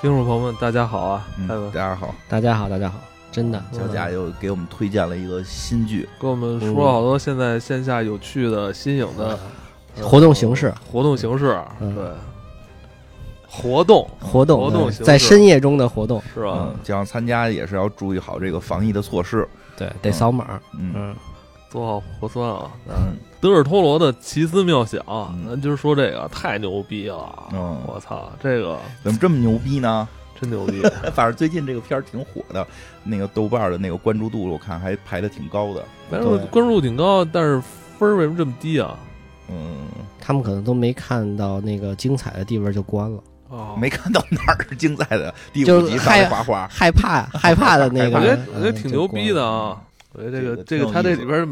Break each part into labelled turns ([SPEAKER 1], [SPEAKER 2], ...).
[SPEAKER 1] 听众朋友们，大家好啊！
[SPEAKER 2] 嗯
[SPEAKER 1] 艾文
[SPEAKER 2] 大家好，
[SPEAKER 3] 大家好，大家好，真的，
[SPEAKER 1] 嗯
[SPEAKER 2] 小贾又给我们推荐了一个新剧，
[SPEAKER 1] 给我们说了好多现在线下有趣的、新颖
[SPEAKER 2] 嗯
[SPEAKER 1] 的呃
[SPEAKER 3] 嗯活动形式
[SPEAKER 1] 活动形式，
[SPEAKER 3] 嗯
[SPEAKER 1] 对，活动
[SPEAKER 3] 活动
[SPEAKER 1] 活动形
[SPEAKER 3] 对
[SPEAKER 1] 式
[SPEAKER 3] 在深夜中的活动，
[SPEAKER 1] 是吧
[SPEAKER 2] 嗯？，想要参加也是要注意好这个防疫的措施，
[SPEAKER 3] 对，得扫码，
[SPEAKER 2] 嗯
[SPEAKER 3] 嗯，
[SPEAKER 1] 做好核酸啊！
[SPEAKER 2] 嗯
[SPEAKER 1] 德尔托罗的奇思妙想，
[SPEAKER 2] 嗯
[SPEAKER 1] 咱今儿说这个太牛逼了！
[SPEAKER 2] 嗯，
[SPEAKER 1] 我操，这个
[SPEAKER 2] 怎么这么牛逼呢？哎
[SPEAKER 1] 真牛 逼！
[SPEAKER 2] 反正最近这个片儿挺火的，那个豆瓣儿的那个关注度我看还排的挺高的，
[SPEAKER 1] 但是关注度挺高，但是分儿为什么这么低啊？
[SPEAKER 2] 嗯，
[SPEAKER 3] 他们可能都没看到那个精彩的地方就关了，
[SPEAKER 1] 哦，
[SPEAKER 2] 没看到哪儿是精彩的，第
[SPEAKER 3] 就
[SPEAKER 2] 五
[SPEAKER 3] 是
[SPEAKER 2] 集上
[SPEAKER 3] 嗨
[SPEAKER 2] 来画画，
[SPEAKER 3] 害 怕害怕的那个，
[SPEAKER 1] 我觉得我觉得
[SPEAKER 3] 嗯
[SPEAKER 1] 挺牛逼的啊！我觉得这个
[SPEAKER 2] 这
[SPEAKER 1] 这
[SPEAKER 2] 个
[SPEAKER 1] 个
[SPEAKER 2] 挺有
[SPEAKER 1] 他这
[SPEAKER 2] 意思
[SPEAKER 1] 里边儿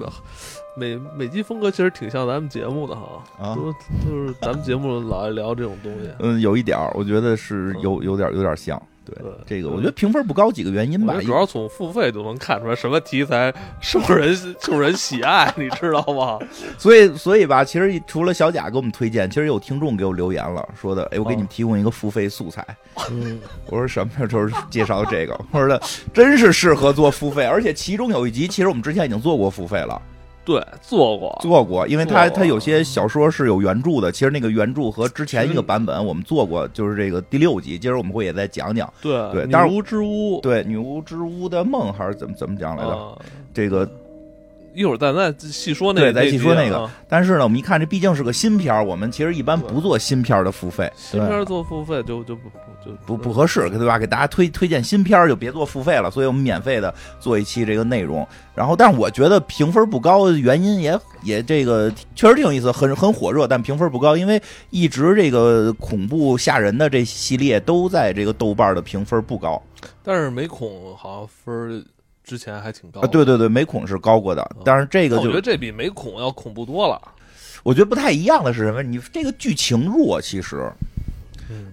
[SPEAKER 1] 每每集风格其实挺像咱们节目的哈，
[SPEAKER 2] 啊
[SPEAKER 1] 都就是咱们节目老爱聊这种东西。
[SPEAKER 2] 嗯，有一点儿，我觉得是有有点儿有点儿像， 对
[SPEAKER 1] 对
[SPEAKER 2] 这个，
[SPEAKER 1] 嗯
[SPEAKER 2] 我觉得评分不高几个原因
[SPEAKER 1] 我
[SPEAKER 2] 吧
[SPEAKER 1] 觉得，主要从付费就能看出来什么题材受人受人喜 爱，你知道吗？
[SPEAKER 2] 所以，所以吧，其实除了小贾给我们推荐，其实有听众给我留言了，说
[SPEAKER 1] 哦
[SPEAKER 2] 的，哎，我给你们提供一个付费素材。
[SPEAKER 3] 嗯，
[SPEAKER 2] 我说什么呀？就是介绍这个。 我说的真是适合做付费，而且其中有一集，其实我们之前已经做过付费了，
[SPEAKER 1] 对，做过，
[SPEAKER 2] 做过，因为它
[SPEAKER 1] 哦做过啊
[SPEAKER 2] 它有些小说是有原著的，其实那个原著和之前一个版本我们做过，就是这个第六集，今儿我们会也再讲讲。
[SPEAKER 1] 对
[SPEAKER 2] 对
[SPEAKER 1] 女
[SPEAKER 2] 但是
[SPEAKER 1] 巫之屋，
[SPEAKER 2] 对，女巫之屋的梦还是怎么怎么讲来着？
[SPEAKER 1] 啊，
[SPEAKER 2] 这个
[SPEAKER 1] 一会儿咱再细说那个，
[SPEAKER 2] 对咱细说那个
[SPEAKER 1] 啊
[SPEAKER 2] 但是呢，我们一看这毕竟是个新片儿，我们其实一般不做新片儿的付费，
[SPEAKER 1] 新片儿做付费就就不就
[SPEAKER 2] 不不合适，对吧？给大家推推荐新片儿就别做付费了，所以我们免费的做一期这个内容。然后，但是我觉得评分不高，原因也也这个确实挺有意思，很很火热，但评分不高，因为一直这个恐怖吓人的这系列都在这个豆瓣的评分不高
[SPEAKER 1] 但是美恐好像分儿之前还挺高
[SPEAKER 2] 啊。对对对，美恐是高过的，但是这
[SPEAKER 1] 这
[SPEAKER 2] 个
[SPEAKER 1] 我
[SPEAKER 2] 就
[SPEAKER 1] 觉得这比美恐要恐怖多了。
[SPEAKER 2] 我觉得不太一样的是什么？你这个剧情弱，其实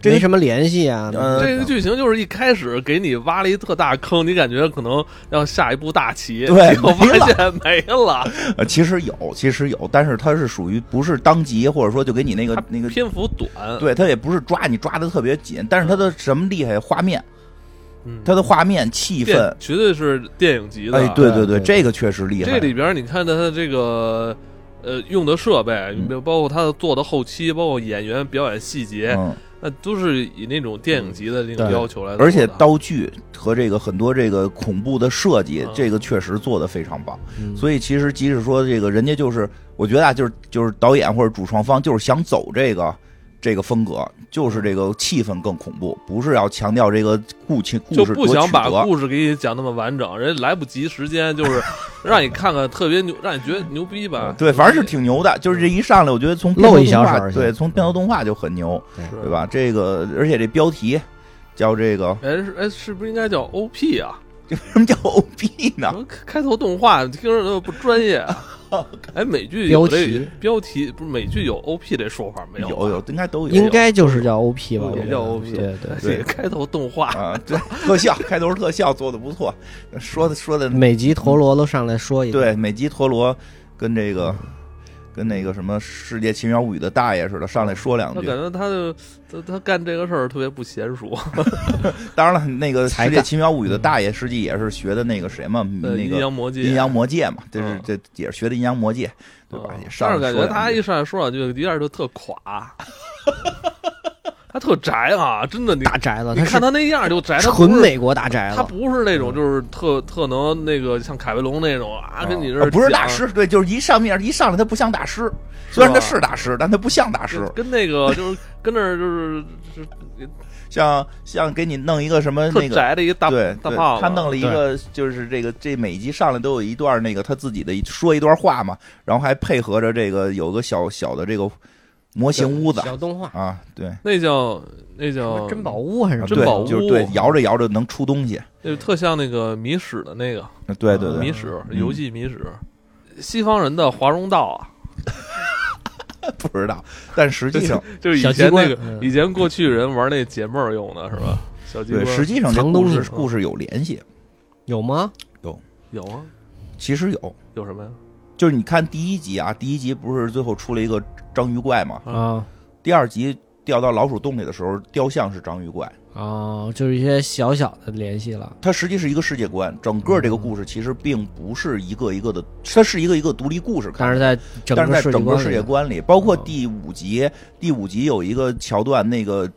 [SPEAKER 2] 这
[SPEAKER 3] 没
[SPEAKER 2] 个
[SPEAKER 3] 什么联系啊，
[SPEAKER 2] 呃
[SPEAKER 1] 这个剧情就是一开始给你挖了一特大坑，你感觉可能要下一步大棋，
[SPEAKER 2] 对
[SPEAKER 1] 结果发现没了，
[SPEAKER 2] 呃其实有，其实有，但是它是属于不是当集，或者说就给你那
[SPEAKER 1] 它
[SPEAKER 2] 个那个
[SPEAKER 1] 篇幅短，
[SPEAKER 2] 对，它也不是抓你抓的特别紧，但是它的什么厉害？画面，
[SPEAKER 1] 嗯，
[SPEAKER 2] 它的画面、气氛
[SPEAKER 1] 电，绝对是电影级的。啊
[SPEAKER 2] 哎，对对
[SPEAKER 3] 对对
[SPEAKER 2] 这个确实厉害
[SPEAKER 1] 这。里边你看它的这个呃用的设备，
[SPEAKER 2] 嗯
[SPEAKER 1] 包括它的做的后期，包括演员表演细节，
[SPEAKER 2] 嗯，
[SPEAKER 1] 那都是以那种电影级的那种
[SPEAKER 3] 对
[SPEAKER 1] 要求来做的。
[SPEAKER 2] 而且道具和这个很多这个恐怖的设计，
[SPEAKER 1] 嗯
[SPEAKER 2] 这个确实做的非常棒。所以其实即使说这个人家就是，我觉得啊，就是就是导演或者主创方就是想走这个这个风格，就是这个气氛更恐怖，不是要强调这个故情故
[SPEAKER 1] 就
[SPEAKER 2] 事
[SPEAKER 1] 不
[SPEAKER 2] 多
[SPEAKER 1] 想
[SPEAKER 2] 曲
[SPEAKER 1] 把
[SPEAKER 2] 折。
[SPEAKER 1] 故事给你讲那么完整，人家来不及时间，就是 让你看看特别牛，让你觉得牛逼吧？
[SPEAKER 2] 对，反正是挺牛
[SPEAKER 1] 嗯
[SPEAKER 2] 的，就是这一上来，我觉得从
[SPEAKER 3] 露
[SPEAKER 2] 片头
[SPEAKER 3] 一小
[SPEAKER 2] 动画
[SPEAKER 3] 手儿
[SPEAKER 2] 对，
[SPEAKER 3] 先
[SPEAKER 2] 从片头动画就很牛。
[SPEAKER 1] 是
[SPEAKER 2] 对？吧？这个，而且这标题叫这个
[SPEAKER 1] 哎是哎，是不是应该叫 OP 啊？
[SPEAKER 2] 什么叫 OP 呢
[SPEAKER 1] 什？么开开头动画听着都不专业 啊。哎，美剧有
[SPEAKER 3] 标
[SPEAKER 1] 这
[SPEAKER 3] 题
[SPEAKER 1] 标题不是美剧有 OP 这说法没有？啊
[SPEAKER 2] 有有，应该都有。
[SPEAKER 3] 应该就是叫 OP 吧，
[SPEAKER 1] 也
[SPEAKER 3] 我觉得
[SPEAKER 1] 叫 OP
[SPEAKER 3] 对对，
[SPEAKER 2] 对
[SPEAKER 1] 这开头动画
[SPEAKER 2] 啊，对，特效 开头特效做的不错，说的说的
[SPEAKER 3] 每集陀螺都上来说一个，
[SPEAKER 2] 对，美基陀螺跟这个跟那个什么《世界奇妙物语》的大爷似的，上来说两
[SPEAKER 1] 他
[SPEAKER 2] 句
[SPEAKER 1] 感。觉他就他他干这个事儿特别不娴熟，
[SPEAKER 2] 当然了，那个《
[SPEAKER 3] 才
[SPEAKER 2] 世界
[SPEAKER 3] 干
[SPEAKER 2] 奇妙物语》的大爷实际也是学的那个谁嘛，
[SPEAKER 1] 呃
[SPEAKER 2] 嗯那
[SPEAKER 1] 阴
[SPEAKER 2] 个
[SPEAKER 1] 阳魔界，
[SPEAKER 2] 阴阳魔界嘛，这是
[SPEAKER 1] 嗯
[SPEAKER 2] 这也是学的阴阳魔界，对吧
[SPEAKER 1] 嗯？
[SPEAKER 2] 也上
[SPEAKER 1] 但
[SPEAKER 2] 来
[SPEAKER 1] 是感
[SPEAKER 2] 说
[SPEAKER 1] 觉
[SPEAKER 2] 两
[SPEAKER 1] 他
[SPEAKER 2] 句
[SPEAKER 1] 一上来说两句，一下就特 垮，他特宅啊，真的，你
[SPEAKER 3] 大宅子，
[SPEAKER 1] 你
[SPEAKER 3] 它
[SPEAKER 1] 看
[SPEAKER 3] 是
[SPEAKER 1] 他那样就宅，他不
[SPEAKER 3] 纯
[SPEAKER 1] 是。
[SPEAKER 3] 美国大宅
[SPEAKER 1] 他
[SPEAKER 3] 子，
[SPEAKER 1] 不是那种就是特特能那个像凯文龙那种啊，跟
[SPEAKER 3] 哦
[SPEAKER 1] 你这
[SPEAKER 2] 嗯啊不是大
[SPEAKER 1] 讲
[SPEAKER 2] 师，对，就是一上面一上来他不像大师，虽然他是大师，但他不像大
[SPEAKER 1] 就
[SPEAKER 2] 师，
[SPEAKER 1] 跟那 个就是跟那儿就是就是
[SPEAKER 2] 像像给你弄一个什么
[SPEAKER 1] 特
[SPEAKER 2] 那个。
[SPEAKER 1] 宅的一个大
[SPEAKER 2] 对，
[SPEAKER 1] 大
[SPEAKER 2] 对
[SPEAKER 1] 胖子，
[SPEAKER 2] 他弄了一个，就是这个这每集上来都有一段那个他自己的一说一段话嘛，然后还配合着这个有个小小的这个模型屋子
[SPEAKER 3] 小动画，
[SPEAKER 2] 啊，对，啊
[SPEAKER 1] 那叫那叫
[SPEAKER 3] 珍宝，屋还是什
[SPEAKER 1] 珍
[SPEAKER 3] 么
[SPEAKER 1] 宝
[SPEAKER 2] 对，
[SPEAKER 1] 屋
[SPEAKER 2] 就是对摇着摇着能出东西，
[SPEAKER 1] 那特像那个米史的那个，
[SPEAKER 2] 对对
[SPEAKER 1] 米
[SPEAKER 2] 对，
[SPEAKER 1] 史
[SPEAKER 2] 嗯
[SPEAKER 1] 游戏米史，西方人的华容道啊，
[SPEAKER 2] 不知道，但实 际上
[SPEAKER 1] 就是
[SPEAKER 3] 小
[SPEAKER 1] 以
[SPEAKER 3] 机
[SPEAKER 1] 前那
[SPEAKER 3] 关
[SPEAKER 1] 个
[SPEAKER 3] 嗯
[SPEAKER 1] 以前过去人玩那解闷儿用的是吧？小机
[SPEAKER 2] 嗯对
[SPEAKER 1] 关
[SPEAKER 2] 实际上这
[SPEAKER 3] 藏
[SPEAKER 2] 故
[SPEAKER 3] 东西
[SPEAKER 2] 事故事有联系，
[SPEAKER 3] 有吗？
[SPEAKER 1] 有啊，
[SPEAKER 2] 其实有，
[SPEAKER 1] 有什么呀？
[SPEAKER 2] 就是你看第一集啊，第一集不是最后出了一个章鱼怪嘛，
[SPEAKER 1] 啊
[SPEAKER 3] 啊，
[SPEAKER 2] 第二集掉到老鼠洞里的时候，雕像是章鱼怪，
[SPEAKER 3] 哦，就是一些小小的联系了。
[SPEAKER 2] 它实际是一个世界观。整个这个故事其实并不是一个一个的，它是一个一个独立故事看
[SPEAKER 3] 但是在整
[SPEAKER 2] 但是
[SPEAKER 3] 个
[SPEAKER 2] 在
[SPEAKER 3] 世界
[SPEAKER 2] 整个
[SPEAKER 3] 观
[SPEAKER 2] 世界
[SPEAKER 3] 里，
[SPEAKER 2] 观里，包括
[SPEAKER 3] 哦
[SPEAKER 2] 第五集，第五集有一个桥段，那个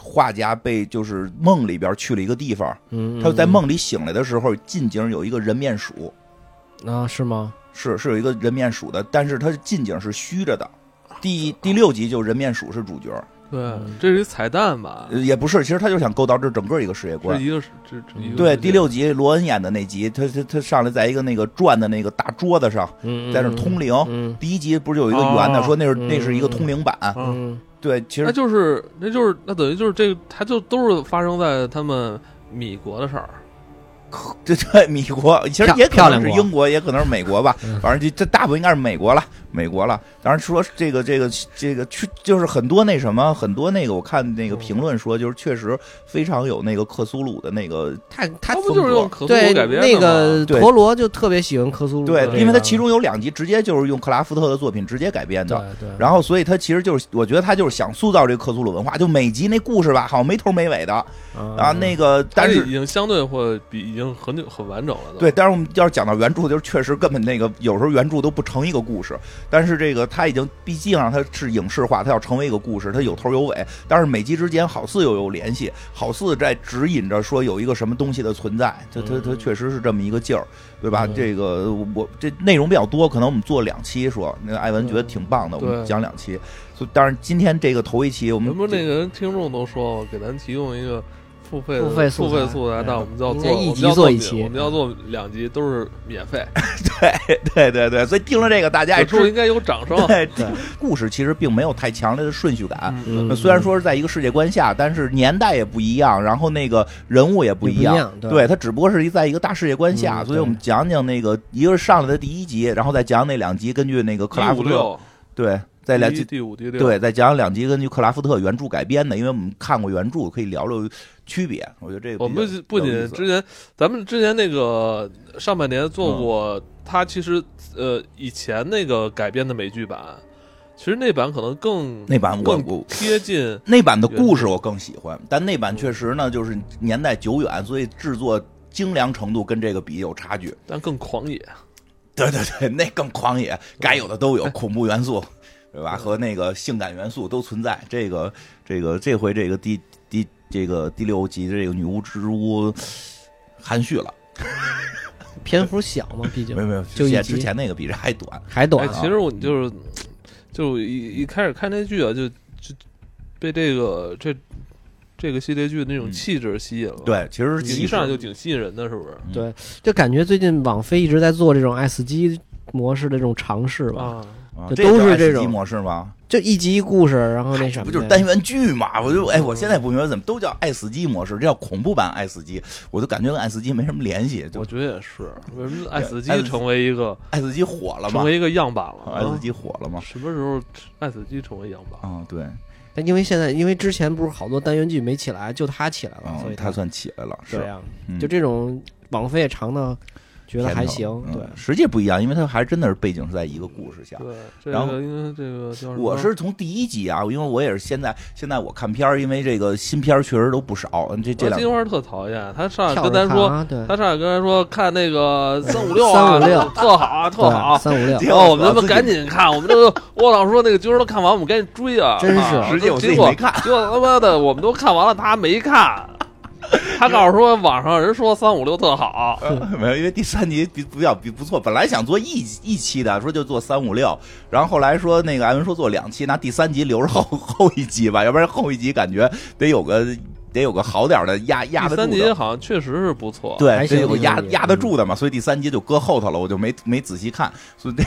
[SPEAKER 2] 画家被就是梦里边去了一个地方，
[SPEAKER 3] 嗯，
[SPEAKER 2] 他在
[SPEAKER 3] 嗯
[SPEAKER 2] 梦里醒来的时候，近景有一个人面鼠，
[SPEAKER 3] 啊，是吗？
[SPEAKER 2] 是是有一个人面鼠的，但是它近景是虚着的。第第六集就人面鼠是主角，
[SPEAKER 1] 对
[SPEAKER 3] 嗯，
[SPEAKER 1] 这是一彩蛋吧？
[SPEAKER 2] 呃也不是，其实他就想构造这整个一个世界观
[SPEAKER 1] 是。一个是这这一个
[SPEAKER 2] 对，
[SPEAKER 1] 世界
[SPEAKER 2] 第六集罗恩演的那集，他他他上来在一个那个转的那个大桌子上，
[SPEAKER 3] 嗯，
[SPEAKER 2] 在那
[SPEAKER 3] 嗯
[SPEAKER 2] 通灵。
[SPEAKER 3] 嗯
[SPEAKER 2] 第一集不是有一个圆的，
[SPEAKER 1] 哦
[SPEAKER 2] 说那是
[SPEAKER 3] 嗯
[SPEAKER 2] 那是一个通灵板。
[SPEAKER 1] 啊，
[SPEAKER 3] 嗯，
[SPEAKER 2] 对，其
[SPEAKER 1] 那
[SPEAKER 2] 实
[SPEAKER 1] 就是那就是那等于就是这个，它就都是发生在他们米国的事儿。
[SPEAKER 2] 这这 米国其实
[SPEAKER 3] 漂
[SPEAKER 2] 也可
[SPEAKER 3] 漂亮
[SPEAKER 2] 能是
[SPEAKER 3] 国
[SPEAKER 2] 英国，也可能是美国吧
[SPEAKER 3] 嗯，
[SPEAKER 2] 反正这这大部分应该是美国了，美国了。当然说这个这个这个去就是很多那什么，很多那个我看那个评论说，就是确实非常有那个克苏鲁的那个
[SPEAKER 3] 他
[SPEAKER 1] 它
[SPEAKER 3] 他
[SPEAKER 1] 不就是用可苏
[SPEAKER 3] 对
[SPEAKER 1] 鲁改编的
[SPEAKER 3] 那
[SPEAKER 1] 吗
[SPEAKER 3] 个
[SPEAKER 2] 对
[SPEAKER 3] 陀螺就特别喜欢科苏鲁的
[SPEAKER 2] 对
[SPEAKER 3] 这个，，
[SPEAKER 2] 因为它其中有两集直接就是用克拉夫特的作品直接改编
[SPEAKER 3] 对
[SPEAKER 2] 的。
[SPEAKER 3] 对，
[SPEAKER 2] 然后，所以它其实就是，我觉得它就是想塑造这个克苏鲁文化，就每集那故事吧，好像没头没尾的
[SPEAKER 3] 后
[SPEAKER 2] 啊。那个，但
[SPEAKER 1] 它
[SPEAKER 2] 是
[SPEAKER 1] 已经相对会比已经很久很完整了。都
[SPEAKER 2] 对，，但是我们要是讲到原著，就是确实根本那个有时候原著都不成一个故事。但是这个它已经，毕竟啊，它是影视化，它要成为一个故事，它有头有尾。但是每集之间好似又有联系，好似在指引着说有一个什么东西的存在。它它它
[SPEAKER 3] 嗯
[SPEAKER 2] 确实是这么一个劲儿，对吧？
[SPEAKER 3] 嗯
[SPEAKER 2] 这个我这内容比较多，可能我们做两期说，那个艾文觉得挺棒的，我们
[SPEAKER 1] 对
[SPEAKER 2] 讲两期。所以当然今天这个头一期我们
[SPEAKER 1] 咱们那个人听众都说给咱提供一个付费
[SPEAKER 3] 付费素
[SPEAKER 1] 付
[SPEAKER 3] 材嗯
[SPEAKER 1] 费素材，但我们就要
[SPEAKER 3] 应
[SPEAKER 1] 做
[SPEAKER 3] 该一
[SPEAKER 1] 我们
[SPEAKER 3] 集
[SPEAKER 1] 要
[SPEAKER 3] 做一
[SPEAKER 1] 免
[SPEAKER 3] 期
[SPEAKER 1] 我们要做两集都是免 费，
[SPEAKER 2] 对对对，所以听了这个大家也
[SPEAKER 1] 处
[SPEAKER 2] 知
[SPEAKER 1] 应该有掌 声。
[SPEAKER 2] 对
[SPEAKER 3] 对
[SPEAKER 2] 故事其实并没有太强烈的顺序感。
[SPEAKER 1] 嗯
[SPEAKER 2] 那虽然说是在一个世界观下，但是年代也不一样，然后那个人物也不一样。
[SPEAKER 3] 样，
[SPEAKER 2] 对，它只不过是一在一个大世界观下，
[SPEAKER 3] 嗯
[SPEAKER 2] 所以我们讲讲那个，一个是上来的第一集，然后再讲那两集，根据那个克拉
[SPEAKER 1] 第
[SPEAKER 2] 夫
[SPEAKER 1] 五
[SPEAKER 2] 特，
[SPEAKER 1] 六，
[SPEAKER 2] 对，再来
[SPEAKER 1] 第一第五第六，
[SPEAKER 2] 对，再讲两集根据克拉夫特原著改编的，因为我们看过原著，可以聊聊区别。我觉得这个
[SPEAKER 1] 我
[SPEAKER 2] 比较
[SPEAKER 1] 们不
[SPEAKER 2] 有意
[SPEAKER 1] 仅
[SPEAKER 2] 思
[SPEAKER 1] 之前，咱们之前那个上半年做
[SPEAKER 2] 嗯
[SPEAKER 1] 过，它其实呃以前那个改编的美剧版，其实那版可能更
[SPEAKER 2] 那版我
[SPEAKER 1] 更
[SPEAKER 2] 我
[SPEAKER 1] 贴近
[SPEAKER 2] 那版的故事我更喜欢，但那版确实呢，就是年代久远，所以制作精良程度跟这个比有差距。
[SPEAKER 1] 但更狂野。
[SPEAKER 2] 对对对，那更狂野，该有的都有，恐怖元素，对吧？和那个性感元素都存在。这个这个这回这个第第这个第六集的这个女巫之屋含蓄了，
[SPEAKER 3] 嗯篇幅小嘛，毕竟
[SPEAKER 2] 没有没有，
[SPEAKER 3] 就
[SPEAKER 2] 之前
[SPEAKER 3] 一集
[SPEAKER 2] 之前那个比这还短。
[SPEAKER 3] 还短
[SPEAKER 1] 哎，
[SPEAKER 3] 啊。
[SPEAKER 1] 其实我就是就一一开始看那剧啊，就就被这个这这个系列剧那种
[SPEAKER 2] 嗯
[SPEAKER 1] 气质吸引了。，
[SPEAKER 2] 对，其实
[SPEAKER 1] 一上来就挺吸引人的，是不是？
[SPEAKER 2] 嗯
[SPEAKER 3] 对，就感觉最近网飞一直在做这种爱死机模式的这种尝试吧，
[SPEAKER 1] 啊，
[SPEAKER 2] 啊
[SPEAKER 3] 就
[SPEAKER 2] 这
[SPEAKER 3] 都
[SPEAKER 2] 叫
[SPEAKER 3] 是这
[SPEAKER 2] SG
[SPEAKER 3] 种
[SPEAKER 2] 模式吗？
[SPEAKER 3] 就一集一故事，然后那
[SPEAKER 2] 这
[SPEAKER 3] 什么的，
[SPEAKER 2] 不
[SPEAKER 3] 哦
[SPEAKER 2] 就是单元剧嘛？我就哎，我现在不明白怎么都叫爱死机模式，这叫恐怖版爱死机，我都感觉跟爱死机没什么联系。
[SPEAKER 1] 我
[SPEAKER 2] 就
[SPEAKER 1] 觉得也是。为什么爱死机
[SPEAKER 2] 爱死机
[SPEAKER 1] 成为一个
[SPEAKER 2] 爱死机火了
[SPEAKER 1] 成
[SPEAKER 2] 吗？
[SPEAKER 1] 为一个样板了？
[SPEAKER 2] 爱死
[SPEAKER 1] 啊
[SPEAKER 2] 机火了吗？
[SPEAKER 1] 什么时候爱死机成为样板？
[SPEAKER 2] 啊，
[SPEAKER 3] 哦
[SPEAKER 2] 对，
[SPEAKER 3] 但因为现在因为之前不是好多单元剧没起来，就它起来了，所
[SPEAKER 2] 嗯，
[SPEAKER 3] 以
[SPEAKER 2] 他算起来了，是
[SPEAKER 3] 这样。
[SPEAKER 2] 嗯
[SPEAKER 3] 就这种网飞也尝到，觉得
[SPEAKER 2] 片
[SPEAKER 3] 还
[SPEAKER 2] 头
[SPEAKER 3] 行，
[SPEAKER 2] 嗯
[SPEAKER 1] 啊
[SPEAKER 3] 对。
[SPEAKER 2] 实际不一样，因为它还真的是背景是在一个故事下。
[SPEAKER 1] 对，这
[SPEAKER 2] 然后
[SPEAKER 1] 个因为这个叫什么
[SPEAKER 2] 我是从第一集啊，因为我也是现在现在我看片儿，因为这个新片儿确实都不少，嗯这这
[SPEAKER 1] 金
[SPEAKER 2] 两
[SPEAKER 1] 花特讨厌，他上来
[SPEAKER 3] 跳
[SPEAKER 1] 跟
[SPEAKER 3] 着
[SPEAKER 1] 咱
[SPEAKER 3] 看
[SPEAKER 1] 说，
[SPEAKER 3] 啊，对，
[SPEAKER 1] 他上来跟咱说看那个三五六啊，
[SPEAKER 3] 356
[SPEAKER 1] 特好啊，特好啊。
[SPEAKER 3] 三 五六，
[SPEAKER 2] 结
[SPEAKER 1] 然
[SPEAKER 2] 果
[SPEAKER 1] 后我们他
[SPEAKER 2] 自
[SPEAKER 1] 妈
[SPEAKER 2] 己
[SPEAKER 1] 赶紧看，我们这个我老说那个军人都看完，我们赶紧追啊！
[SPEAKER 3] 真是
[SPEAKER 1] 啊
[SPEAKER 2] 实际我自己
[SPEAKER 1] 结果
[SPEAKER 2] 没看
[SPEAKER 1] 结果他妈的我们都看完了，他没看。他告诉说网上人说三五六特好，
[SPEAKER 2] 没有，因为第三集比比较比不错，本来想做一一期的，说就做三五六，然后后来说那个艾文说做两期，拿第三集留着后 后一集吧，要不然后一集感觉得有个得有个好点儿的压压
[SPEAKER 1] 第
[SPEAKER 2] 得
[SPEAKER 1] 三
[SPEAKER 2] 住
[SPEAKER 1] 集
[SPEAKER 2] 的。
[SPEAKER 1] 好像确实是不错。
[SPEAKER 2] 对，
[SPEAKER 3] 还
[SPEAKER 2] 这
[SPEAKER 3] 行嗯
[SPEAKER 2] 有
[SPEAKER 3] 这
[SPEAKER 2] 压
[SPEAKER 3] 个也
[SPEAKER 2] 压得住的嘛，所以第三集就搁后头了，我就没没仔细看。所以这，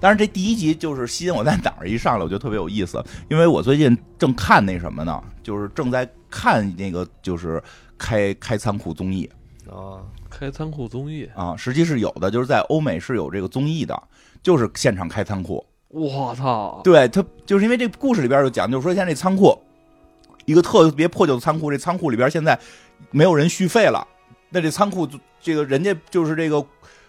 [SPEAKER 2] 当然这第一集就是吸引我在哪儿一上来我就特别有意思，因为我最近正看那什么呢，就是正在看那个就是开开仓库综艺哦
[SPEAKER 3] 啊，
[SPEAKER 1] 开仓库综艺，
[SPEAKER 2] 啊，实际是有的，就是在欧美是有这个综艺的，就是现场开仓库。
[SPEAKER 1] 我操！
[SPEAKER 2] 对他就是因为这故事里边就讲，就是说现在这仓库一个特别破旧的仓库，这仓库里边现在没有人续费了，那这仓库就这个人家就是这个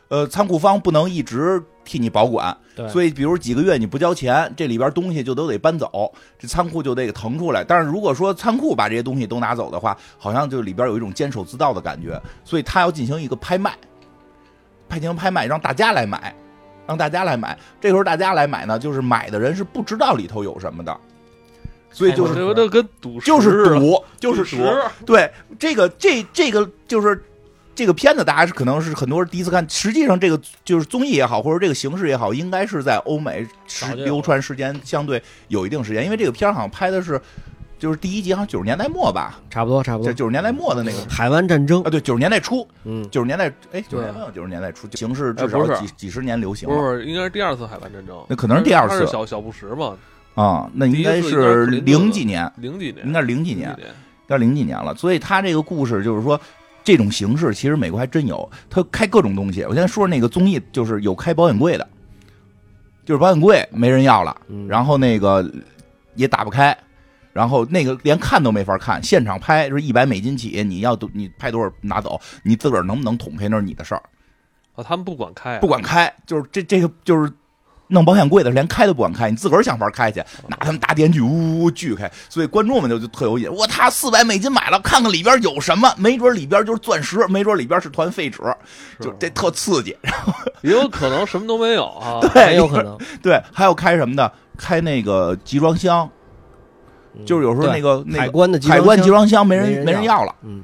[SPEAKER 2] 呃，仓库方不能一直替你保管，
[SPEAKER 4] 对，
[SPEAKER 2] 所以比如几个月你不交钱，这里边东西就都得搬走，这仓库就得给腾出来。但是如果说仓库把这些东西都拿走的话，好像就里边有一种监守自盗的感觉，所以他要进行一个拍卖，派行拍卖，让大家来买，让大家来买。这时候大家来买呢，就是买的人是不知道里头有什么的，所以就
[SPEAKER 1] 我
[SPEAKER 2] 是
[SPEAKER 1] 这有点跟赌石
[SPEAKER 2] 哎就是
[SPEAKER 1] 似的
[SPEAKER 2] 赌， 就是啊
[SPEAKER 1] 赌
[SPEAKER 2] 赌。
[SPEAKER 1] 石
[SPEAKER 2] 对，这个这这个就是这个片子，大家是可能是很多人第一次看。实际上，这个就是综艺也好，或者这个形式也好，应该是在欧美时
[SPEAKER 4] 早就有
[SPEAKER 2] 流传时间相对有一定时间，因为这个片儿好像拍的是就是第一集好像九十年代末吧，
[SPEAKER 3] 差不多差不
[SPEAKER 2] 这
[SPEAKER 3] 多。
[SPEAKER 2] 九十年代末的那个。
[SPEAKER 3] 海湾战争
[SPEAKER 2] 啊，，对，九十年代初，
[SPEAKER 3] 嗯，
[SPEAKER 2] 九十年代，哎，九十年代末，九十年代初，形式至
[SPEAKER 1] 哎
[SPEAKER 2] 少
[SPEAKER 1] 不是
[SPEAKER 2] 几几十年流行
[SPEAKER 1] 不
[SPEAKER 2] 了
[SPEAKER 1] 是，应该是第二次海湾战争，
[SPEAKER 2] 那可能是第二次
[SPEAKER 1] 他是小小布什嘛，
[SPEAKER 2] 啊，那应该
[SPEAKER 1] 第一次应该
[SPEAKER 2] 是
[SPEAKER 1] 是林顿
[SPEAKER 2] 零几年，
[SPEAKER 1] 零几年，
[SPEAKER 2] 应该是零几
[SPEAKER 1] 零
[SPEAKER 2] 年，到零几年了，所以他这个故事就是说，这种形式其实美国还真有，他开各种东西。我先说那个综艺，就是有开保险柜的，就是保险柜没人要了，
[SPEAKER 3] 嗯
[SPEAKER 2] 然后那个也打不开，然后那个连看都没法看，现场拍就是一百美金起，你要多你拍多少拿走，你自个儿能不能捅开那是你的事儿，
[SPEAKER 1] 啊，他们不管开啊，
[SPEAKER 2] 不管开，就是这这个就是。弄保险柜的连开都不敢开，你自个儿想法儿开去，拿他们大电锯呜呜呜锯开，所以观众们就就特有瘾。我他四百美金买了，看看里边有什么，没准里边就是钻石，没准里边是团废纸，
[SPEAKER 1] 是
[SPEAKER 3] 啊
[SPEAKER 2] 就这特刺激。
[SPEAKER 1] 也有可能什么都没有啊，
[SPEAKER 2] 哎
[SPEAKER 3] 很有可能。
[SPEAKER 2] 对，还有开什么的，开那个集装箱，
[SPEAKER 3] 嗯
[SPEAKER 2] 就是有时候
[SPEAKER 3] 对
[SPEAKER 2] 那个那
[SPEAKER 3] 海
[SPEAKER 2] 个
[SPEAKER 3] 关的
[SPEAKER 2] 海关
[SPEAKER 3] 箱
[SPEAKER 2] 集装箱没
[SPEAKER 3] 没
[SPEAKER 2] 人
[SPEAKER 3] 人
[SPEAKER 2] 没人
[SPEAKER 3] 要
[SPEAKER 2] 要了，
[SPEAKER 3] 嗯，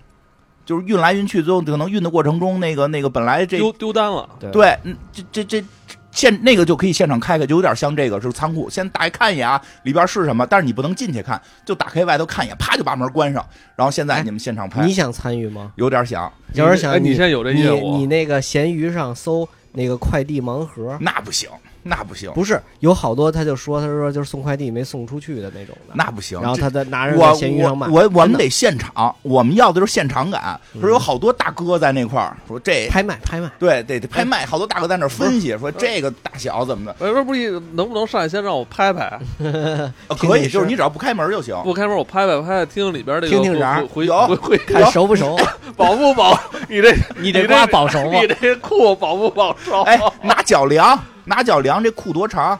[SPEAKER 2] 就是运来运去，最后可能运的过程中，那个那个本来这
[SPEAKER 1] 丢丢单了，
[SPEAKER 3] 对
[SPEAKER 2] 对，嗯，这这这这现那个就可以现场开开，就有点像这个是仓库，先打开看一眼啊，里边是什么，但是你不能进去看，就打开外头看一眼，啪就把门关上。然后现在
[SPEAKER 3] 哎
[SPEAKER 2] 你们现场拍，
[SPEAKER 3] 你想参与吗？
[SPEAKER 2] 有点想，
[SPEAKER 3] 要是
[SPEAKER 1] 哎
[SPEAKER 3] 想
[SPEAKER 1] 你现在有这
[SPEAKER 3] 你
[SPEAKER 1] 业
[SPEAKER 3] 你
[SPEAKER 1] 务，
[SPEAKER 3] 那个闲鱼上搜那个快递盲盒，
[SPEAKER 2] 那不行，那不行，
[SPEAKER 3] 不是有好多他就说他说就是送快递没送出去的那种的，
[SPEAKER 2] 那不行。
[SPEAKER 3] 然后
[SPEAKER 2] 这
[SPEAKER 3] 他在拿着在
[SPEAKER 2] 我
[SPEAKER 3] 闲鱼上卖
[SPEAKER 2] 我。我我们
[SPEAKER 3] 真的嗯
[SPEAKER 2] 得现场，我们要的就是现场感。说有好多大哥在那块儿说这，
[SPEAKER 3] 拍哎卖拍卖，
[SPEAKER 2] 对得得拍卖，好多大哥在那儿分析说这个大小怎么的，
[SPEAKER 1] 我说哎不是能不能上来先让我拍拍，
[SPEAKER 2] 呃
[SPEAKER 3] 哦听
[SPEAKER 2] 可以，
[SPEAKER 3] 听
[SPEAKER 2] 就是
[SPEAKER 3] 声
[SPEAKER 2] 你只要不开门就行。
[SPEAKER 1] 不开门我拍拍拍，听听里边这个
[SPEAKER 3] 听听啥
[SPEAKER 1] 回
[SPEAKER 2] 有
[SPEAKER 1] 回回
[SPEAKER 3] 看熟不 熟？
[SPEAKER 1] 保不保？你这
[SPEAKER 3] 你
[SPEAKER 1] 这
[SPEAKER 3] 这瓜保熟吗
[SPEAKER 1] 你？这裤保不保熟？
[SPEAKER 2] 啊
[SPEAKER 1] 哦
[SPEAKER 2] 哎，拿脚量，拿脚量，这裤多长？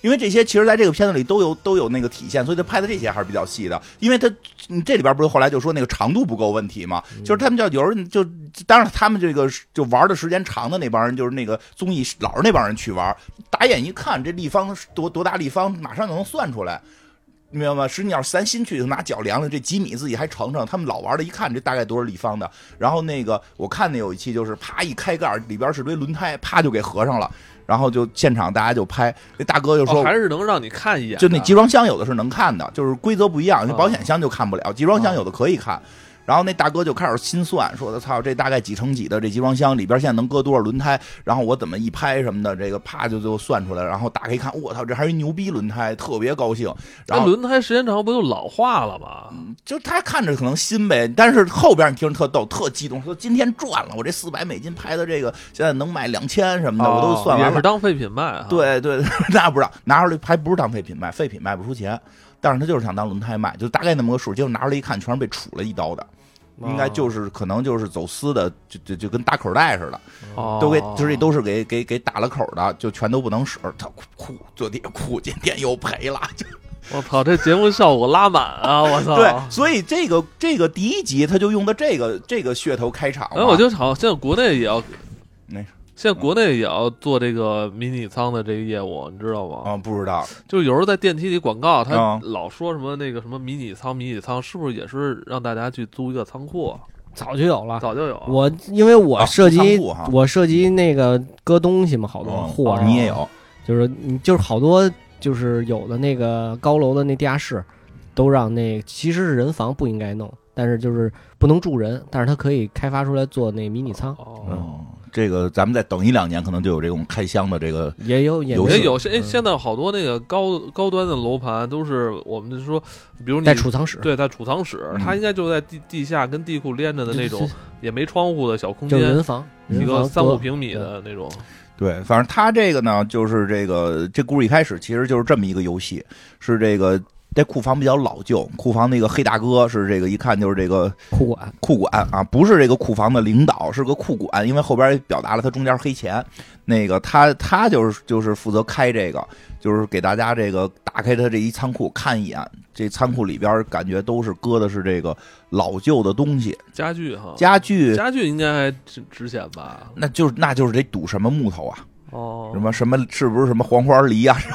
[SPEAKER 2] 因为这些其实在这个片子里都有都有那个体现，所以他拍的这些还是比较细的。因为他你这里边不是后来就说那个长度不够问题吗？就是他们叫有人就当然他们这个就玩的时间长的那帮人，就是那个综艺老是那帮人去玩，打眼一看这立方是多多大立方，马上就能算出来。明白吗？实际上咱新去就拿脚量量，这几米自己还乘乘。他们老玩的，一看这大概多少立方的。然后那个我看那有一期就是啪一开盖儿，里边是堆轮胎，啪就给合上了。然后就现场大家就拍，那大哥就说
[SPEAKER 1] 哦，还是能让你看一眼的，
[SPEAKER 2] 就那集装箱有的是能看的，就是规则不一样，那
[SPEAKER 1] 啊
[SPEAKER 2] 保险箱就看不了，集装箱
[SPEAKER 1] 啊
[SPEAKER 2] 有的可以看。然后那大哥就开始心算，说的操，这大概几乘几的这集装箱里边现在能搁多少轮胎？然后我怎么一拍什么的，这个啪就就算出来。然后打开一看，我操，这还是一牛逼轮胎，特别高兴。然
[SPEAKER 1] 那
[SPEAKER 2] 后
[SPEAKER 1] 哎轮胎时间长不就老化了吗？
[SPEAKER 2] 就他看着可能新呗，但是后边你听着特逗，特激动，说今天赚了，我这四百美金拍的这个现在能卖两千什么的，我都
[SPEAKER 1] 哦
[SPEAKER 2] 算完
[SPEAKER 1] 也
[SPEAKER 2] 了
[SPEAKER 1] 是。当废品卖啊哈。，
[SPEAKER 2] 对对， 那不知道拿出来还不是当废品卖，废品卖不出钱，但是他就是想当轮胎卖，就大概那么个数。结果拿出来一看，全是被杵了一刀的，应该就是可能就是走私的，就就就跟打口袋似的，
[SPEAKER 1] 哦、
[SPEAKER 2] 都给就是这都是给给给打了口的，就全都不能使。他哭哭坐地哭，今天又赔了。 就
[SPEAKER 1] 我操，这节目效果拉满啊！我操，
[SPEAKER 2] 对，所以这个这个第一集他就用的这个这个噱头开场
[SPEAKER 1] 哎，
[SPEAKER 2] 嘛。
[SPEAKER 1] 我就好，现在国内也要
[SPEAKER 2] 那啥
[SPEAKER 1] 现在国内也要做这个迷你仓的这个业务，你知道吗？
[SPEAKER 2] 啊不知道，
[SPEAKER 1] 就是有时候在电梯里广告，他
[SPEAKER 2] 啊
[SPEAKER 1] 老说什么那个什么迷你仓、迷你仓，是不是也是让大家去租一个仓库？啊
[SPEAKER 3] 早就有了。
[SPEAKER 1] 早就有啊，
[SPEAKER 3] 我因为我
[SPEAKER 2] 啊
[SPEAKER 3] 涉及
[SPEAKER 2] 仓库哈
[SPEAKER 3] 我涉及那个搁东西嘛，好多
[SPEAKER 2] 嗯
[SPEAKER 1] 啊
[SPEAKER 3] 货什么的
[SPEAKER 2] 你也有
[SPEAKER 3] 就是你就是好多就是有的那个高楼的那地下室，都让那其实是人防不应该弄，但是就是不能住人，但是它可以开发出来做那迷你仓，
[SPEAKER 1] 哦，
[SPEAKER 2] 嗯，这个咱们再等一两年，可能就有这种开箱的这个
[SPEAKER 3] 也有也
[SPEAKER 2] 游
[SPEAKER 1] 也
[SPEAKER 2] 戏
[SPEAKER 1] 哎有现现在好多那个高高端的楼盘都是我们就说，比如你
[SPEAKER 3] 在储藏室，
[SPEAKER 1] 对在储藏室，
[SPEAKER 2] 嗯
[SPEAKER 1] 它应该就在地地下跟地库连着的那种，也没窗户的小空
[SPEAKER 3] 就是
[SPEAKER 1] 间
[SPEAKER 3] 人，防，
[SPEAKER 2] 嗯
[SPEAKER 1] 一
[SPEAKER 3] 人
[SPEAKER 1] 个
[SPEAKER 3] 防
[SPEAKER 1] 三
[SPEAKER 3] 多嗯
[SPEAKER 1] 五平米的那种。
[SPEAKER 2] 对，反正他这个呢，就是这个这故事一开始其实就是这么一个游戏，是这个这库房比较老旧，库房那个黑大哥是这个一看就是这个
[SPEAKER 3] 库 管
[SPEAKER 2] 库管啊，不是这个库房的领导，是个库管，因为后边也表达了他中间黑钱，那个他他就是就是负责开这个，就是给大家这个打开他这一仓库看一眼，这仓库里边感觉都是搁的是这个老旧的东西，
[SPEAKER 1] 家具哈，
[SPEAKER 2] 家具，
[SPEAKER 1] 哦家具应该还值值钱吧？
[SPEAKER 2] 那就是那就是得堵什么木头啊，
[SPEAKER 1] 哦，
[SPEAKER 2] 什么什么是不是什么黄花梨啊，什么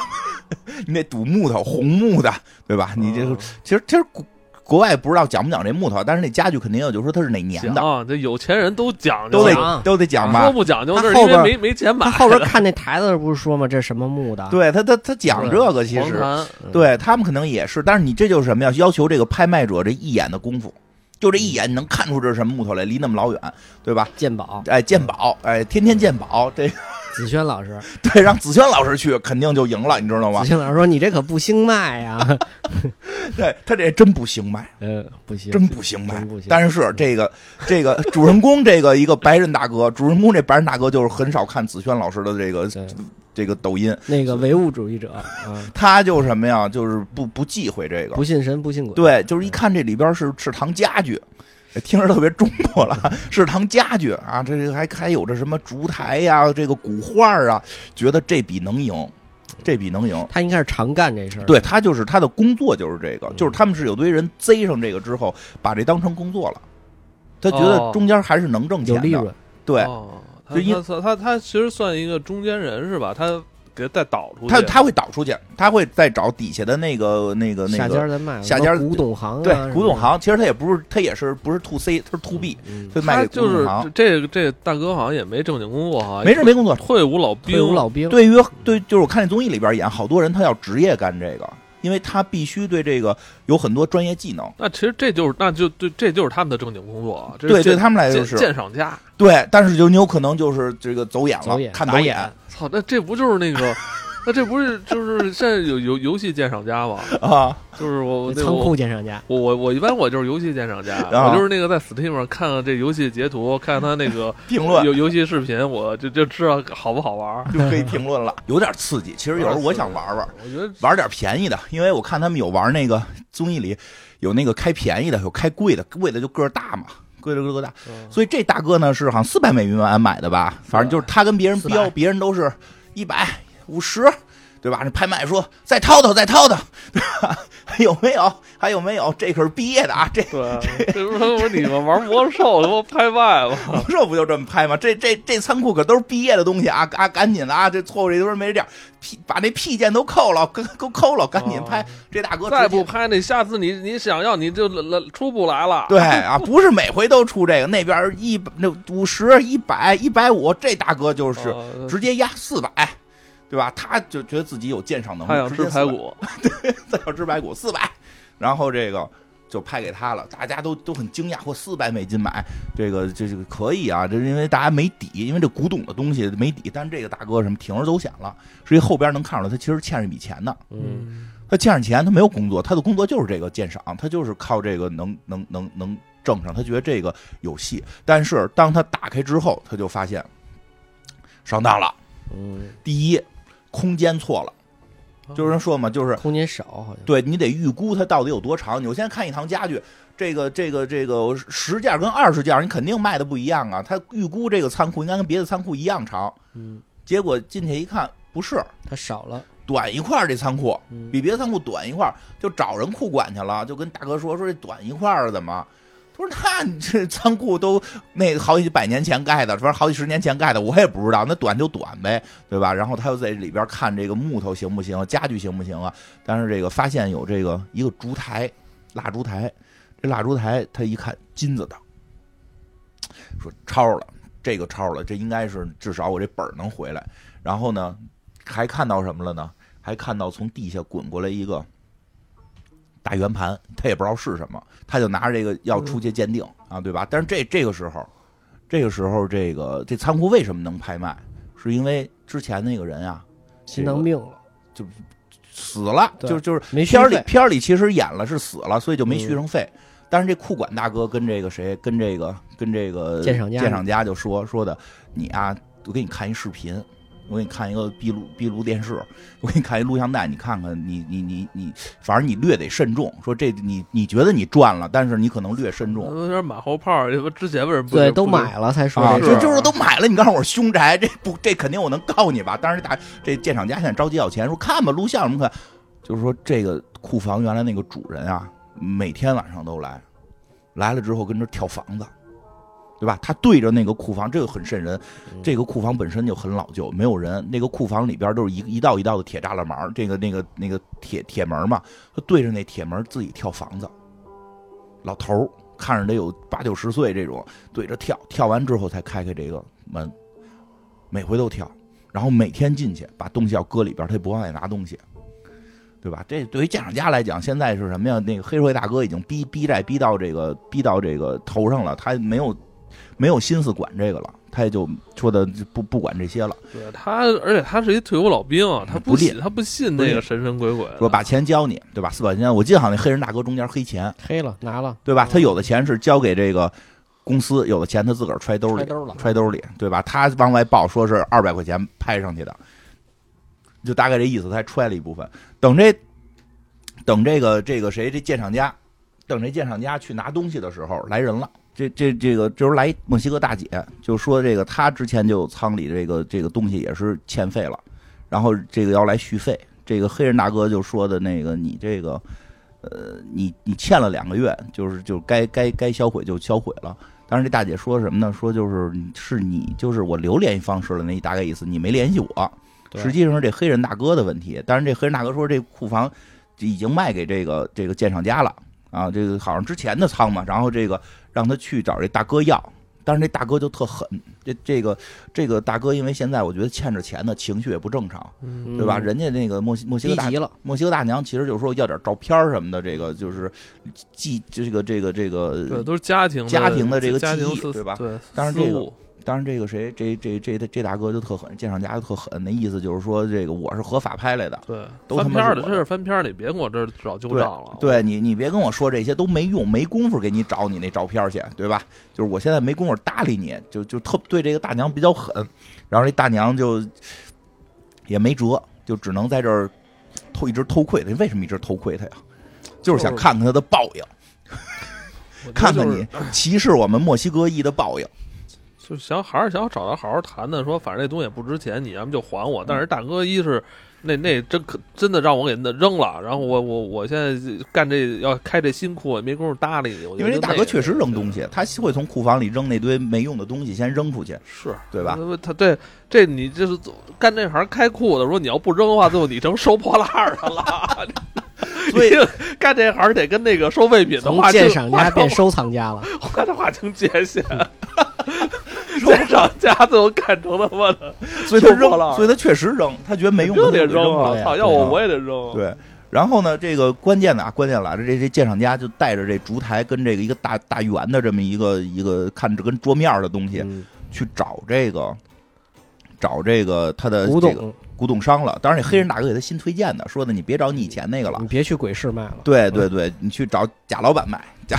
[SPEAKER 2] 你得堵木头，红木的，对吧？你这个
[SPEAKER 1] 哦
[SPEAKER 2] 其实其实国国外不知道讲不讲这木头，但是那家具肯定有，就是说它是哪年的，
[SPEAKER 1] 哦讲这有钱人都讲究
[SPEAKER 2] 都
[SPEAKER 1] 啊
[SPEAKER 2] 得
[SPEAKER 3] 讲
[SPEAKER 2] 都得讲吧
[SPEAKER 1] 说。不讲究
[SPEAKER 3] 他
[SPEAKER 1] 那是
[SPEAKER 3] 后
[SPEAKER 1] 因为
[SPEAKER 3] 边
[SPEAKER 1] 没没钱买
[SPEAKER 3] 他
[SPEAKER 1] 的。
[SPEAKER 3] 后边看那台子不是说吗？这什么木的？，
[SPEAKER 2] 对他，他他讲这个其
[SPEAKER 1] 黄
[SPEAKER 2] 实，
[SPEAKER 1] 盘
[SPEAKER 2] 对他们可能也是，但是你这就是什么呀？要求这个拍卖者这一眼的功夫，就这一眼你能看出这是什么木头来，离那么老远，对吧？
[SPEAKER 3] 鉴宝，
[SPEAKER 2] 哎，鉴宝，哎，天天鉴宝，这
[SPEAKER 3] 子轩老 师，
[SPEAKER 2] 对让子轩老师去肯定就赢了，你知道吗
[SPEAKER 3] 子？轩老师说你这可不兴卖呀，
[SPEAKER 2] 对他这真不行卖，
[SPEAKER 3] 呃，不行，
[SPEAKER 2] 真不行卖
[SPEAKER 3] 真不行。嗯
[SPEAKER 2] 但是这个这个主人公这个一个白人大哥，主人公这白人大哥就是很少看子轩老师的这个
[SPEAKER 3] 对
[SPEAKER 2] 这个抖音，
[SPEAKER 3] 那个唯物主义者啊，
[SPEAKER 2] 他就是什么呀？就是不不忌讳这个
[SPEAKER 3] 不，嗯信神不信鬼，，
[SPEAKER 2] 对，就是一看这里边是是堂家具，听着特别中国
[SPEAKER 3] 嗯
[SPEAKER 2] 了， 是堂家具啊，这这还还有这什么烛台呀、这个古画啊，觉得这笔能赢，这笔能赢。
[SPEAKER 3] 他应该是常干这事儿，
[SPEAKER 2] 对他就是他的工作就是这个，
[SPEAKER 1] 嗯
[SPEAKER 2] 就是他们是有堆人贼上这个之后，把这当成工作了，他觉
[SPEAKER 1] 哦
[SPEAKER 2] 得中间还是能挣
[SPEAKER 3] 有
[SPEAKER 2] 钱
[SPEAKER 3] 利
[SPEAKER 2] 的，
[SPEAKER 3] 润，
[SPEAKER 2] 对。
[SPEAKER 1] 哦他
[SPEAKER 2] 就因
[SPEAKER 1] 他他他他其实算一个中间人是吧？他给他再导出去，
[SPEAKER 2] 他他会导出去，他会再找底下的那个那个
[SPEAKER 3] 下
[SPEAKER 2] 那
[SPEAKER 3] 家
[SPEAKER 2] 个，
[SPEAKER 3] 再卖，
[SPEAKER 2] 下家
[SPEAKER 3] 什么古董行啊，
[SPEAKER 2] 对
[SPEAKER 3] 什么的
[SPEAKER 2] 古董，行。其实他也不是，他也是不是 to C，他是 to B，
[SPEAKER 3] 嗯，
[SPEAKER 2] 他卖
[SPEAKER 1] 他
[SPEAKER 2] 给
[SPEAKER 1] 就
[SPEAKER 2] 古
[SPEAKER 1] 是
[SPEAKER 2] 董行。
[SPEAKER 1] 这个这个大哥好像也没正经工作，好像
[SPEAKER 2] 没事没工作，
[SPEAKER 1] 退伍老兵
[SPEAKER 3] 退伍老兵，
[SPEAKER 2] 对于对，就是我看那综艺里边演，好多人他要职业干这个，因为他必须对这个有很多专业技能。
[SPEAKER 1] 那其实这就是，那就对，这就是他们的正经工作啊。这
[SPEAKER 2] 对，
[SPEAKER 1] 这
[SPEAKER 2] 对他们来说
[SPEAKER 1] 鉴
[SPEAKER 2] 是
[SPEAKER 1] 鉴赏家。
[SPEAKER 2] 对，但是就你有可能就是这个走眼了，
[SPEAKER 3] 走眼
[SPEAKER 2] 看
[SPEAKER 3] 打
[SPEAKER 2] 走
[SPEAKER 3] 眼
[SPEAKER 1] 操，那这不就是那 个，那这不是就是现在有游游戏鉴赏家吗？
[SPEAKER 2] 啊，
[SPEAKER 1] 就是我我那
[SPEAKER 3] 仓
[SPEAKER 1] 我
[SPEAKER 3] 库鉴赏家，
[SPEAKER 1] 我我我一般我就是游戏鉴赏家，
[SPEAKER 2] 啊
[SPEAKER 1] 我就是那个在 Steam 上看看这游戏截图，看看他那个
[SPEAKER 2] 评论
[SPEAKER 1] 游游戏视频，我就就知道好不好玩儿。
[SPEAKER 2] 就可以评论了， 有点刺激。其实有时候我想玩玩，
[SPEAKER 1] 我觉得
[SPEAKER 2] 玩点便宜的，因为我看他们有玩那个综艺里有那个开便宜的，有开贵的，贵的就个儿大嘛。贵的个儿大，
[SPEAKER 1] 嗯
[SPEAKER 2] 所以这大哥呢是好像四百美元买的吧，反正就是他跟别人标，别人都是一百五十，对吧？那拍卖说再掏掏，再掏掏， 还有没有？还有没有？这可是毕业的啊，这
[SPEAKER 1] 对，这不是我说你们玩魔兽，他妈拍卖吗？
[SPEAKER 2] 魔 兽不就这么拍吗？这这这仓库可都是毕业的东西啊！啊，赶紧的啊！这错误这都没点儿屁，把那屁键都扣了，跟都扣了，赶紧拍！
[SPEAKER 1] 哦
[SPEAKER 2] 这大哥
[SPEAKER 1] 再
[SPEAKER 2] 直接
[SPEAKER 1] 不拍你，下次你你想要你就来来出不来了。
[SPEAKER 2] 对 啊，不是每回都出这个，那边儿一百那五十、一百、一百五，这大哥就是
[SPEAKER 1] 哦
[SPEAKER 2] 直接压四百，对吧？他就觉得自己有鉴赏能力，
[SPEAKER 1] 他想
[SPEAKER 2] 直
[SPEAKER 1] 吃
[SPEAKER 2] 接
[SPEAKER 1] 排
[SPEAKER 2] 400，
[SPEAKER 1] 骨，
[SPEAKER 2] 再要吃排骨四百，然后这个就拍给他了，大家都都很惊讶，或四百美金买这个这这个可以啊，这是因为大家没底，因为这古董的东西没底，但是这个大哥什么铤而走险了，所以后边能看出来他其实欠着一笔钱的，
[SPEAKER 3] 嗯，
[SPEAKER 2] 他欠上钱，他没有工作，他的工作就是这个鉴赏，他就是靠这个能能能能挣上，他觉得这个有戏。但是当他打开之后，他就发现上当了。
[SPEAKER 3] 嗯，
[SPEAKER 2] 第一，空间错了，就是说嘛，就是
[SPEAKER 3] 空间少好像，
[SPEAKER 2] 对你得预估它到底有多长。你我先看一堂家具，这个这个这个十件跟二十件，你肯定卖的不一样啊。他预估这个仓库应该跟别的仓库一样长，
[SPEAKER 3] 嗯，
[SPEAKER 2] 结果进去一看不是，
[SPEAKER 3] 它少了，
[SPEAKER 2] 短一块儿这仓库，
[SPEAKER 3] 嗯，
[SPEAKER 2] 比别的仓库短一块儿，就找人库管去了，就跟大哥说说这短一块儿怎么？他说那你这 仓库都那好几百年前盖的，反正好几十年前盖的，我也不知道，那短就短呗，对吧？然后他又在里边看这个木头行不行，家具行不行啊？但是这个发现有这个一个烛台，蜡烛台，这蜡烛台他一看金子的，说超了，这个超了，这应该是至少我这本儿能回来。然后呢，还看到什么了呢？还看到从地下滚过来一个大圆盘，他也不知道是什么，他就拿着这个要出去鉴定、啊，对吧？但是这这个时候，这个时候这个这仓库为什么能拍卖？是因为之前那个人啊
[SPEAKER 3] 心脏病了，
[SPEAKER 2] 死了，
[SPEAKER 3] 对
[SPEAKER 2] 就就是
[SPEAKER 3] 没
[SPEAKER 2] 片
[SPEAKER 3] 消
[SPEAKER 2] 儿里
[SPEAKER 3] 费，
[SPEAKER 2] 片儿里其实演了是死了，所以就没
[SPEAKER 3] 嗯
[SPEAKER 2] 续上费。但是这库管大哥跟这个谁，跟这个跟这个
[SPEAKER 3] 鉴赏家
[SPEAKER 2] 鉴赏家就说说的，你啊，我给你看一视频，我给你看一个闭路闭路电视，我给你看一录像带，你看看你你你你，反正你略得慎重。说这你你觉得你赚了，但是你可能略慎重。
[SPEAKER 1] 有点马后炮，这不之前为什么不
[SPEAKER 3] 对，都买了才说
[SPEAKER 2] 啊，
[SPEAKER 3] 这
[SPEAKER 1] 是
[SPEAKER 2] 就
[SPEAKER 3] 事
[SPEAKER 2] 就是都买了，你告诉我凶宅，这不这肯定我能告你吧？当时大这鉴赏家现在着急要钱，说看吧录像什么看，就是说这个库房原来那个主人啊，每天晚上都来，来了之后跟这儿跳房子，对吧？他对着那个库房，这个很瘆人。这个库房本身就很老旧，没有人，那个库房里边都是一一道一道的铁栅栏门儿，这个那个那个铁铁门嘛，他对着那铁门自己跳房子，老头儿看着得有八九十岁这种，对着跳，跳完之后才开开这个门，每回都跳，然后每天进去把东西要搁里边，他也不往外拿东西，对吧？这对于鉴赏家来讲，现在是什么呀？那个黑社会大哥已经逼逼债逼到这个逼到这个头上了，他没有没有心思管这个了，他也就说的不不管这些了，
[SPEAKER 1] 对他，而且他是一退休老兵，啊他
[SPEAKER 2] 嗯不
[SPEAKER 1] 信
[SPEAKER 2] 练
[SPEAKER 1] 他不信
[SPEAKER 2] 不
[SPEAKER 1] 那
[SPEAKER 2] 练
[SPEAKER 1] 个神神鬼鬼的。
[SPEAKER 2] 说把钱交你，对吧？四百块钱，我记得好像那黑人大哥中间黑钱，
[SPEAKER 3] 黑了拿了，
[SPEAKER 2] 对吧？他有的钱是交给这个公司，有的钱他自个儿揣兜
[SPEAKER 3] 揣
[SPEAKER 2] 里，
[SPEAKER 3] 兜了，
[SPEAKER 2] 揣兜里，对吧？他往外报说是二百块钱拍上去的，就大概这意思，他还揣了一部分。等这等这个这个谁这鉴赏家，等这鉴赏家去拿东西的时候，来人了。这这这个这时候来墨西哥大姐，就说这个她之前就有仓里这个这个东西也是欠费了，然后这个要来续费。这个黑人大哥就说的那个你这个，呃，你你欠了两个月，就是就该该该销毁就销毁了。当时这大姐说什么呢？说就是嗯是你，就是我留联系方式了，那大概意思你没联系我。
[SPEAKER 3] 对
[SPEAKER 2] 实际上是这黑人大哥的问题。当然，这黑人大哥说这库房已经卖给这个这个鉴赏家了啊，这个好像之前的仓嘛。然后这个让他去找这大哥要，但是这大哥就特狠。这这个这个大哥，因为现在我觉得欠着钱的情绪也不正常，
[SPEAKER 1] 嗯，
[SPEAKER 2] 对吧？
[SPEAKER 3] 嗯
[SPEAKER 2] 人家那个墨西墨西哥
[SPEAKER 3] 逼
[SPEAKER 2] 大
[SPEAKER 3] 急了，
[SPEAKER 2] 墨西哥大娘其实就是说要点照片儿什么的，这个就是记这个这个这个
[SPEAKER 1] 对，都是家庭
[SPEAKER 2] 家庭的
[SPEAKER 1] 的
[SPEAKER 2] 这个
[SPEAKER 1] 家
[SPEAKER 2] 记
[SPEAKER 1] 庭
[SPEAKER 2] 忆
[SPEAKER 1] 思
[SPEAKER 2] 对吧
[SPEAKER 1] 对，
[SPEAKER 2] 当然
[SPEAKER 1] 思
[SPEAKER 2] 这个
[SPEAKER 1] 路
[SPEAKER 2] 当然，这个谁，这这这这这大哥就特狠，鉴赏家就特狠，那意思就是说，这个我是合法拍来的，
[SPEAKER 1] 对
[SPEAKER 2] 都他
[SPEAKER 1] 翻
[SPEAKER 2] 妈
[SPEAKER 1] 篇儿
[SPEAKER 2] 是
[SPEAKER 1] 的，
[SPEAKER 2] 我
[SPEAKER 1] 这
[SPEAKER 2] 的
[SPEAKER 1] 是翻篇儿，你别跟我这儿找旧
[SPEAKER 2] 对
[SPEAKER 1] 账了。
[SPEAKER 2] 对你，你别跟我说这些都没用，没工夫给你找你那照片去，对吧？就是我现在没工夫搭理你，就就特对这个大娘比较狠，然后这大娘就也没辙，就只能在这儿偷一直偷窥他。为什么一直偷窥他呀？就是想看看他的报应，
[SPEAKER 1] 我觉得
[SPEAKER 2] 看看
[SPEAKER 1] 就是
[SPEAKER 2] 你歧视我们墨西哥裔的报应。
[SPEAKER 1] 就是想还是想找他好好谈谈，说反正这东西也不值钱，你要么就还我。但是大哥一是那那真可真的让我给那扔了，然后我我我现在干这要开这新库，也没工夫搭理你。我觉
[SPEAKER 2] 因
[SPEAKER 1] 得
[SPEAKER 2] 为这大哥确实扔东
[SPEAKER 1] 西
[SPEAKER 2] 西，他会从库房里扔那堆没用的东西，先扔出去，
[SPEAKER 1] 是
[SPEAKER 2] 对吧？
[SPEAKER 1] 他他对这你这是干这行开库的，如果你要不扔的话，最后你成收破烂儿的了。
[SPEAKER 2] 所
[SPEAKER 1] 你
[SPEAKER 2] 以
[SPEAKER 1] 这干这行得跟那个收废品的
[SPEAKER 3] 从
[SPEAKER 1] 划清
[SPEAKER 3] 鉴赏家变
[SPEAKER 1] 划
[SPEAKER 3] 收藏 家了，
[SPEAKER 1] 清划划清界限。 鉴赏家最后干成他妈的
[SPEAKER 2] 所以他
[SPEAKER 1] 收
[SPEAKER 2] 扔
[SPEAKER 1] 破烂，儿
[SPEAKER 2] 所以他确实扔，他觉得没用，
[SPEAKER 1] 扔
[SPEAKER 2] 他
[SPEAKER 1] 得
[SPEAKER 2] 就
[SPEAKER 1] 扔
[SPEAKER 2] 了
[SPEAKER 1] 啊！
[SPEAKER 2] 呀。
[SPEAKER 1] 操，要我我也得扔。
[SPEAKER 2] 对。然后呢，这个关键的啊，关键来了，这这鉴赏家就带着这烛台跟这个一个大大圆的这么一个一个看着跟桌面儿的东西
[SPEAKER 3] 嗯
[SPEAKER 2] 去找这个找这个他的
[SPEAKER 3] 古
[SPEAKER 2] 呃这个
[SPEAKER 3] 董，
[SPEAKER 2] 古董商了。当然，这黑人大哥给他新推荐的，说的你别找你以前那个了
[SPEAKER 3] 你，别去鬼市卖了，
[SPEAKER 2] 对对对，你去找贾老板买贾，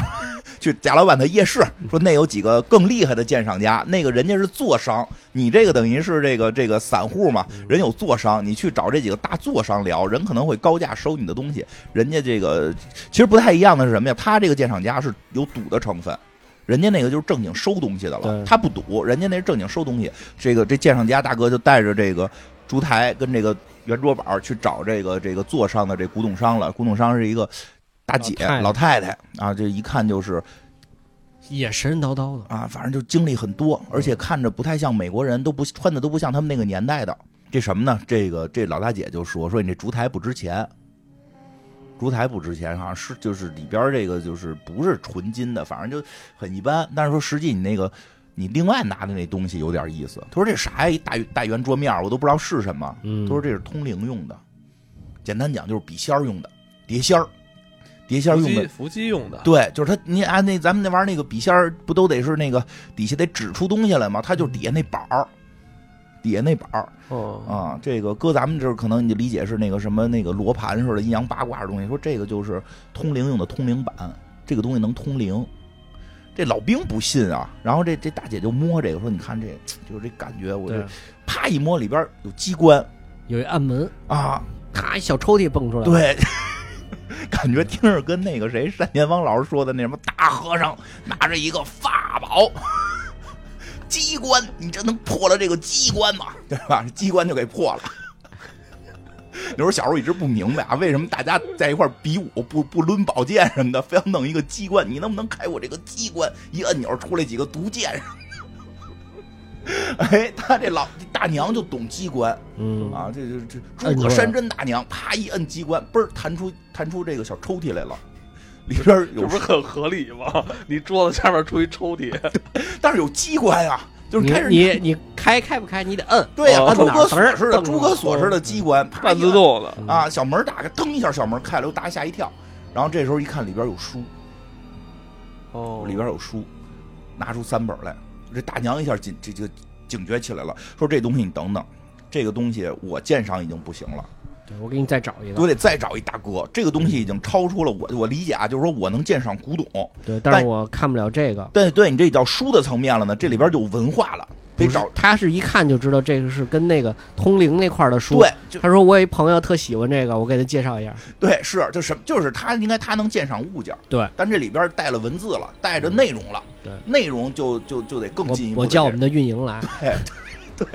[SPEAKER 2] 去贾老板的夜市，说那有几个更厉害的鉴赏家，那个人家是坐商，你这个等于是这个这个散户嘛，人有坐商，你去找这几个大坐商聊，人可能会高价收你的东西，人家这个其实不太一样的是什么呀？他这个鉴赏家是有赌的成分。人家那个就是正经收东西的了，
[SPEAKER 3] 对
[SPEAKER 2] 他不赌，人家那是正经收东西。这个这鉴赏家大哥就带着这个烛台跟这个圆桌板儿去找这个这个座上的这古董商了。古董商是一个大姐
[SPEAKER 3] 老
[SPEAKER 2] 老太
[SPEAKER 3] 太太
[SPEAKER 2] 太啊，这一看就是
[SPEAKER 3] 也神神叨叨的，
[SPEAKER 2] 啊，反正就经历很多，而且看着不太像美国人，都不穿的都不像他们那个年代的。这什么呢？这个这老大姐就说说你这烛台不值钱，烛台不值钱，好像是就是里边儿这个就是不是纯金的，反正就很一般。但是说实际你那个你另外拿的那东西有点意思。他说这啥呀？一大大圆桌面儿，我都不知道是什么。
[SPEAKER 3] 嗯，
[SPEAKER 2] 他说这是通灵用的，简单讲就是笔仙儿用的，碟仙儿，碟仙儿
[SPEAKER 1] 伏
[SPEAKER 2] 用
[SPEAKER 1] 击
[SPEAKER 2] 的。
[SPEAKER 1] 伏击用的，
[SPEAKER 2] 对，就是他，你按那咱们那玩意儿那个笔仙儿，不都得是那个底下得指出东西来吗？他就是底下那板儿，底下那板儿
[SPEAKER 1] 嗯，
[SPEAKER 2] 啊。这个搁咱们这儿可能你就理解是那个什么那个罗盘似的阴阳八卦的东西。说这个就是通灵用的通灵板，这个东西能通灵。这老兵不信啊，然后这这大姐就摸这个，说你看这就是这感觉，我这
[SPEAKER 3] 对，
[SPEAKER 2] 啪一摸里边有机关
[SPEAKER 3] 有一暗门，
[SPEAKER 2] 啊，
[SPEAKER 3] 咔一小抽屉蹦出来，，
[SPEAKER 2] 对， 感觉听着跟那个谁单田芳老师说的那什么大和尚拿着一个法宝。 机关，你这能破了这个机关吗？对吧？机关就给破了。 那时候小时候一直不明白啊，为什么大家在一块儿比武不不抡宝剑什么的，非要弄一个机关？你能不能开我这个机关？一按钮出来几个毒箭什么的。 哎，他这老大娘就懂机关，
[SPEAKER 3] 嗯，
[SPEAKER 2] 啊，这这这
[SPEAKER 3] 摁
[SPEAKER 2] 诸葛
[SPEAKER 3] 出来
[SPEAKER 2] 山
[SPEAKER 3] 了
[SPEAKER 2] 珍大娘，啪一摁机关，嘣儿弹出弹出这个小抽屉来了，里边儿
[SPEAKER 1] 这
[SPEAKER 2] 有
[SPEAKER 1] 不是，很合理吗？ 你桌子下面出一抽屉，
[SPEAKER 2] 但是有机关呀、就是
[SPEAKER 3] 你
[SPEAKER 2] 开始
[SPEAKER 3] 你你开开不开，你得摁，
[SPEAKER 2] 对呀、
[SPEAKER 1] 哦
[SPEAKER 2] 跟诸葛
[SPEAKER 3] 哪儿嗯
[SPEAKER 2] 锁似的，
[SPEAKER 3] 蹦
[SPEAKER 2] 诸葛锁似的机关，啪
[SPEAKER 1] 半
[SPEAKER 2] 一
[SPEAKER 1] 自
[SPEAKER 2] 摁
[SPEAKER 1] 动的，
[SPEAKER 2] 啊，小门儿打开，噔一下小门儿开了，又大家吓一跳，然后这时候一看里边有书，
[SPEAKER 1] 哦
[SPEAKER 2] 里边有书，拿出三本来，这大娘一下警这这警觉起来了，说这东西你等等，这个东西我鉴赏已经不行了。
[SPEAKER 3] 对我给你再找一
[SPEAKER 2] 我
[SPEAKER 3] 个，
[SPEAKER 2] 得再找一大哥。这个东西已经超出了我我理解啊，就是说我能鉴赏古董，
[SPEAKER 3] 对，但是我看不了这个，
[SPEAKER 2] 但是对你这叫书的层面了呢，这里边就有文化了，得
[SPEAKER 3] 不是
[SPEAKER 2] 找
[SPEAKER 3] 他是一看就知道这个是跟那个通灵那块儿的书，
[SPEAKER 2] 对，就
[SPEAKER 3] 他说我有一朋友特喜欢这个，我给他介绍一下，
[SPEAKER 2] 对是就什么就是他应该他能鉴赏物件，
[SPEAKER 3] 对，嗯
[SPEAKER 2] 但这里边带了文字了，带着内容了，
[SPEAKER 3] 对
[SPEAKER 2] 内容就就就得更
[SPEAKER 3] 我
[SPEAKER 2] 进一步。
[SPEAKER 3] 我叫我们的运营来，
[SPEAKER 2] 对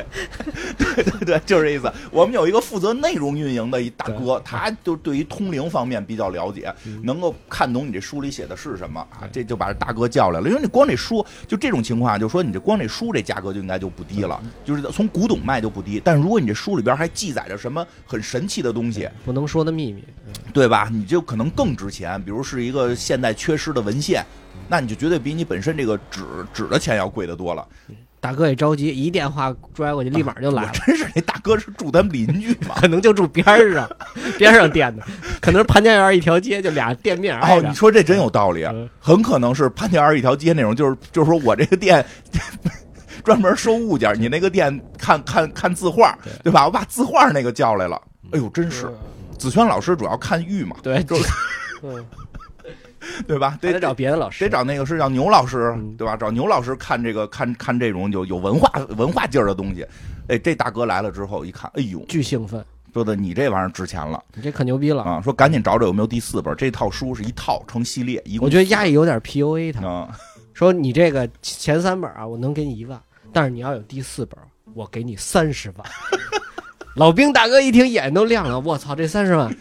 [SPEAKER 2] 对，就是这意思。我们有一个负责内容运营的一大哥，
[SPEAKER 3] 对
[SPEAKER 2] 他就对于通灵方面比较了解，
[SPEAKER 3] 嗯
[SPEAKER 2] 能够看懂你这书里写的是什么啊。这就把这大哥叫来了，因为你光这书，就这种情况，就说你这光这书这价格就应该就不低了，就是从古董卖就不低。但如果你这书里边还记载着什么很神奇的东西，
[SPEAKER 3] 不能说的秘密，
[SPEAKER 2] 对吧？你就可能更值钱，比如是一个现代缺失的文献。
[SPEAKER 3] 嗯
[SPEAKER 2] 那你就绝对比你本身这个纸纸的钱要贵得多了。啊
[SPEAKER 3] 大哥也着急，一电话拽过去，立马就来
[SPEAKER 2] 我
[SPEAKER 3] 了。
[SPEAKER 2] 真是那大哥是住咱们邻居嘛？
[SPEAKER 3] 可能就住边儿上，边上店的，可能是潘家园一条街就俩店面挨
[SPEAKER 2] 哦，
[SPEAKER 3] 着
[SPEAKER 2] 你。说这真有道理，啊
[SPEAKER 3] 嗯
[SPEAKER 2] 很可能是潘家园一条街那种，就是就是说我这个店 专门收物件，你那个店看看看字画，
[SPEAKER 3] 对嗯
[SPEAKER 2] 对吧？我把字画那个叫来了，哎呦，真是
[SPEAKER 1] 对
[SPEAKER 2] 子轩老师主要看玉嘛，
[SPEAKER 3] 对，
[SPEAKER 2] 就
[SPEAKER 1] 嗯，
[SPEAKER 2] 对吧？
[SPEAKER 3] 还
[SPEAKER 2] 得
[SPEAKER 3] 得找别的老师。
[SPEAKER 2] 得找那个是叫牛老师
[SPEAKER 3] 嗯，
[SPEAKER 2] 对吧？找牛老师看这个看看这种有有文化文化劲儿的东西。哎，这大哥来了之后一看，哎呦，
[SPEAKER 3] 巨兴奋，
[SPEAKER 2] 说的你这玩意儿值钱了
[SPEAKER 3] 你这可牛逼了！
[SPEAKER 2] 啊！说赶紧找找有没有第四本，这套书是一套成系列，一共
[SPEAKER 3] 我觉得压抑有点 PUA 他，
[SPEAKER 2] 啊，
[SPEAKER 3] 说你这个前三本啊，我能给你一万，但是你要有第四本，我给你三十万。 老兵大哥一听眼都亮了，我操，这三十万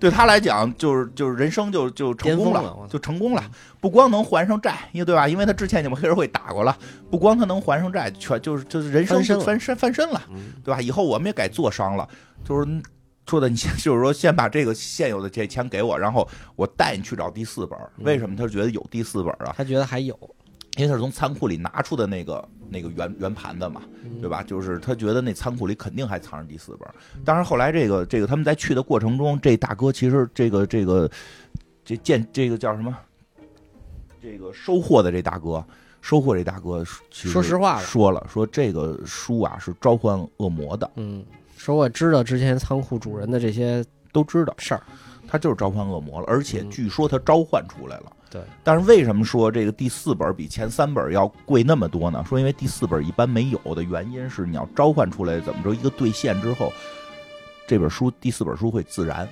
[SPEAKER 2] 对他来讲，就是就是人生就就成功
[SPEAKER 3] 巅峰了我操
[SPEAKER 2] 就成功了。不光能还上债，因为对吧？因为他之前你们黑社会打过了，不光他能还上债，全就是就是人生
[SPEAKER 3] 翻身
[SPEAKER 2] 就
[SPEAKER 3] 了嗯
[SPEAKER 2] 翻身翻身了，对吧？以后我们也改做商了，就是说的你先就是说先把这个现有的这钱给我，然后我带你去找第四本。
[SPEAKER 3] 嗯
[SPEAKER 2] 为什么他觉得有第四本啊？
[SPEAKER 3] 他觉得还有，
[SPEAKER 2] 因为他是从仓库里拿出的那个那个圆圆盘的嘛，
[SPEAKER 3] 嗯
[SPEAKER 2] 对吧？就是他觉得那仓库里肯定还藏着第四本儿。当然后来这个这个他们在去的过程中，这大哥其实这个这个这见这个叫什么？这个收获的这大哥，收获这大哥，其
[SPEAKER 3] 说实话了
[SPEAKER 2] 说了说这个书啊是召唤恶魔的，
[SPEAKER 3] 嗯，说我知道之前仓库主人的这些
[SPEAKER 2] 都知道
[SPEAKER 3] 事儿，
[SPEAKER 2] 他就是召唤恶魔了，而且
[SPEAKER 3] 嗯
[SPEAKER 2] 据说他召唤出来了。
[SPEAKER 3] 对，
[SPEAKER 2] 但是为什么说这个第四本比前三本要贵那么多呢？说因为第四本一般没有的原因是，你要召唤出来怎么着一个兑现之后，这本书第四本书会自燃。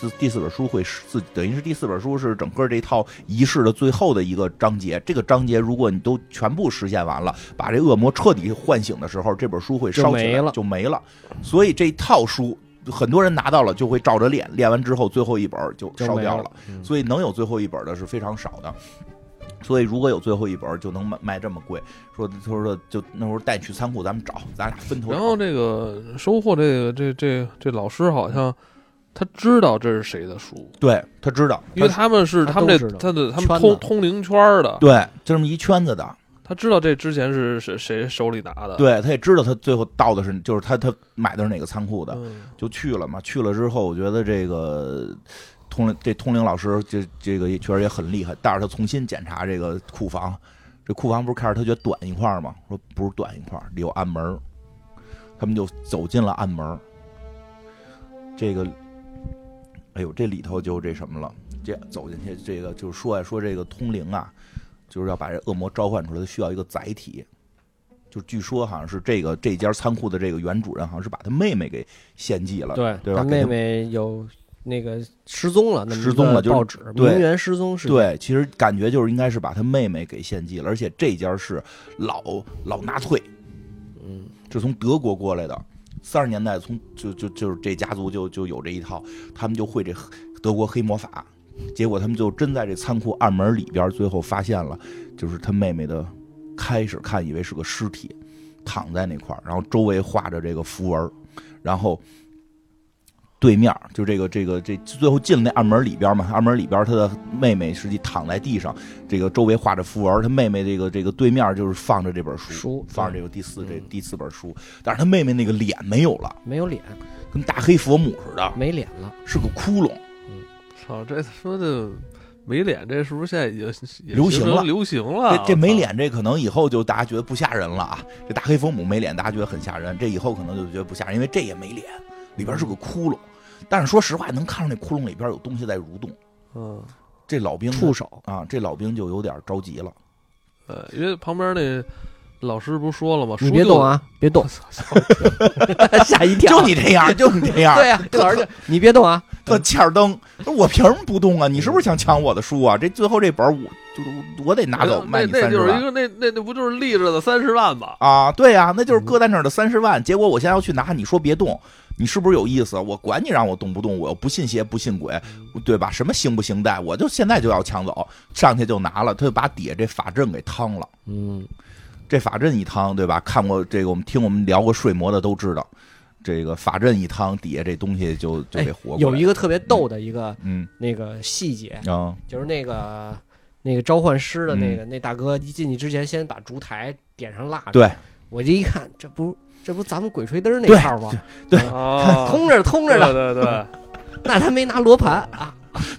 [SPEAKER 2] 就自第四本书会是自等于是第四本书是整个这套仪式的最后的一个章节。这个章节如果你都全部实现完了，把这恶魔彻底唤醒的时候，这本书会烧起来
[SPEAKER 3] 就没了
[SPEAKER 2] 就没了。所以这套书很多人拿到了就会照着练，练完之后最后一本就
[SPEAKER 3] 就
[SPEAKER 2] 烧
[SPEAKER 3] 没
[SPEAKER 2] 掉
[SPEAKER 3] 了
[SPEAKER 2] 了。
[SPEAKER 3] 嗯
[SPEAKER 2] 所以能有最后一本的是非常少的。所以如果有最后一本，就能卖卖这么贵。说他说就那时候带你去仓库，咱们找，咱俩分头找。
[SPEAKER 1] 然后这个收获这个这这这老师好像他知道这是谁的书，
[SPEAKER 2] 对他知道，
[SPEAKER 1] 因为
[SPEAKER 2] 他
[SPEAKER 1] 他们是
[SPEAKER 3] 他
[SPEAKER 1] 他们
[SPEAKER 3] 都
[SPEAKER 1] 这
[SPEAKER 3] 知道
[SPEAKER 1] 他的他们
[SPEAKER 3] 圈
[SPEAKER 1] 通
[SPEAKER 3] 子
[SPEAKER 1] 通灵圈儿的，
[SPEAKER 2] 对就这么一圈子的，
[SPEAKER 1] 他知道这之前是谁谁手里拿的，
[SPEAKER 2] 对他也知道他最后到的是就是他他买的是哪个仓库的，
[SPEAKER 1] 嗯，
[SPEAKER 2] 就去了嘛。去了之后，我觉得这个通灵这通灵老师这这个也确实也很厉害，带着他重新检查这个库房。这库房不是开始他觉得短一块儿吗？说不是短一块儿，里有暗门儿。他们就走进了暗门儿。这个，哎呦，这里头就这什么了。这走进去，这个就是说呀，说这个通灵啊，就是要把这恶魔召唤出来，它需要一个载体。就据说好像是这个这家仓库的这个原主人，好像是把他妹妹给献祭了，
[SPEAKER 3] 对
[SPEAKER 2] 对吧
[SPEAKER 3] 他
[SPEAKER 2] 给
[SPEAKER 3] 妹
[SPEAKER 2] 他
[SPEAKER 3] 妹有那个失踪了，那么一
[SPEAKER 2] 失踪了
[SPEAKER 3] 个
[SPEAKER 2] 就是
[SPEAKER 3] 报纸
[SPEAKER 2] 对
[SPEAKER 3] 名媛失踪事件，
[SPEAKER 2] 对，其实感觉就是应该是把他妹妹给献祭了，而且这家是老老纳粹，
[SPEAKER 3] 嗯，
[SPEAKER 2] 是从德国过来的，三十年代从就就就是这家族就就有这一套，他们就会这黑德国黑魔法，结果他们就真在这仓库暗门里边，最后发现了，就是他妹妹的，开始看以为是个尸体，躺在那块儿，然后周围画着这个符文儿，然后。对面就这个这个这最后进了那暗门里边嘛，暗门里边他的妹妹实际躺在地上，这个周围画着符文儿，他妹妹这个这个对面就是放着这本书，
[SPEAKER 3] 书
[SPEAKER 2] 放着
[SPEAKER 3] 对
[SPEAKER 2] 这个第四这
[SPEAKER 3] 嗯
[SPEAKER 2] 第四本书，但是他妹妹那个脸没有了，
[SPEAKER 3] 没有脸，
[SPEAKER 2] 跟大黑佛母似的，
[SPEAKER 3] 没脸了，
[SPEAKER 2] 是个窟窿。
[SPEAKER 1] 操，这说的没脸，这是不是现在已经也
[SPEAKER 2] 流行
[SPEAKER 1] 形成
[SPEAKER 2] 了
[SPEAKER 1] 流行了
[SPEAKER 3] 啊
[SPEAKER 2] 这，这没
[SPEAKER 1] 我操。
[SPEAKER 2] 脸，这可能以后就大家觉得不吓人了啊。这大黑佛母没脸，大家觉得很吓人，这以后可能就觉得不吓人，因为这也没脸，里边是个窟窿。但是说实话，能看出那窟窿里边有东西在蠕动。
[SPEAKER 1] 嗯，
[SPEAKER 2] 这老兵
[SPEAKER 3] 触手，
[SPEAKER 2] 啊，这老兵就有点着急了。
[SPEAKER 1] 呃，因为旁边那老师不是说了吗？
[SPEAKER 3] 你
[SPEAKER 1] 书
[SPEAKER 3] 别
[SPEAKER 1] 就
[SPEAKER 3] 动！啊，别 动，吓一跳，
[SPEAKER 2] 就你这样，就你这样，
[SPEAKER 3] 对呀、啊 老师就你别动啊，
[SPEAKER 2] 特欠儿蹬。我凭什么不动啊？你是不是想抢我的书啊？这最后这本儿我就我得拿走卖
[SPEAKER 1] 那
[SPEAKER 2] 你三
[SPEAKER 1] 那
[SPEAKER 2] 十
[SPEAKER 1] 就是
[SPEAKER 2] 万
[SPEAKER 1] 一。个那那那不就是立着的三十万吗？
[SPEAKER 2] 啊，对呀、那
[SPEAKER 3] 嗯
[SPEAKER 2] 就是搁在那儿的三十万。结果我现在要去拿，你说别动，你是不是有意思？我管你让我动不动，我又不信邪不信鬼，
[SPEAKER 3] 嗯
[SPEAKER 2] 对吧？什么行不行贷，我就现在就要抢走，上去就拿了，他就把底下这法阵给趟了。
[SPEAKER 3] 嗯，
[SPEAKER 2] 这法阵一趟，对吧？看过这个，我们听我们聊过睡魔的都知道，这个法阵一趟，底下这东西就就给活过来了、
[SPEAKER 3] 哎有一个特别逗的一个
[SPEAKER 2] 嗯
[SPEAKER 3] 那个细节，
[SPEAKER 2] 啊
[SPEAKER 3] 就是那个那个召唤师的
[SPEAKER 2] 嗯
[SPEAKER 3] 那个、那大哥一进去之前，先把烛台点上蜡烛，
[SPEAKER 2] 对，
[SPEAKER 3] 我这一看，这不这不咱们鬼吹灯
[SPEAKER 2] 对
[SPEAKER 3] 那套吗？
[SPEAKER 1] 啊，
[SPEAKER 3] 通着通着的，
[SPEAKER 1] 对对对，
[SPEAKER 3] 那他没拿罗盘啊，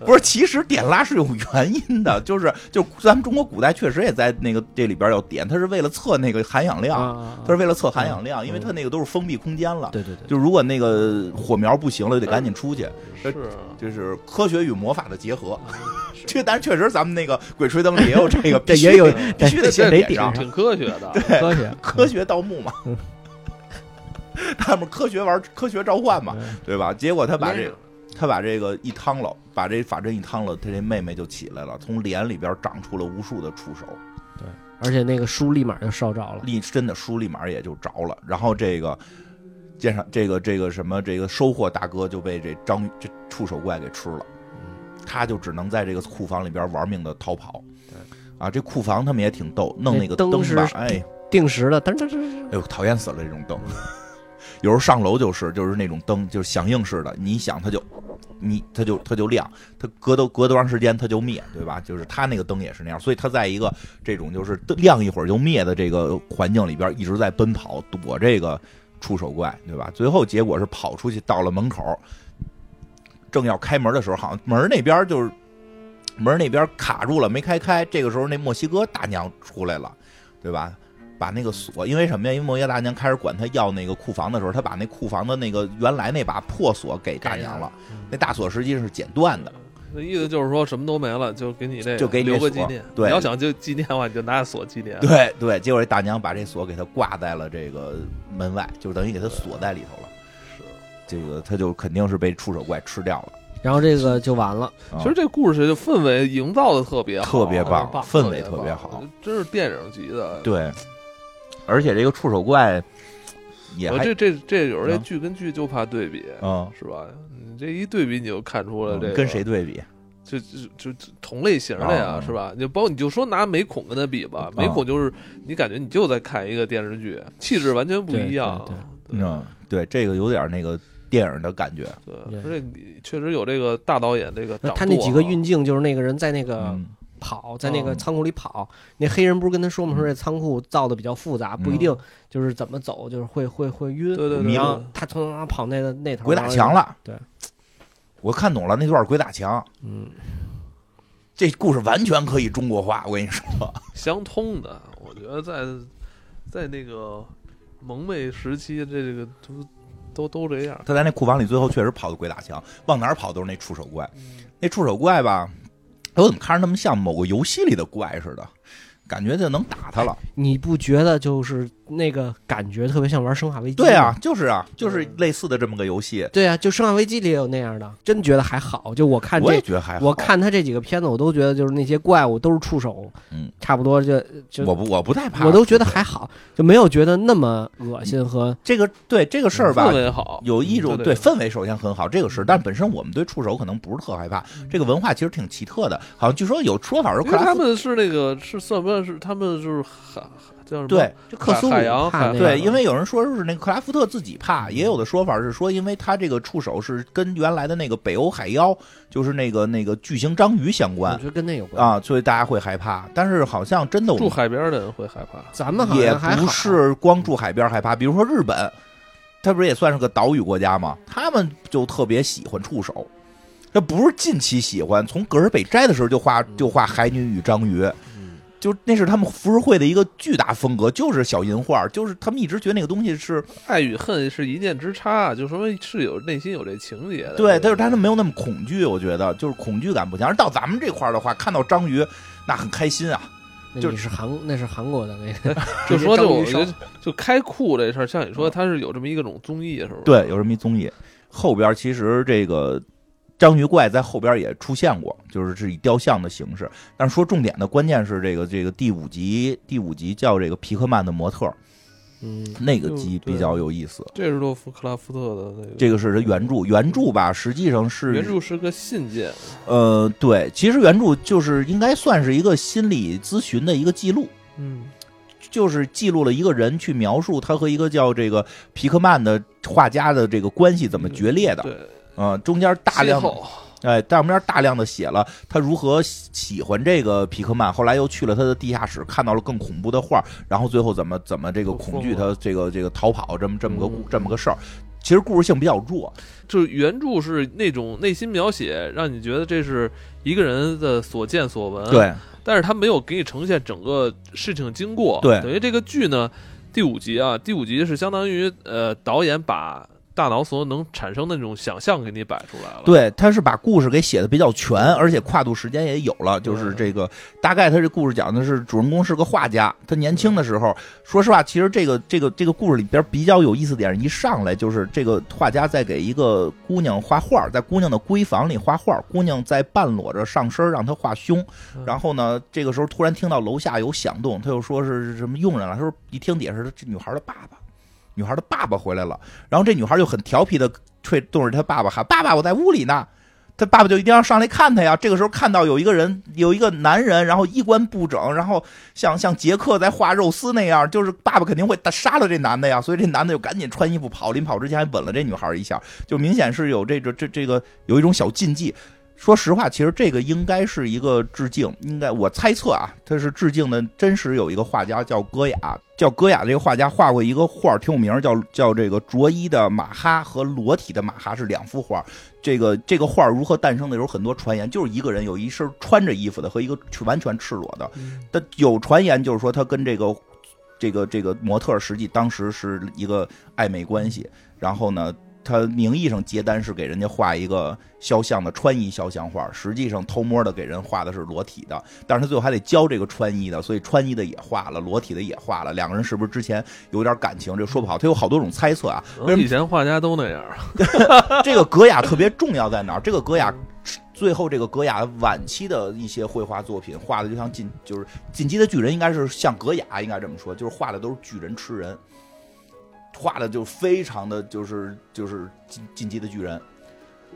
[SPEAKER 2] 不是，其实点蜡是有原因的，就是就咱们中国古代确实也在那个这里边要点，它是为了测那个含氧量。
[SPEAKER 3] 啊
[SPEAKER 2] 它是为了测含氧量，
[SPEAKER 3] 嗯
[SPEAKER 2] 因为它那个都是封闭空间了。
[SPEAKER 3] 对对对，
[SPEAKER 2] 就如果那个火苗不行了，就得赶紧出去。
[SPEAKER 1] 是啊
[SPEAKER 2] 就是科学与魔法的结合。这但是确实，咱们那个《鬼吹灯》里也有这 个，
[SPEAKER 3] 这
[SPEAKER 2] 必须
[SPEAKER 3] 也有
[SPEAKER 1] 得
[SPEAKER 2] 必须得
[SPEAKER 3] 这
[SPEAKER 2] 先
[SPEAKER 3] 得
[SPEAKER 2] 点上
[SPEAKER 1] 啊，。挺科学的。
[SPEAKER 3] 科学
[SPEAKER 2] 科学盗墓嘛，
[SPEAKER 3] 嗯
[SPEAKER 2] 他们科学玩科学召唤嘛，
[SPEAKER 3] 嗯
[SPEAKER 2] 对吧？结果他把这他把这个一趟了，把这法阵一趟了，他这妹妹就起来了，从脸里边长出了无数的触手。
[SPEAKER 3] 而且那个书立马就烧着了，
[SPEAKER 2] 立真的书立马也就着了。然后这个鉴赏这个这个什么这个收获大哥就被这章这触手怪给吃了，他就只能在这个库房里边玩命的逃跑。啊，这库房他们也挺逗，弄
[SPEAKER 3] 那
[SPEAKER 2] 那个
[SPEAKER 3] 灯
[SPEAKER 2] 灯
[SPEAKER 3] 是
[SPEAKER 2] 吧，哎，
[SPEAKER 3] 定时的，噔噔噔
[SPEAKER 2] 哎呦，讨厌死了这种灯。 有时候上楼就是就是那种灯，就是响应式的，你一响它就，你它就它就亮，它隔多隔多长时间它就灭，对吧？就是它那个灯也是那样，所以它在一个这种就是灯亮一会儿就灭的这个环境里边一直在奔跑，躲这个触手怪，对吧？最后结果是跑出去到了门口，正要开门的时候，好像门那边就是门那边卡住了，没开开。这个时候那墨西哥大娘出来了，对吧？把那个锁，因为什么呀？因为墨西哥大娘开始管他要那个库房的时候，他把那库房的那个原来那把破锁给大娘了。那大锁实际是剪断的，
[SPEAKER 1] 那意思就是说什么都没了，就给你这个
[SPEAKER 2] 就给你这
[SPEAKER 1] 留个纪
[SPEAKER 2] 锁
[SPEAKER 1] 念。
[SPEAKER 2] 对
[SPEAKER 1] 你要想就纪念的话，你就拿锁纪念。
[SPEAKER 2] 对对。结果这大娘把这锁给他挂在了这个门外，就等于给他锁在里头了。
[SPEAKER 1] 是，
[SPEAKER 2] 这个他就肯定是被触手怪吃掉了。
[SPEAKER 3] 然后这个就完了，
[SPEAKER 2] 啊
[SPEAKER 1] 其实这故事的氛围营造的哦特别好，
[SPEAKER 2] 特别棒，
[SPEAKER 3] 棒
[SPEAKER 2] 氛围特
[SPEAKER 1] 棒
[SPEAKER 2] 别好，，
[SPEAKER 1] 真是电影级的。
[SPEAKER 2] 对。而且这个触手怪也
[SPEAKER 1] 我
[SPEAKER 2] 还
[SPEAKER 1] 这这这有时候这
[SPEAKER 2] 嗯
[SPEAKER 1] 剧跟剧就怕对比，
[SPEAKER 2] 嗯，
[SPEAKER 1] 是吧？你这一对比，你就看出了
[SPEAKER 2] 嗯
[SPEAKER 1] 这个
[SPEAKER 2] 跟谁对比？
[SPEAKER 1] 就就就就同类型的呀，
[SPEAKER 2] 啊
[SPEAKER 1] 是吧？就包括你就说拿美恐跟他比
[SPEAKER 3] 啊
[SPEAKER 1] 吧，美恐就是你感觉你就在看一个电视剧，气质完全不一样。对
[SPEAKER 2] 嗯，对，这个有点那个电影的感觉。
[SPEAKER 1] 对，
[SPEAKER 3] 对
[SPEAKER 1] 而且你确实有这个大导演这个掌
[SPEAKER 3] 那
[SPEAKER 1] 舵啊，
[SPEAKER 3] 他那几个运镜就是那个人在那个
[SPEAKER 2] 嗯，
[SPEAKER 3] 跑，在那个
[SPEAKER 1] 嗯
[SPEAKER 3] 仓库里跑，那黑人不是跟他说吗？说这仓库造的比较复杂，不
[SPEAKER 2] 嗯
[SPEAKER 3] 一定就是怎么走就是会会会晕。
[SPEAKER 1] 对对
[SPEAKER 2] 迷
[SPEAKER 1] 对
[SPEAKER 3] 然
[SPEAKER 2] 路
[SPEAKER 3] 后他从那儿跑那个那头
[SPEAKER 2] 嗯鬼打墙
[SPEAKER 3] 了，
[SPEAKER 2] 了。
[SPEAKER 3] 对，
[SPEAKER 2] 我看懂了那段鬼打墙，
[SPEAKER 3] 嗯，
[SPEAKER 2] 这故事完全可以中国化。我跟你说，
[SPEAKER 1] 相通的，我觉得在在那个蒙昧时期，这这个都都都这样。
[SPEAKER 2] 他在那库房里最后确实跑的鬼打墙，往哪儿跑都是那触手怪。那触手怪吧，哎，我怎么看着他们像某个游戏里的怪似的？感觉就能打他了。
[SPEAKER 3] 你不觉得就是那个感觉特别像玩《生化危机》？
[SPEAKER 2] 对啊，，就是啊，就是
[SPEAKER 3] 嗯
[SPEAKER 2] 类似的这么个游戏。
[SPEAKER 3] 对啊，就《生化危机》里也有那样的，真觉得还好。就我看
[SPEAKER 2] 我也
[SPEAKER 3] 这，
[SPEAKER 2] 觉得还好。
[SPEAKER 3] 我，看他这几个片子，我都觉得就是那些怪物都是触手，
[SPEAKER 2] 嗯，
[SPEAKER 3] 差不多就就
[SPEAKER 2] 我不我不太怕，
[SPEAKER 3] 我都觉得还好，就没有觉得那么恶心和
[SPEAKER 2] 这个对这个事儿吧
[SPEAKER 1] 氛，围好，
[SPEAKER 2] 有一
[SPEAKER 1] 嗯
[SPEAKER 2] 种对氛围首先很好，这个是，但本身我们对触手可能不是特害怕。这个文化其实挺奇特的，好像据说有说法是
[SPEAKER 1] 因
[SPEAKER 2] 克
[SPEAKER 1] 为
[SPEAKER 2] 拉
[SPEAKER 1] 他
[SPEAKER 2] 夫，
[SPEAKER 1] 们是那个是算不算是他们就是海叫什么？
[SPEAKER 2] 对，
[SPEAKER 3] 就克苏鲁
[SPEAKER 1] 海洋
[SPEAKER 3] 怕那嗯
[SPEAKER 1] 海
[SPEAKER 3] 个
[SPEAKER 2] 对，因为有人说是那个克拉夫特自己怕，也有的说法是说，因为他这个触手是跟原来的那个北欧海妖，就是那个那个巨型章鱼相
[SPEAKER 3] 我
[SPEAKER 2] 关
[SPEAKER 3] 觉得跟那有关。
[SPEAKER 2] 啊，所以大家会害怕。但是好像真的我
[SPEAKER 1] 住
[SPEAKER 2] 们
[SPEAKER 1] 海边的人会害怕。
[SPEAKER 3] 咱们好
[SPEAKER 2] 也
[SPEAKER 3] 像还好啊
[SPEAKER 2] 不是光住海边害怕，比如说日本，它不是也算是个岛屿国家吗？他们就特别喜欢触手，这不是近期喜欢，从格尔北斋的时候就
[SPEAKER 3] 嗯
[SPEAKER 2] 画就画海女与章鱼，
[SPEAKER 1] 嗯，
[SPEAKER 2] 就那是他们浮世绘的一个巨大风格，就是小银画，就是他们一直觉得那个东西是
[SPEAKER 1] 爱与恨是一念之差，啊就说明是有内心有这情节的。
[SPEAKER 2] 对，但是他们没有那么恐惧，我觉得就是恐惧感不强。而到咱们这块儿的话，看到章鱼那很开心啊，
[SPEAKER 3] 那
[SPEAKER 2] 就
[SPEAKER 3] 你是韩那是韩国的那个，
[SPEAKER 1] 就说
[SPEAKER 3] 这
[SPEAKER 1] 就
[SPEAKER 3] 章鱼
[SPEAKER 1] 我觉得
[SPEAKER 3] 烧
[SPEAKER 1] 就开库这事儿，像你说它是有这么一个种综艺是吧？，
[SPEAKER 2] 嗯对，有这么一综艺。后边其实这个章鱼怪在后边也出现过，就是是以雕像的形式。但是说重点的关键是这个这个第五集，第五集叫这个皮克曼的模特儿，
[SPEAKER 3] 嗯，
[SPEAKER 2] 那个
[SPEAKER 1] 嗯
[SPEAKER 2] 集
[SPEAKER 1] 对
[SPEAKER 2] 比较有意思。
[SPEAKER 1] 这是洛夫克拉夫特的那个
[SPEAKER 2] 这个是他原著，原著吧，实际上是
[SPEAKER 1] 原著是个信件，
[SPEAKER 2] 呃，对，其实原著就是应该算是一个心理咨询的一个记录，
[SPEAKER 1] 嗯，
[SPEAKER 2] 就是记录了一个人去描述他和一个叫这个皮克曼的画家的这个关系怎么决裂的，
[SPEAKER 1] 对，
[SPEAKER 2] 嗯、中间大量
[SPEAKER 1] 邂逅
[SPEAKER 2] 哎，大面大量的写了他如何喜喜欢这个皮克曼，后来又去了他的地下室，看到了更恐怖的画，然后最后怎么怎么这个
[SPEAKER 1] 都疯
[SPEAKER 2] 恐惧
[SPEAKER 1] 了
[SPEAKER 2] 他这个这个逃跑这么这么个故
[SPEAKER 1] 哦嗯
[SPEAKER 2] 这么个事儿。其实故事性比较弱，
[SPEAKER 1] 就是原著是那种内心描写，让你觉得这是一个人的所见所闻。，
[SPEAKER 2] 对，
[SPEAKER 1] 但是他没有给你呈现整个事情经过。
[SPEAKER 2] 对
[SPEAKER 1] 等于这个剧呢，第五集啊，第五集是相当于呃，导演把大脑所能产生的那种想象给你摆出来了。，
[SPEAKER 2] 对，他是把故事给写的比较全，而且跨度时间也有了。就是
[SPEAKER 1] 对
[SPEAKER 2] 这个大概，他这故事讲的是主人公是个画家，他年轻的时候，说实话，其实这个这个这个故事里边比较有意思点，一上来就是这个画家在给一个姑娘画画，在姑娘的闺房里画画，姑娘在半裸着上身让他画胸，然后呢，这个时候突然听到楼下有响动，他又说是什么佣人了，他说一听也是这女孩的爸爸。女孩的爸爸回来了，然后这女孩就很调皮的吹对着她爸爸喊：“爸爸，我在屋里呢。”他爸爸就一定要上来看他呀。这个时候看到有一个人，有一个男人，然后衣冠不整，然后像像杰克在画肉丝那样，就是爸爸肯定会打杀了这男的呀。所以这男的就赶紧穿衣服跑，临跑之前还吻了这女孩一下，就明显是有这个这这个有一种小禁忌。说实话，其实这个应该是一个致敬，应该我猜测啊，它是致敬的。真实有一个画家叫戈雅，叫戈雅这个画家画过一个画儿挺有名儿，叫叫这个着衣的马哈和裸体的马哈是两幅画儿。这个这个画儿如何诞生的，有很多传言，就是一个人有一身穿着衣服的和一个完全赤裸的。但有传言就是说他跟这个这个这个模特儿实际当时是一个暧昧关系，然后呢，他名义上接单是给人家画一个肖像的穿衣肖像画，实际上偷摸的给人画的是裸体的，但是他最后还得教这个穿衣的，所以穿衣的也画了，裸体的也画了，两个人是不是之前有点感情？这说不好，他有好多种猜测啊。为
[SPEAKER 1] 可能
[SPEAKER 2] 什么
[SPEAKER 1] 以前画家都那样。
[SPEAKER 2] 这个格雅特别重要在哪儿？这个格雅最后这个格雅晚期的一些绘画作品画的就像进就是进击的巨人，应该是像格雅应该这么说，就是画的都是巨人吃人，画的就非常的就是就是进进击的巨人，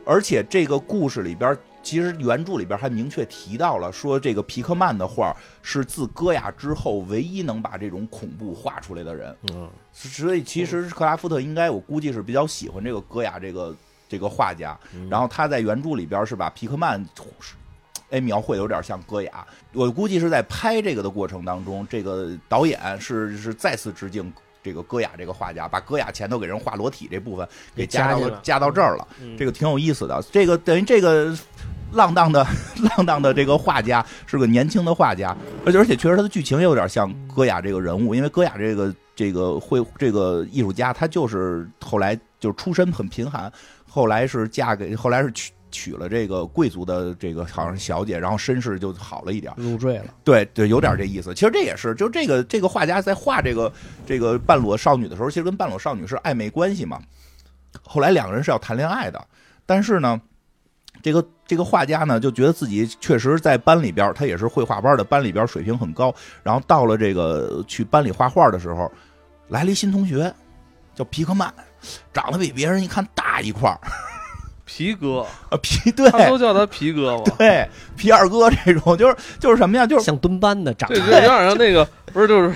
[SPEAKER 2] 而且这个故事里边。其实原著里边还明确提到了，说这个皮克曼的画是自戈雅之后唯一能把这种恐怖画出来的人。
[SPEAKER 3] 嗯，
[SPEAKER 2] 所以其实克拉夫特应该我估计是比较喜欢这个戈雅这个这个画家，
[SPEAKER 3] 嗯
[SPEAKER 2] 然后他在原著里边是把皮克曼。哎，描绘的有点像戈雅，我估计是在拍这个的过程当中，这个导演是是再次致敬这个戈雅这个画家，把戈雅前头给人画裸体这部分给加
[SPEAKER 3] 加
[SPEAKER 2] 到
[SPEAKER 3] 进来
[SPEAKER 2] 加到这儿了，
[SPEAKER 1] 嗯
[SPEAKER 2] 这个挺有意思的。这个等于这个浪荡的 浪荡的这个画家是个年轻的画家，而且而且确实他的剧情也有点像戈雅这个人物，因为戈雅这个这个绘这个艺术家，他就是后来就是出身很贫寒，后来是嫁给后来是娶娶了这个贵族的这个好像是小姐，然后身世就好了一点儿。
[SPEAKER 3] 入赘 了。
[SPEAKER 2] 对对，有点这意思。其实这也是，就这个这个画家在画这个这个半裸少女的时候，其实跟半裸少女是暧昧关系嘛。后来两个人是要谈恋爱的，但是呢，这个这个画家呢就觉得自己确实在班里边儿，他也是绘画班的班里边儿水平很高。然后到了这个去班里画画的时候，来了一新同学，叫皮克曼，长得比别人一看大一块儿，
[SPEAKER 1] 皮哥，
[SPEAKER 2] 啊皮对
[SPEAKER 1] 他都叫他皮哥嘛。
[SPEAKER 2] 对皮二哥这种，就是就是什么呀，就是
[SPEAKER 3] 像蹲班的长
[SPEAKER 1] 这
[SPEAKER 3] 得，
[SPEAKER 1] 这有点像那个，不是就是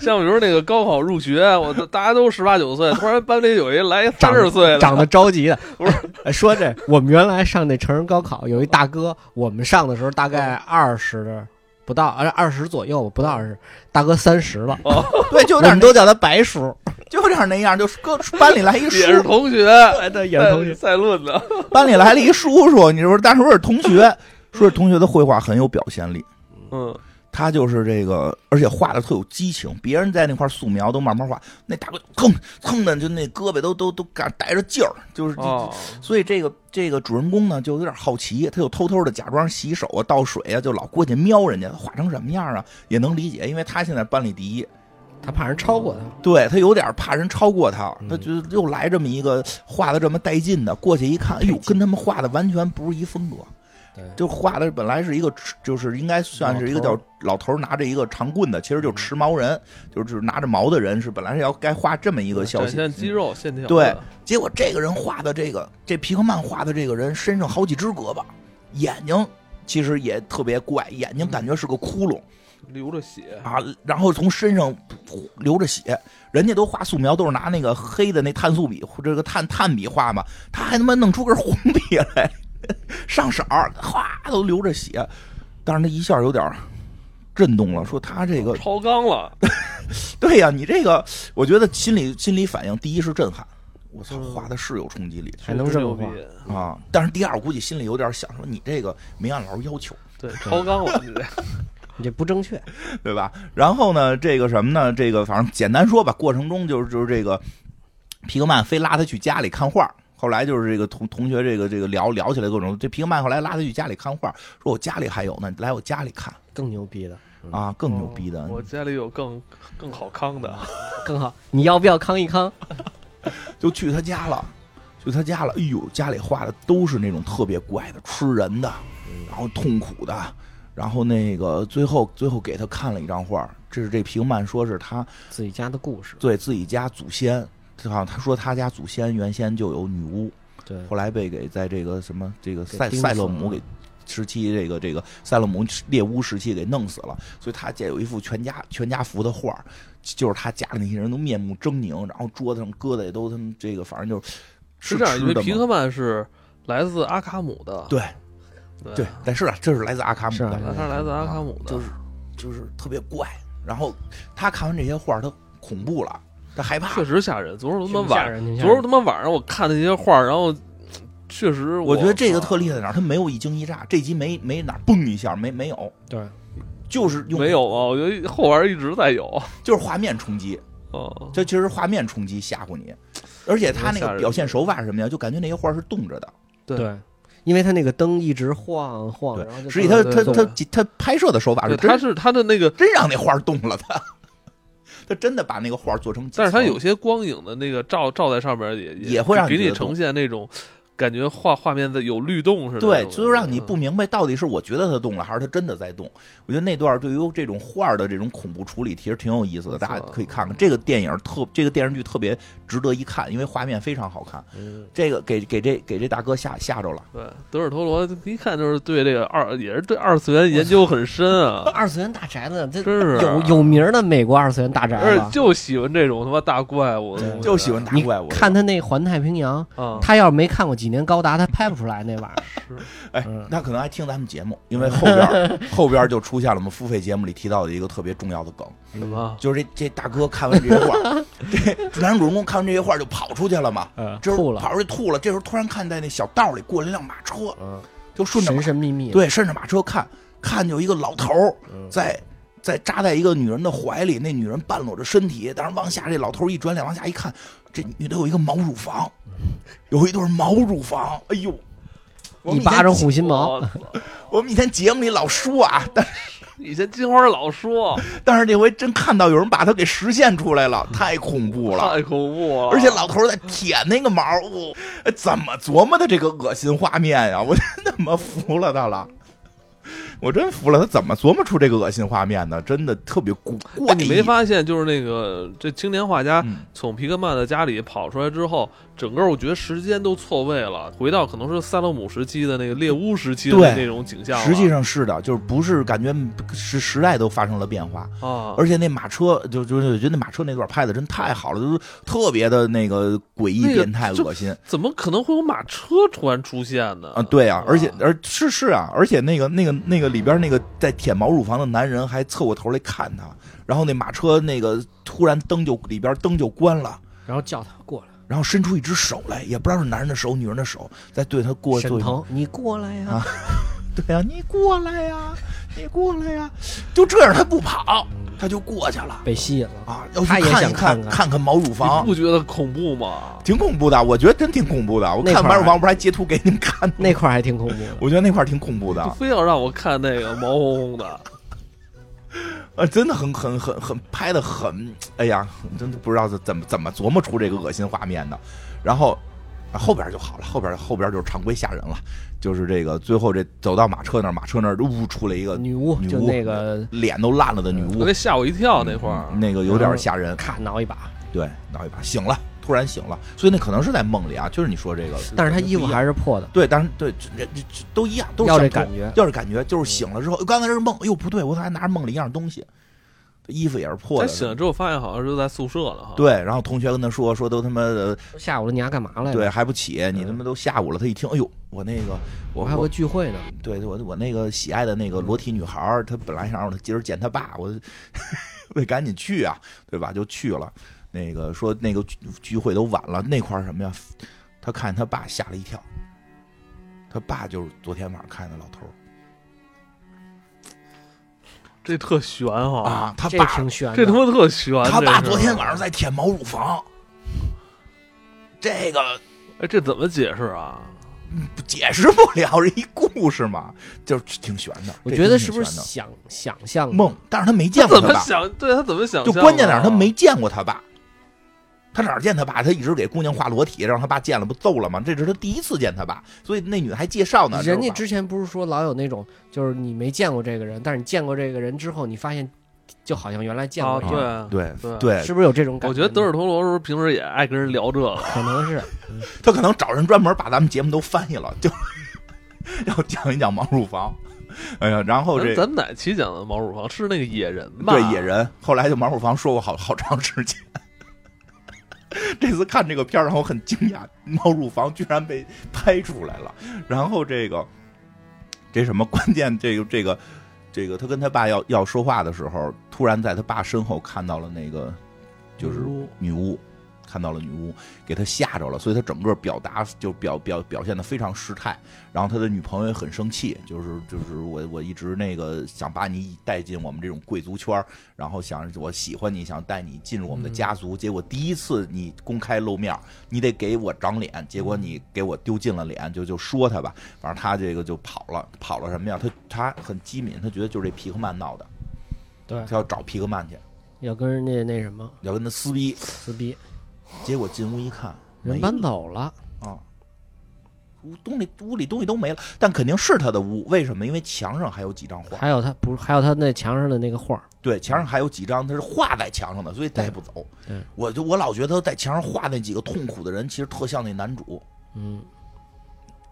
[SPEAKER 1] 像比如那个高考入学，我大家都十八九岁，突然班里有一来三
[SPEAKER 3] 长
[SPEAKER 1] 十岁的，
[SPEAKER 3] 长得着急的，
[SPEAKER 1] 不是
[SPEAKER 3] 哎说这我们原来上那成人高考，有一大哥，我们上的时候大概二十不到，二二十左右，不到二十，大哥三十了，
[SPEAKER 2] 对，就有
[SPEAKER 3] 我
[SPEAKER 2] 点
[SPEAKER 3] 们都叫他白叔，
[SPEAKER 2] 就有点那样，就是 哥班里来一
[SPEAKER 1] 也是
[SPEAKER 2] 叔，
[SPEAKER 1] 同学，
[SPEAKER 3] 对，也是
[SPEAKER 1] 在
[SPEAKER 3] 同学。
[SPEAKER 1] 在论的，
[SPEAKER 2] 班里来了一叔叔，你说但是我是同学，说是同学的绘画很有表现力，
[SPEAKER 1] 嗯，
[SPEAKER 2] 他就是这个，而且画的特有激情，别人在那块素描都慢慢画，那大哥蹭蹭的就那胳膊都都都敢带着劲儿，就是。
[SPEAKER 1] 哦，
[SPEAKER 2] 所以这个这个主人公呢，就有点好奇，他就偷偷的假装洗手啊、倒水啊，就老过去瞄人家，画成什么样啊，也能理解，因为他现在班里第一，
[SPEAKER 3] 他怕人超过他，
[SPEAKER 2] 对他有点怕人超过他，
[SPEAKER 3] 嗯
[SPEAKER 2] 他觉得又来这么一个画的这么带劲的，过去一看，哎呦，跟他们画的完全不是一风格
[SPEAKER 3] 对。
[SPEAKER 2] 就画的本来是一个持，就是应该算是一个
[SPEAKER 3] 老头嗯
[SPEAKER 2] 叫老头儿拿着一个长棍的，其实就是持矛人，就是拿着矛的人是本来是要该画这么一个消
[SPEAKER 1] 展
[SPEAKER 2] 息，
[SPEAKER 1] 现肌肉线条，
[SPEAKER 2] 对，结果这个人画的这个这皮克曼画的这个人身上好几只胳膊，眼睛其实也特别怪，眼睛感觉是个窟窿，
[SPEAKER 1] 流着血，
[SPEAKER 2] 啊，然后从身上流着血，人家都画素描都是拿那个黑的那碳素笔或者这个碳碳笔画嘛，他还他妈弄出根红笔来，上色儿，哗都流着血，但是他一下有点儿震动了，说他这 个
[SPEAKER 1] 超纲了，
[SPEAKER 2] 对呀、你这个我觉得心理心理反应第一是震撼，我操，
[SPEAKER 1] 嗯
[SPEAKER 2] 画的是有冲击力
[SPEAKER 3] 还能
[SPEAKER 1] 真
[SPEAKER 3] 这
[SPEAKER 1] 牛
[SPEAKER 3] 么
[SPEAKER 1] 逼，
[SPEAKER 3] 画，
[SPEAKER 2] 啊，但是第二我估计心里有点想说你这个没按老师要求。
[SPEAKER 1] 对，超纲了，你这
[SPEAKER 3] 你这不正确。
[SPEAKER 2] 对吧？然后呢，这个什么呢？这个反正简单说吧，过程中就是就是这个皮克曼非拉他去家里看画。后来就是这个同同学这个这个聊聊起来各种，这皮克曼后来拉他去家里看画，说我家里还有呢，你来我家里看
[SPEAKER 3] 更牛逼的，
[SPEAKER 2] 啊， 更牛逼的。
[SPEAKER 1] 哦我家里有更更好康 的，
[SPEAKER 3] 更好。你要不要康一康？
[SPEAKER 2] 就去他家了，去他家了。哎呦，家里画的都是那种特别怪的，吃人的，然后痛苦的，然后那个最后最后给他看了一张画，这是这皮克曼说是他
[SPEAKER 3] 自己家的故事，
[SPEAKER 2] 对自己家祖先，好像他说他家祖先原先就有女巫，
[SPEAKER 3] 对，
[SPEAKER 2] 后来被给在这个什么这个
[SPEAKER 3] 嗯给
[SPEAKER 2] 塞
[SPEAKER 3] 盯
[SPEAKER 2] 塞
[SPEAKER 3] 死
[SPEAKER 2] 勒姆
[SPEAKER 3] 了嗯
[SPEAKER 2] 给时期这个这个塞勒姆猎巫时期给弄死了，所以他家有一幅全家全家福的画儿，就是他家里那些人都面目狰狞，然后桌子上搁的也都他们这个反正就是
[SPEAKER 1] 是
[SPEAKER 2] 是
[SPEAKER 1] 这样，因
[SPEAKER 2] 吃
[SPEAKER 1] 为
[SPEAKER 2] 的
[SPEAKER 1] 皮
[SPEAKER 2] 吗
[SPEAKER 1] 克曼是来自阿卡姆的，
[SPEAKER 2] 对
[SPEAKER 1] 对
[SPEAKER 2] 对，但是啊，这是来自阿卡姆
[SPEAKER 3] 嗯是啊
[SPEAKER 2] 的，
[SPEAKER 1] 他是来自阿卡姆的，
[SPEAKER 2] 就是就是特别怪，然后他看完这些画儿，他恐怖了，他害怕
[SPEAKER 1] 确实吓人。昨儿他妈
[SPEAKER 3] 挺
[SPEAKER 1] 晚
[SPEAKER 3] 吓人，挺吓
[SPEAKER 1] 昨儿
[SPEAKER 3] 人
[SPEAKER 1] 他妈晚上我看那些画，然后确实
[SPEAKER 2] 我觉得这个特
[SPEAKER 1] 厉
[SPEAKER 2] 厉害在哪儿？他没有一惊一乍，这集没没哪儿嘣一下，没没有，
[SPEAKER 3] 对，
[SPEAKER 2] 就是用
[SPEAKER 1] 没有啊，我觉得后边一直在 有。
[SPEAKER 2] 就是画面冲击，
[SPEAKER 1] 哦，
[SPEAKER 2] 这其实画面冲击吓唬你，而且他那
[SPEAKER 1] 吓
[SPEAKER 2] 个
[SPEAKER 1] 人
[SPEAKER 2] 表现手法是什么呀？就感觉那些画是动着的，
[SPEAKER 1] 对
[SPEAKER 3] 对，因为他那个灯一直晃
[SPEAKER 1] 哦
[SPEAKER 3] 晃，然后就
[SPEAKER 2] 对，实际他
[SPEAKER 1] 对对
[SPEAKER 2] 他他他拍摄的手法
[SPEAKER 1] 对，他
[SPEAKER 2] 是真
[SPEAKER 1] 是他的那个，
[SPEAKER 2] 真让那画动了他，他真的把那个画做成几层，
[SPEAKER 1] 但是他有些光影的那个照照在上面也
[SPEAKER 2] 也会让你
[SPEAKER 1] 给
[SPEAKER 2] 觉
[SPEAKER 1] 你
[SPEAKER 2] 得动
[SPEAKER 1] 呈现那种感觉画画面的有律动似的那
[SPEAKER 2] 对，
[SPEAKER 1] 种，
[SPEAKER 2] 就让你
[SPEAKER 1] 嗯
[SPEAKER 2] 不明白到底是我觉得他动了，还是他真的在动。我觉得那段对于这种画儿的这种恐怖处理，其实挺有意思的，大家可以看看这个电影特这个电视剧特别值得一看，因为画面非常好看。
[SPEAKER 3] 嗯
[SPEAKER 2] 这个给给这给这大哥吓吓着了。
[SPEAKER 1] 对，德尔陀罗一看就是对这个二也是对二次元研究很深 啊，
[SPEAKER 3] 二次元大宅子，这
[SPEAKER 1] 真
[SPEAKER 2] 啊
[SPEAKER 1] 是
[SPEAKER 3] 有有名儿的美国二次元大宅
[SPEAKER 1] 而
[SPEAKER 3] 子
[SPEAKER 2] 哎
[SPEAKER 1] 且。就喜欢这种他妈大怪物，
[SPEAKER 3] 对啊
[SPEAKER 1] 我
[SPEAKER 2] 就喜欢打
[SPEAKER 3] 你
[SPEAKER 2] 怪物，
[SPEAKER 3] 看他那《环太平洋》，
[SPEAKER 1] 啊，
[SPEAKER 3] 他要是没看过几年高达，他拍不出来那玩意儿。
[SPEAKER 1] 是
[SPEAKER 2] 哎
[SPEAKER 3] 嗯，
[SPEAKER 2] 他可能还听咱们节目，因为后边 儿后边儿就出现了我们付费节目里提到的一个特别重要的梗，
[SPEAKER 1] 什么？
[SPEAKER 2] 就是这这大哥看完这些画儿，这男主人公看完这些画儿就跑出去了嘛，
[SPEAKER 3] 嗯
[SPEAKER 2] 这时候
[SPEAKER 3] 吐了
[SPEAKER 2] 跑出去吐了。这时候突然看在那小道里过了一辆马车，
[SPEAKER 3] 嗯，
[SPEAKER 2] 就 顺着马
[SPEAKER 3] 神神秘秘。，
[SPEAKER 2] 对，顺着马车看，看有一个老头儿
[SPEAKER 3] 嗯
[SPEAKER 2] 在在扎在一个女人的怀里，那女人半裸着身体，但是往下这老头儿一转脸往下一看， 这女的有一个毛乳房，有一对毛乳房，哎呦，我
[SPEAKER 3] 一
[SPEAKER 2] 们以
[SPEAKER 3] 巴
[SPEAKER 2] 前
[SPEAKER 3] 掌
[SPEAKER 2] 节
[SPEAKER 3] 虎心毛，
[SPEAKER 1] 我操
[SPEAKER 2] 我们以前节目里老说啊，但
[SPEAKER 1] 以前金花老 说，
[SPEAKER 2] 但是这回真看到有人把它给实现出来了，太恐怖了。
[SPEAKER 1] 太恐怖了，
[SPEAKER 2] 而且老头儿在舔那个毛，我、哎怎么琢磨的这个恶心画面呀、我真他妈服了他了，我真服了他，怎么琢磨出这个恶心画面的？真的特别古怪
[SPEAKER 1] 哎。你没发现，就是那个这青年画家
[SPEAKER 2] 嗯
[SPEAKER 1] 从皮克曼的家里跑出来之后，整个我觉得时间都错位了，回到可能是塞勒姆时期的那个猎巫时期的
[SPEAKER 2] 对
[SPEAKER 1] 那种景象了。
[SPEAKER 2] 实际上是的，就是不是感觉时时代都发生了变化，
[SPEAKER 1] 啊，
[SPEAKER 2] 而且那马车就就是我觉得那马车那段拍的真太好了，就是特别的那个诡异、
[SPEAKER 1] 那个
[SPEAKER 2] 变态、
[SPEAKER 1] 就
[SPEAKER 2] 恶心。
[SPEAKER 1] 怎么可能会有马车突然出现呢？
[SPEAKER 2] 啊，对啊
[SPEAKER 1] 吧，
[SPEAKER 3] 哦
[SPEAKER 2] 而且而是是啊，而且那个那个那个里边那个在舔毛乳房的男人还侧过头来看他，然后那马车那个突然灯就里边灯就关了，
[SPEAKER 3] 然后叫他过来，
[SPEAKER 2] 然后伸出一只手来，也不知道是男人的手女人的手，在对他过
[SPEAKER 3] 沈
[SPEAKER 2] 对
[SPEAKER 3] 腾，你过来呀、
[SPEAKER 2] 啊 对啊，你过来呀、你过来呀、就这样他不跑，他就过去了
[SPEAKER 3] 被吸引了，
[SPEAKER 2] 啊，要去
[SPEAKER 3] 他也
[SPEAKER 2] 看
[SPEAKER 3] 想
[SPEAKER 2] 一看
[SPEAKER 3] 看看
[SPEAKER 2] 看毛乳
[SPEAKER 1] 你
[SPEAKER 2] 房。
[SPEAKER 1] 不觉得恐怖吗？
[SPEAKER 2] 挺恐怖的，我觉得真挺恐怖的。我
[SPEAKER 3] 那
[SPEAKER 2] 看
[SPEAKER 3] 块
[SPEAKER 2] 毛
[SPEAKER 3] 儿
[SPEAKER 2] 乳房，我不是还截图给你们看吗？
[SPEAKER 3] 那块儿还挺恐怖的。
[SPEAKER 2] 我觉得那块儿挺恐怖的
[SPEAKER 1] 就。非要让我看那个毛烘烘的，
[SPEAKER 2] 呃，真的很很很很拍的很，哎呀，真的不知道怎怎么怎么琢磨出这个恶心画面的。然后、啊后边就好了，后边后边就是常规吓人了，就是这个最后这走到马车那儿，马车那儿呜出来一个
[SPEAKER 3] 女巫
[SPEAKER 2] 女
[SPEAKER 3] 就
[SPEAKER 2] 巫
[SPEAKER 3] 那个
[SPEAKER 2] 脸都烂了的女
[SPEAKER 1] 我
[SPEAKER 2] 巫
[SPEAKER 1] 给，嗯吓我一跳那块儿。
[SPEAKER 2] 那个有
[SPEAKER 3] 嗯
[SPEAKER 2] 点吓人。
[SPEAKER 3] 咔啊挠一把，
[SPEAKER 2] 对，挠一把醒了，突然醒了，所以那可能是在梦里啊，就是你说这个，
[SPEAKER 3] 但是他衣服还是破的，
[SPEAKER 2] 对，但是对，这这这都一样，都是
[SPEAKER 3] 要这
[SPEAKER 2] 相同
[SPEAKER 3] 感觉嗯
[SPEAKER 2] 要是感觉就是醒了之后，刚才是梦，哎呦不对，我还拿着梦里一样东西，衣服也是破
[SPEAKER 1] 咱
[SPEAKER 2] 的，
[SPEAKER 1] 醒了之后发现好像是在宿舍呢哈。
[SPEAKER 2] 对，然后同学跟他说说都他妈的，
[SPEAKER 3] 下午了你丫干嘛来
[SPEAKER 2] 对啊
[SPEAKER 3] 了？
[SPEAKER 2] 还不起，你他妈都下午了。他一听，哎呦，我那个我
[SPEAKER 3] 我还有个聚会呢，
[SPEAKER 2] 对我我那个喜爱的那个裸体女孩儿，她本来想让我今儿见她爸，我我得赶紧去啊，对吧？就去了。那个说那个聚聚会都晚了，那块儿什么呀？他看他爸吓了一跳，他爸就是昨天晚上看的老头儿
[SPEAKER 1] 这特悬哈，
[SPEAKER 2] 啊，他
[SPEAKER 3] 这
[SPEAKER 2] 爸
[SPEAKER 3] 挺悬的。
[SPEAKER 1] 这他妈特悬。
[SPEAKER 2] 他爸
[SPEAKER 1] 这是
[SPEAKER 2] 昨天晚上在舔毛乳房，这个
[SPEAKER 1] 哎，这怎么解释啊？
[SPEAKER 2] 解释不了，是一故事嘛，就是挺悬的。
[SPEAKER 3] 我
[SPEAKER 2] 这
[SPEAKER 3] 觉得
[SPEAKER 2] 真
[SPEAKER 3] 是不是
[SPEAKER 2] 挺悬
[SPEAKER 3] 想想象
[SPEAKER 2] 的
[SPEAKER 3] 的
[SPEAKER 2] 梦？但是他没
[SPEAKER 1] 他
[SPEAKER 2] 见过
[SPEAKER 1] 怎
[SPEAKER 2] 他
[SPEAKER 1] 么
[SPEAKER 2] 爸，
[SPEAKER 1] 想？对他怎么想？啊
[SPEAKER 2] 就关键点儿他
[SPEAKER 3] 啊
[SPEAKER 2] 没。见过他爸。他哪儿见他爸？他一直给姑娘画裸体，让他爸见了不揍了吗？这是他第一次见他爸，所以那女的还介绍呢。这
[SPEAKER 3] 人家
[SPEAKER 2] 是吧
[SPEAKER 3] 之前不是说老有那种，就是你没见过这个人，但是你见过这个人之后，你发现就好像原来见过
[SPEAKER 1] 啊
[SPEAKER 3] 一样，
[SPEAKER 1] 对
[SPEAKER 2] 对
[SPEAKER 1] 对
[SPEAKER 2] 对，
[SPEAKER 3] 是不是有这种感
[SPEAKER 1] 我觉得
[SPEAKER 3] 呢
[SPEAKER 1] 德尔托罗是不是平时也爱跟人聊这个？
[SPEAKER 3] 可能是
[SPEAKER 2] 他可能找人专门把咱们节目都翻译了，就 要讲一讲毛乳房。哎呀，然后
[SPEAKER 1] 咱
[SPEAKER 2] 这
[SPEAKER 1] 咱们哪期讲的毛乳房是那个野人吧？
[SPEAKER 2] 对野。人，后来就毛乳房说过好好长时间。 这次看这个片儿，让我很惊讶，毛乳房居然被拍出来了。然后这个这什么关键，这个这个这个，他跟他爸要要说话的时候，突然在他爸身后看到了那个就是
[SPEAKER 1] 嗯
[SPEAKER 2] 女巫，看到了女巫，给他吓着了，所以他整个表达就表表表现的非常失态。然后他的女朋友也很生气，就是就是我我一直那个想把你带进我们这种贵族圈儿，然后想我喜欢你，想带你进入我们的家族，结果第一次你公开露面儿，你得给我长脸，结果你给我丢尽了脸，就就说他吧，反正他这个就跑了，跑了什么呀？他他很机敏，他觉得就是这皮克曼闹的，
[SPEAKER 3] 对
[SPEAKER 2] 他要找皮克曼去，
[SPEAKER 3] 要跟人家那什么
[SPEAKER 2] 要跟他撕逼，
[SPEAKER 3] 撕逼，
[SPEAKER 2] 结果进屋一看，
[SPEAKER 3] 人
[SPEAKER 2] 没
[SPEAKER 3] 搬走了，
[SPEAKER 2] 啊，屋东里屋里东西都没了，但肯定是他的屋。为什么？因为墙上还有几张画，
[SPEAKER 3] 还有他不是还有他那墙上的那个画儿，
[SPEAKER 2] 对，墙上还有几张他是画在墙上的，所以带不走。
[SPEAKER 3] 对
[SPEAKER 2] 我就我老觉得他在墙上画那几个痛苦的人，其实特像那男主
[SPEAKER 3] 嗯，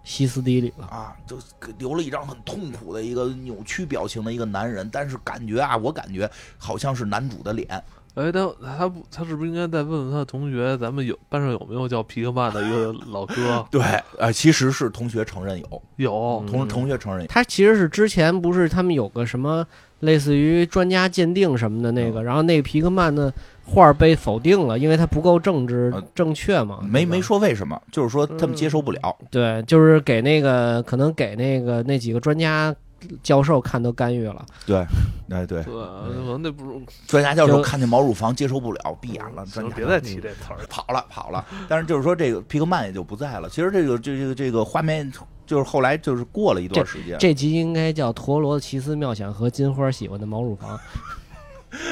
[SPEAKER 3] 歇斯底里了。
[SPEAKER 2] 啊，就留了一张很痛苦的一个扭曲表情的一个男人，但是感觉啊，我感觉好像是男主的脸。？
[SPEAKER 1] 哎，他他不，他是不是应该再问问他同学，咱们有班上有没有叫皮克曼的一个老哥
[SPEAKER 2] 对，呃，其实是同学承认有，
[SPEAKER 1] 有，
[SPEAKER 3] 嗯
[SPEAKER 2] 同同学承认有。
[SPEAKER 3] 他其实是之前不是他们有个什么类似于专家鉴定什么的那个，嗯然后那个皮克曼的画儿被否定了，因为他不够政治
[SPEAKER 2] 呃
[SPEAKER 3] 正确嘛，
[SPEAKER 2] 没
[SPEAKER 3] 嗯对吧嗯
[SPEAKER 2] 没说为什么，就是说他们接受不了。
[SPEAKER 3] 对，就是给那个可能给那个那几个专家教授看都干预了，
[SPEAKER 2] 哎，对
[SPEAKER 1] 对，，可能那不是，
[SPEAKER 2] 专家教授
[SPEAKER 3] 就
[SPEAKER 2] 看见毛乳房接受不了，闭眼了。专
[SPEAKER 1] 行，
[SPEAKER 2] 家
[SPEAKER 1] 别
[SPEAKER 2] 教
[SPEAKER 1] 再
[SPEAKER 2] 授
[SPEAKER 1] 提这词儿了。嗯
[SPEAKER 2] 跑了跑了。但是就是说，这个皮克曼也就不在了。其实这个这这个这个画面就是后来就是过了一段时间，
[SPEAKER 3] 这集应该叫《陀螺的奇思妙想》和金花喜欢的毛乳 房。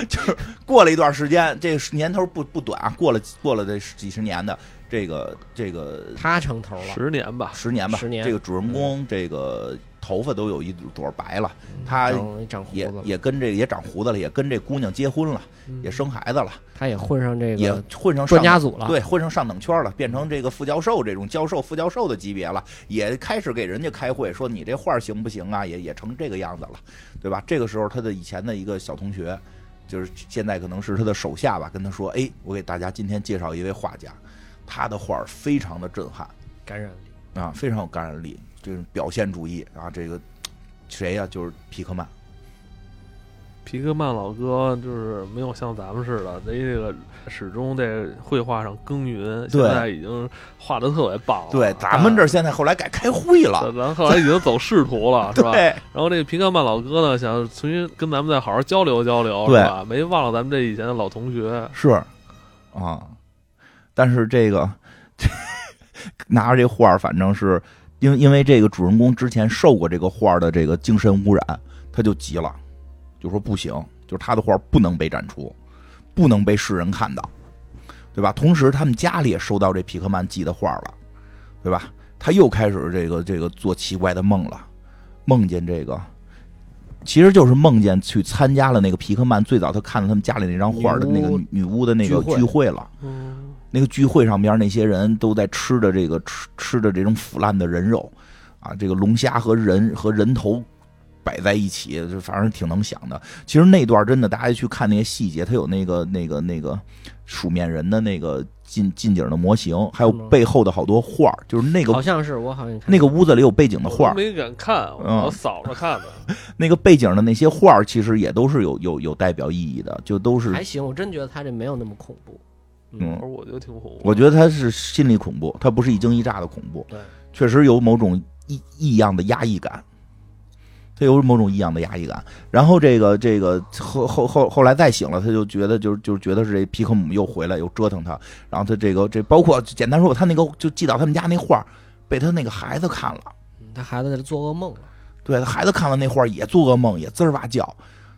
[SPEAKER 2] 就是过了一段时间，这年头不不短啊，过了过了这几十年的这个这个
[SPEAKER 3] 他成头了，
[SPEAKER 1] 十年吧，
[SPEAKER 2] 十年吧，
[SPEAKER 3] 十年嗯
[SPEAKER 2] 这个主人公这个头发都有一朵白了，他
[SPEAKER 3] 长长嗯胡子
[SPEAKER 2] 也
[SPEAKER 3] 了，
[SPEAKER 2] 也跟这个也长胡子了，也跟这姑娘结婚了，也
[SPEAKER 1] 是
[SPEAKER 2] 生孩子了，
[SPEAKER 3] 他也混上这
[SPEAKER 2] 也
[SPEAKER 3] 个
[SPEAKER 2] 混上上
[SPEAKER 3] 专家组了。
[SPEAKER 2] 对，混上上等圈了，变成这个副教授这种教授、副教授的级别了，也开始给人家开会，说你这画儿行不行啊？也也成这个样子了，对吧？这个时候，他的以前的一个小同学，就是现在可能是他的手下吧，跟他说：“哎，我给大家今天介绍一位画家，他的画儿非常的震撼
[SPEAKER 3] 感染力。
[SPEAKER 2] 啊，非常有感染力，这种表现主义啊，这个谁呀、就是皮
[SPEAKER 1] 哦
[SPEAKER 2] 克曼。”
[SPEAKER 1] 皮克曼老哥，就是没有像咱们似的，这个始终在绘画上耕耘，现
[SPEAKER 2] 对
[SPEAKER 1] 在已经画的特别棒了。啊
[SPEAKER 2] 对，咱们这儿现在后来改开会了
[SPEAKER 1] 咱，咱后来已经走仕途 了，是吧？
[SPEAKER 2] 对，
[SPEAKER 1] 然后这个皮克曼老哥呢，想重新跟咱们再好好交流交流，
[SPEAKER 2] 对
[SPEAKER 1] 是吧？没忘了咱们这以前的老同学，
[SPEAKER 2] 是啊，但是这个 拿着这画儿，反正是因为因为这个主人公之前受过这个画儿的这个精神污染，他就急了，就说不行，就是他的画儿不能被展出，不能被世人看到，对吧？同时，他们家里也收到这皮克曼寄的画儿了，对吧？他又开始这个这个做奇怪的梦了，梦见这个。其实就是梦见去参加了那个皮克曼最早他看到他们家里那张画儿的那个
[SPEAKER 3] 女巫
[SPEAKER 2] 女巫的那个
[SPEAKER 3] 聚会
[SPEAKER 2] 聚会了，
[SPEAKER 1] 嗯，
[SPEAKER 2] 那个聚会上边那些人都在吃着这个吃吃着这种腐烂的人肉，啊，这个龙虾和人和人头摆在一起，就反正挺能想的。其实那段真的，大家去看那些细节，它有那个那个那个鼠面人的那个近近景的模型，还有
[SPEAKER 3] 是吗
[SPEAKER 2] 背后的好多画儿，就是那
[SPEAKER 3] 好
[SPEAKER 2] 个
[SPEAKER 3] 像是我好像看
[SPEAKER 2] 那个屋子里有背景的
[SPEAKER 1] 我
[SPEAKER 2] 画
[SPEAKER 1] 都
[SPEAKER 2] 儿，
[SPEAKER 1] 没敢看，
[SPEAKER 2] 嗯
[SPEAKER 1] 我扫着看的。
[SPEAKER 2] 那个背景的那些画儿，其实也都是有有有代表意义的，就都是
[SPEAKER 3] 还行，我真觉得他这没有那么恐怖。
[SPEAKER 2] 嗯
[SPEAKER 1] 我说我就挺恐怖，
[SPEAKER 2] 我觉得他是心理恐怖，他不是一惊一乍的恐怖，
[SPEAKER 3] 啊对，
[SPEAKER 2] 确实有某种异异样的压抑感，他有某种异样的压抑感。然后这个这个后后后后来再醒了，他就觉得就就觉得是这皮克姆又回来又折腾他，然后他这个这包括简单说吧，他那个就寄到他们家那画儿被他那个孩子看了，
[SPEAKER 3] 嗯他孩子在这做噩梦了，
[SPEAKER 2] 对他孩子看了那画儿也做噩梦，也滋儿哇叫。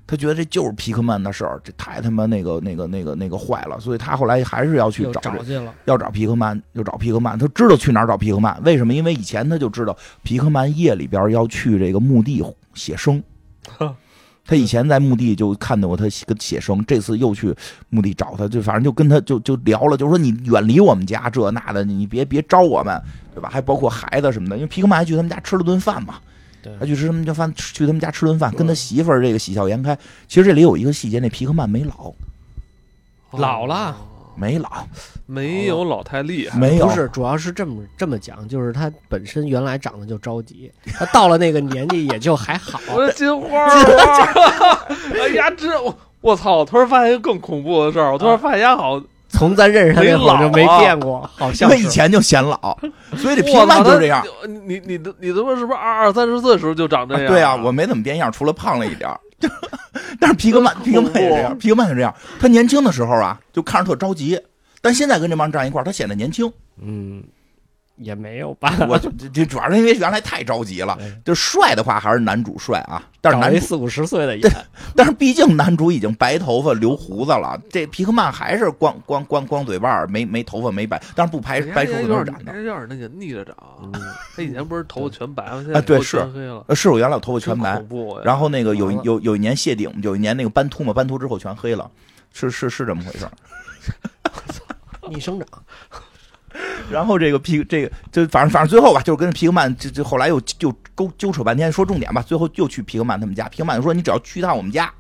[SPEAKER 2] 他觉得这就是皮克曼的事儿，这太他妈那个那个那个那个坏了，所以他后来还是要去
[SPEAKER 3] 又
[SPEAKER 2] 找这
[SPEAKER 3] 找去了，
[SPEAKER 2] 要找皮克曼就找皮克曼，他知道去哪儿找皮克曼。为什么？因为以前他就知道皮克曼夜里边要去这个墓地写 生
[SPEAKER 1] 呵。
[SPEAKER 2] 他以前在墓地就看到过他写写生，这次又去墓地找他，就反正就跟他就就聊了，就说你远离我们家这那的，你别别招我们，对吧？还包括孩子什么的，因为皮克曼还去他们家吃了顿饭嘛，
[SPEAKER 3] 对
[SPEAKER 2] 还去吃他们家饭，去他们家吃顿饭，跟他媳妇儿这个喜笑颜开。其实这里有一个细节，那皮克曼没老，
[SPEAKER 1] 哦
[SPEAKER 3] 老了，
[SPEAKER 2] 没老，
[SPEAKER 1] 没有老太厉害，。
[SPEAKER 2] 没有，
[SPEAKER 3] 不是，主要是这么这么讲，就是他本身原来长得就着急，他到了那个年纪也就还 好
[SPEAKER 1] 我说金花儿，哎呀，这我我操！我突然发现一个更恐怖的事儿，我突
[SPEAKER 2] 啊
[SPEAKER 1] 然发现丫好，
[SPEAKER 3] 从咱认识他那会儿就没
[SPEAKER 1] 没老啊
[SPEAKER 3] 变过，好
[SPEAKER 2] 因
[SPEAKER 3] 像
[SPEAKER 2] 为
[SPEAKER 3] 是
[SPEAKER 2] 以前就显老，所以这皮克
[SPEAKER 1] 我
[SPEAKER 2] 曼
[SPEAKER 1] 操，
[SPEAKER 2] 就是
[SPEAKER 1] 他
[SPEAKER 2] 这样。
[SPEAKER 1] 你你你你他妈是不是二二三十岁的时候就长这样？
[SPEAKER 2] 对啊，我没怎么变样，除了胖了一点儿。 但是皮克曼，
[SPEAKER 1] 真
[SPEAKER 2] 皮克
[SPEAKER 1] 恐怖
[SPEAKER 2] 曼也这样，皮克曼也这样。他年轻的时候啊，就看着特着急，但现在跟这帮人站一块儿，他显得年轻。
[SPEAKER 3] 嗯，也没有 吧。
[SPEAKER 2] 我就这这主要是因为原来太着急了。
[SPEAKER 3] 对
[SPEAKER 2] 就帅的话还是男主帅啊，但是
[SPEAKER 3] 找
[SPEAKER 2] 男
[SPEAKER 3] 一
[SPEAKER 2] 主，
[SPEAKER 3] 四五十岁的也
[SPEAKER 2] 但是毕竟男主已经白头发留胡子了，这皮克曼还是光光光光嘴巴儿，没没头发没白，当然不排
[SPEAKER 1] 哎
[SPEAKER 2] 白头发
[SPEAKER 1] 有
[SPEAKER 2] 都是
[SPEAKER 1] 点
[SPEAKER 2] 染的。
[SPEAKER 1] 人家有点那个逆着长，啊
[SPEAKER 3] 嗯
[SPEAKER 1] 他以前不是头发全白吗？现
[SPEAKER 2] 啊
[SPEAKER 1] 在
[SPEAKER 2] 对
[SPEAKER 1] 头
[SPEAKER 2] 是
[SPEAKER 1] 全黑了，
[SPEAKER 2] 呃，是我原来有头发全
[SPEAKER 1] 真
[SPEAKER 2] 白
[SPEAKER 1] 恐，怖呀。
[SPEAKER 2] 然后那个有
[SPEAKER 3] 完了
[SPEAKER 2] 有有一年谢顶，有一年那个斑秃嘛，斑秃之后全黑了，是是是这么回事儿。
[SPEAKER 3] 逆生长，
[SPEAKER 2] 然后这个皮这个就反正反正最后吧，就是跟皮克曼这这后来又又勾纠扯半天，说重点吧，最后又去皮克曼他们家，皮克曼说你只要去一趟我们家，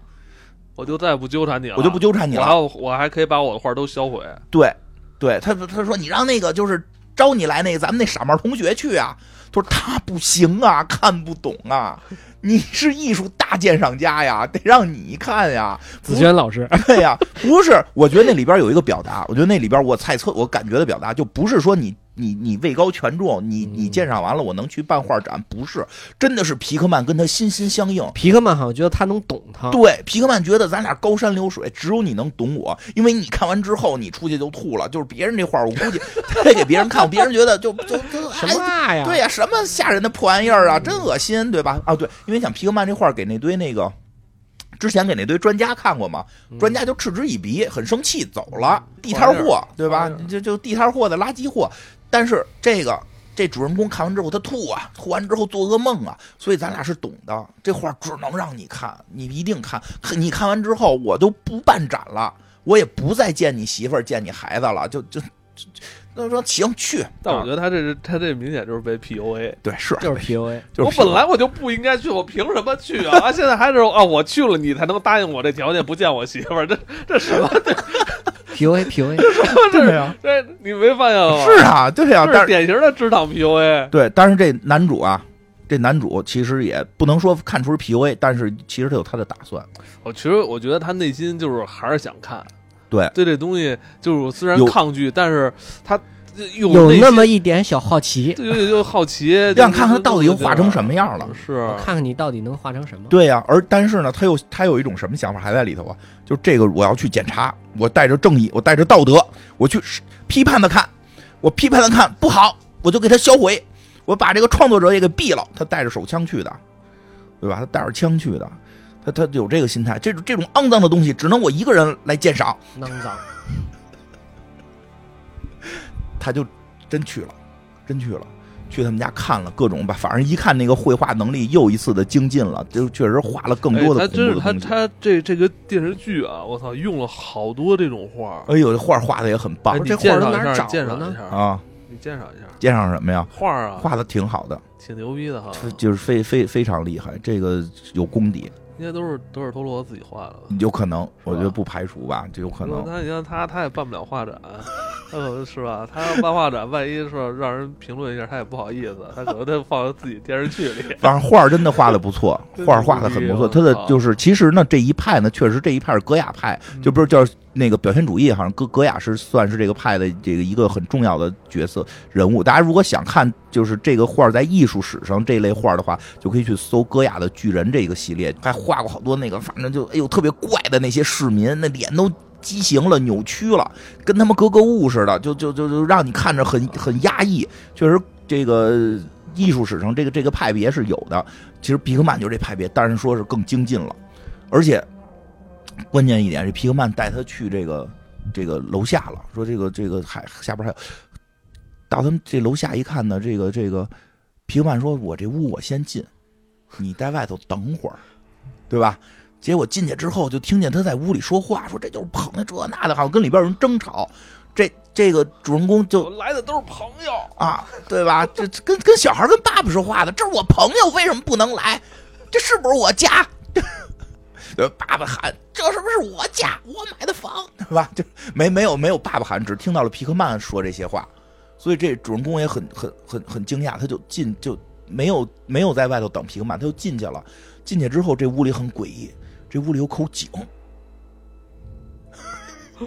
[SPEAKER 1] 我就再也不纠缠你了，
[SPEAKER 2] 我就不纠缠你
[SPEAKER 1] 我
[SPEAKER 2] 了。
[SPEAKER 3] 啊
[SPEAKER 2] 啊
[SPEAKER 1] 还我还可以把我的画都销毁。
[SPEAKER 2] 对，对他他说你让那个就是招你来那个咱们那傻帽同学去啊，他说他不行啊，看不懂啊，你是艺术大鉴赏家呀，得让你看呀，
[SPEAKER 3] 子轩老师，
[SPEAKER 2] 对呀、不是，我觉得那里边有一个表达，我觉得那里边我猜测，我感觉的表达就不是说你你你位高权重，你你
[SPEAKER 3] 嗯
[SPEAKER 2] 鉴赏完了，我能去办画展？不是，真的是皮克曼跟他心心相印。
[SPEAKER 3] 皮克曼好像觉得他能懂他，
[SPEAKER 2] 对，皮克曼觉得咱俩高山流水，只有你能懂我，因为你看完之后你出去就吐了，就是别人这画儿，我估计 他得给别人看，别人觉得就就就
[SPEAKER 3] 什
[SPEAKER 2] 哎
[SPEAKER 3] 么啊呀？
[SPEAKER 2] 对呀、什么吓人的破玩意儿啊，真恶心，对吧？啊，对，因为想皮克曼这画给那堆那个之前给那堆专家看过嘛，
[SPEAKER 3] 嗯
[SPEAKER 2] 专家就嗤之以鼻，很生气，走了，地摊
[SPEAKER 1] 破玩
[SPEAKER 2] 货，对
[SPEAKER 1] 破
[SPEAKER 2] 吧
[SPEAKER 1] 玩意？儿
[SPEAKER 2] 就就地摊货的垃圾货。但是这个这主人公看完之后，他吐啊，吐完之后做噩梦啊，所以咱俩是懂的，这画只能让你看，你一定看，可你看完之后，我都不办展了，我也不再见你媳妇儿，见你孩子了，就就。就那说行去，
[SPEAKER 1] 但我觉得他这是他这明显就是被 PUA。
[SPEAKER 2] 对是
[SPEAKER 3] 就是 PUA。
[SPEAKER 2] 就是
[SPEAKER 1] 我
[SPEAKER 2] 皮克
[SPEAKER 1] 本来我就不应该去，我凭什么去啊？啊，现在还是啊，我去了，你才能答应我这条件，不见我媳妇儿，这这什么？
[SPEAKER 3] PUA PUA，
[SPEAKER 1] 这
[SPEAKER 2] 对啊
[SPEAKER 1] 这你没发现吗？
[SPEAKER 2] 是啊，对啊，
[SPEAKER 1] 这
[SPEAKER 2] 但
[SPEAKER 1] 哦是
[SPEAKER 2] 是
[SPEAKER 1] 典型的职场 PUA。
[SPEAKER 2] 对，但是这男主啊，这男主其实也不能说看出是 PUA，但是其实他有他的打算，
[SPEAKER 1] 我哦其实我觉得他内心就是还是想看，
[SPEAKER 2] 对
[SPEAKER 1] 对这东西就是虽然
[SPEAKER 2] 有
[SPEAKER 1] 抗拒，但是他有
[SPEAKER 3] 有
[SPEAKER 1] 内
[SPEAKER 3] 那
[SPEAKER 1] 心
[SPEAKER 3] 么一点小好奇，
[SPEAKER 1] 就就就好奇，
[SPEAKER 2] 想看看他到底又画成什
[SPEAKER 1] 么
[SPEAKER 2] 么样了。
[SPEAKER 1] 是哎
[SPEAKER 3] 我看看你到底能画成什么。
[SPEAKER 2] 对呀、而但是呢，他又他有一种什么想法还在里头啊？就这个我要去检查，我带着正义，我带着道德，我去批判的看，我批判的看不好，我就给他销毁，我把这个创作者也给毙了。他带着手枪去的，对吧？他带着枪去的，他他有这个心态，这种这种肮脏的东西只能我一个人来鉴赏，
[SPEAKER 3] 肮脏，
[SPEAKER 2] 他就真去了，真去了，去他们家看了各种吧，反正一看那个绘画能力又一次的精进了，就确实画了更多
[SPEAKER 1] 哎
[SPEAKER 2] 的
[SPEAKER 1] 他真
[SPEAKER 2] 恐
[SPEAKER 1] 是
[SPEAKER 2] 怖
[SPEAKER 1] 他
[SPEAKER 2] 的东西。
[SPEAKER 1] 他这这个电视剧啊，我操，用了好多这种画儿。
[SPEAKER 2] 哎呦，这画画的也很棒
[SPEAKER 1] 哎，你
[SPEAKER 3] 这
[SPEAKER 1] 鉴
[SPEAKER 3] 画儿
[SPEAKER 1] 赏
[SPEAKER 3] 都
[SPEAKER 1] 一
[SPEAKER 3] 哪儿
[SPEAKER 1] 下，
[SPEAKER 3] 找
[SPEAKER 1] 鉴
[SPEAKER 3] 的
[SPEAKER 1] 赏一
[SPEAKER 3] 呢
[SPEAKER 1] 下，
[SPEAKER 2] 啊！
[SPEAKER 1] 你鉴赏一下
[SPEAKER 2] 鉴赏什么呀？
[SPEAKER 1] 画儿啊，
[SPEAKER 2] 画的挺好的，
[SPEAKER 1] 挺牛逼的哈，
[SPEAKER 2] 就是非非非常厉害，这个有功底，
[SPEAKER 1] 应该都是德尔托罗自己画的吧。
[SPEAKER 2] 有可能，我觉得不排除吧，就有可能。
[SPEAKER 1] 他你看他他也办不了画展，他可能是吧？他要办画展，万一说让人评论一下，他也不好意思，他可能得放到自己电视剧里。
[SPEAKER 2] 反正画儿真的画的不错
[SPEAKER 1] 真，的
[SPEAKER 2] 画儿画的很不错。
[SPEAKER 1] 牛逼
[SPEAKER 2] 他
[SPEAKER 1] 啊嗯
[SPEAKER 2] 的就是，其实呢，这一派呢，确实这一派是戈雅派，就不是叫那个表现主义，好像戈戈雅是算是这个派的这个一个很重要的角色人物。大家如果想看就是这个画儿在艺术史上这类画儿的话，就可以去搜戈雅的《巨人》这个系列，还画过好多那个，反正就哎呦特别怪的那些市民，那脸都。畸形了，扭曲了，跟他们格格物似的，就就就就让你看着很很压抑。确实，这个艺术史上这个这个派别是有的。其实皮克曼就是这派别，但是说是更精进了，而且关键一点，这皮克曼带他去这个这个楼下了，说这个这个还下边还有，到他们这楼下一看呢，这个这个皮克曼说：“我这屋我先进，你在外头等会儿，对吧？”结果进去之后，就听见他在屋里说话，说这就是朋友这那的，好像跟里边有人争吵。这这个主人公就
[SPEAKER 1] 我来的都是朋友，
[SPEAKER 2] 啊，对吧？这这跟跟小孩跟爸爸说话的，这是我朋友，为什么不能来？这是不是我家？ 呃爸爸喊：“这是不是我家？我买的房，对吧？” 就没没有没有爸爸喊，只听到了皮克曼说这些话，所以这主人公也很很很很惊讶，他就进就没有没有在外头等皮克曼，他就进去了。进去之后，这屋里很诡异，这屋里有口井，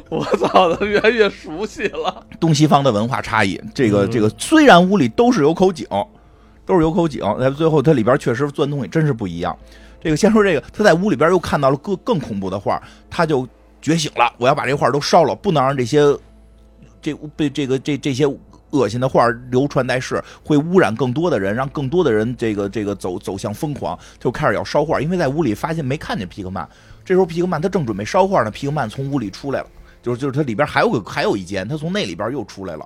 [SPEAKER 1] 我操，他越来越熟悉了。
[SPEAKER 2] 东西方的文化差异。这个
[SPEAKER 1] 嗯
[SPEAKER 2] 这个，虽然屋里都是有口井，都是有口井，但最后它里边确实钻东西真是不一样。这个先说这个，他在屋里边又看到了更更恐怖的画，他就觉醒了，我要把这画都烧了，不能让这些这被这个这这些。恶心的画流传在世，会污染更多的人，让更多的人这个这个走走向疯狂，就开始要烧画。因为在屋里发现没看见皮克曼，这时候皮克曼他正准备烧画呢，皮克曼从屋里出来了。就是就是它里边还有个还有一间，他从那里边又出来了，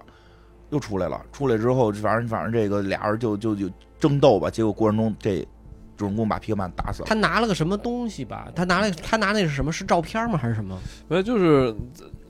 [SPEAKER 2] 又出来了。出来之后，反正反正这个俩人就就就争斗吧。结果过程中这主人公把皮克曼打死了。
[SPEAKER 3] 他拿了个什么东西吧？他拿了他拿那是什么？是照片吗？还是什么？
[SPEAKER 1] 没有，就是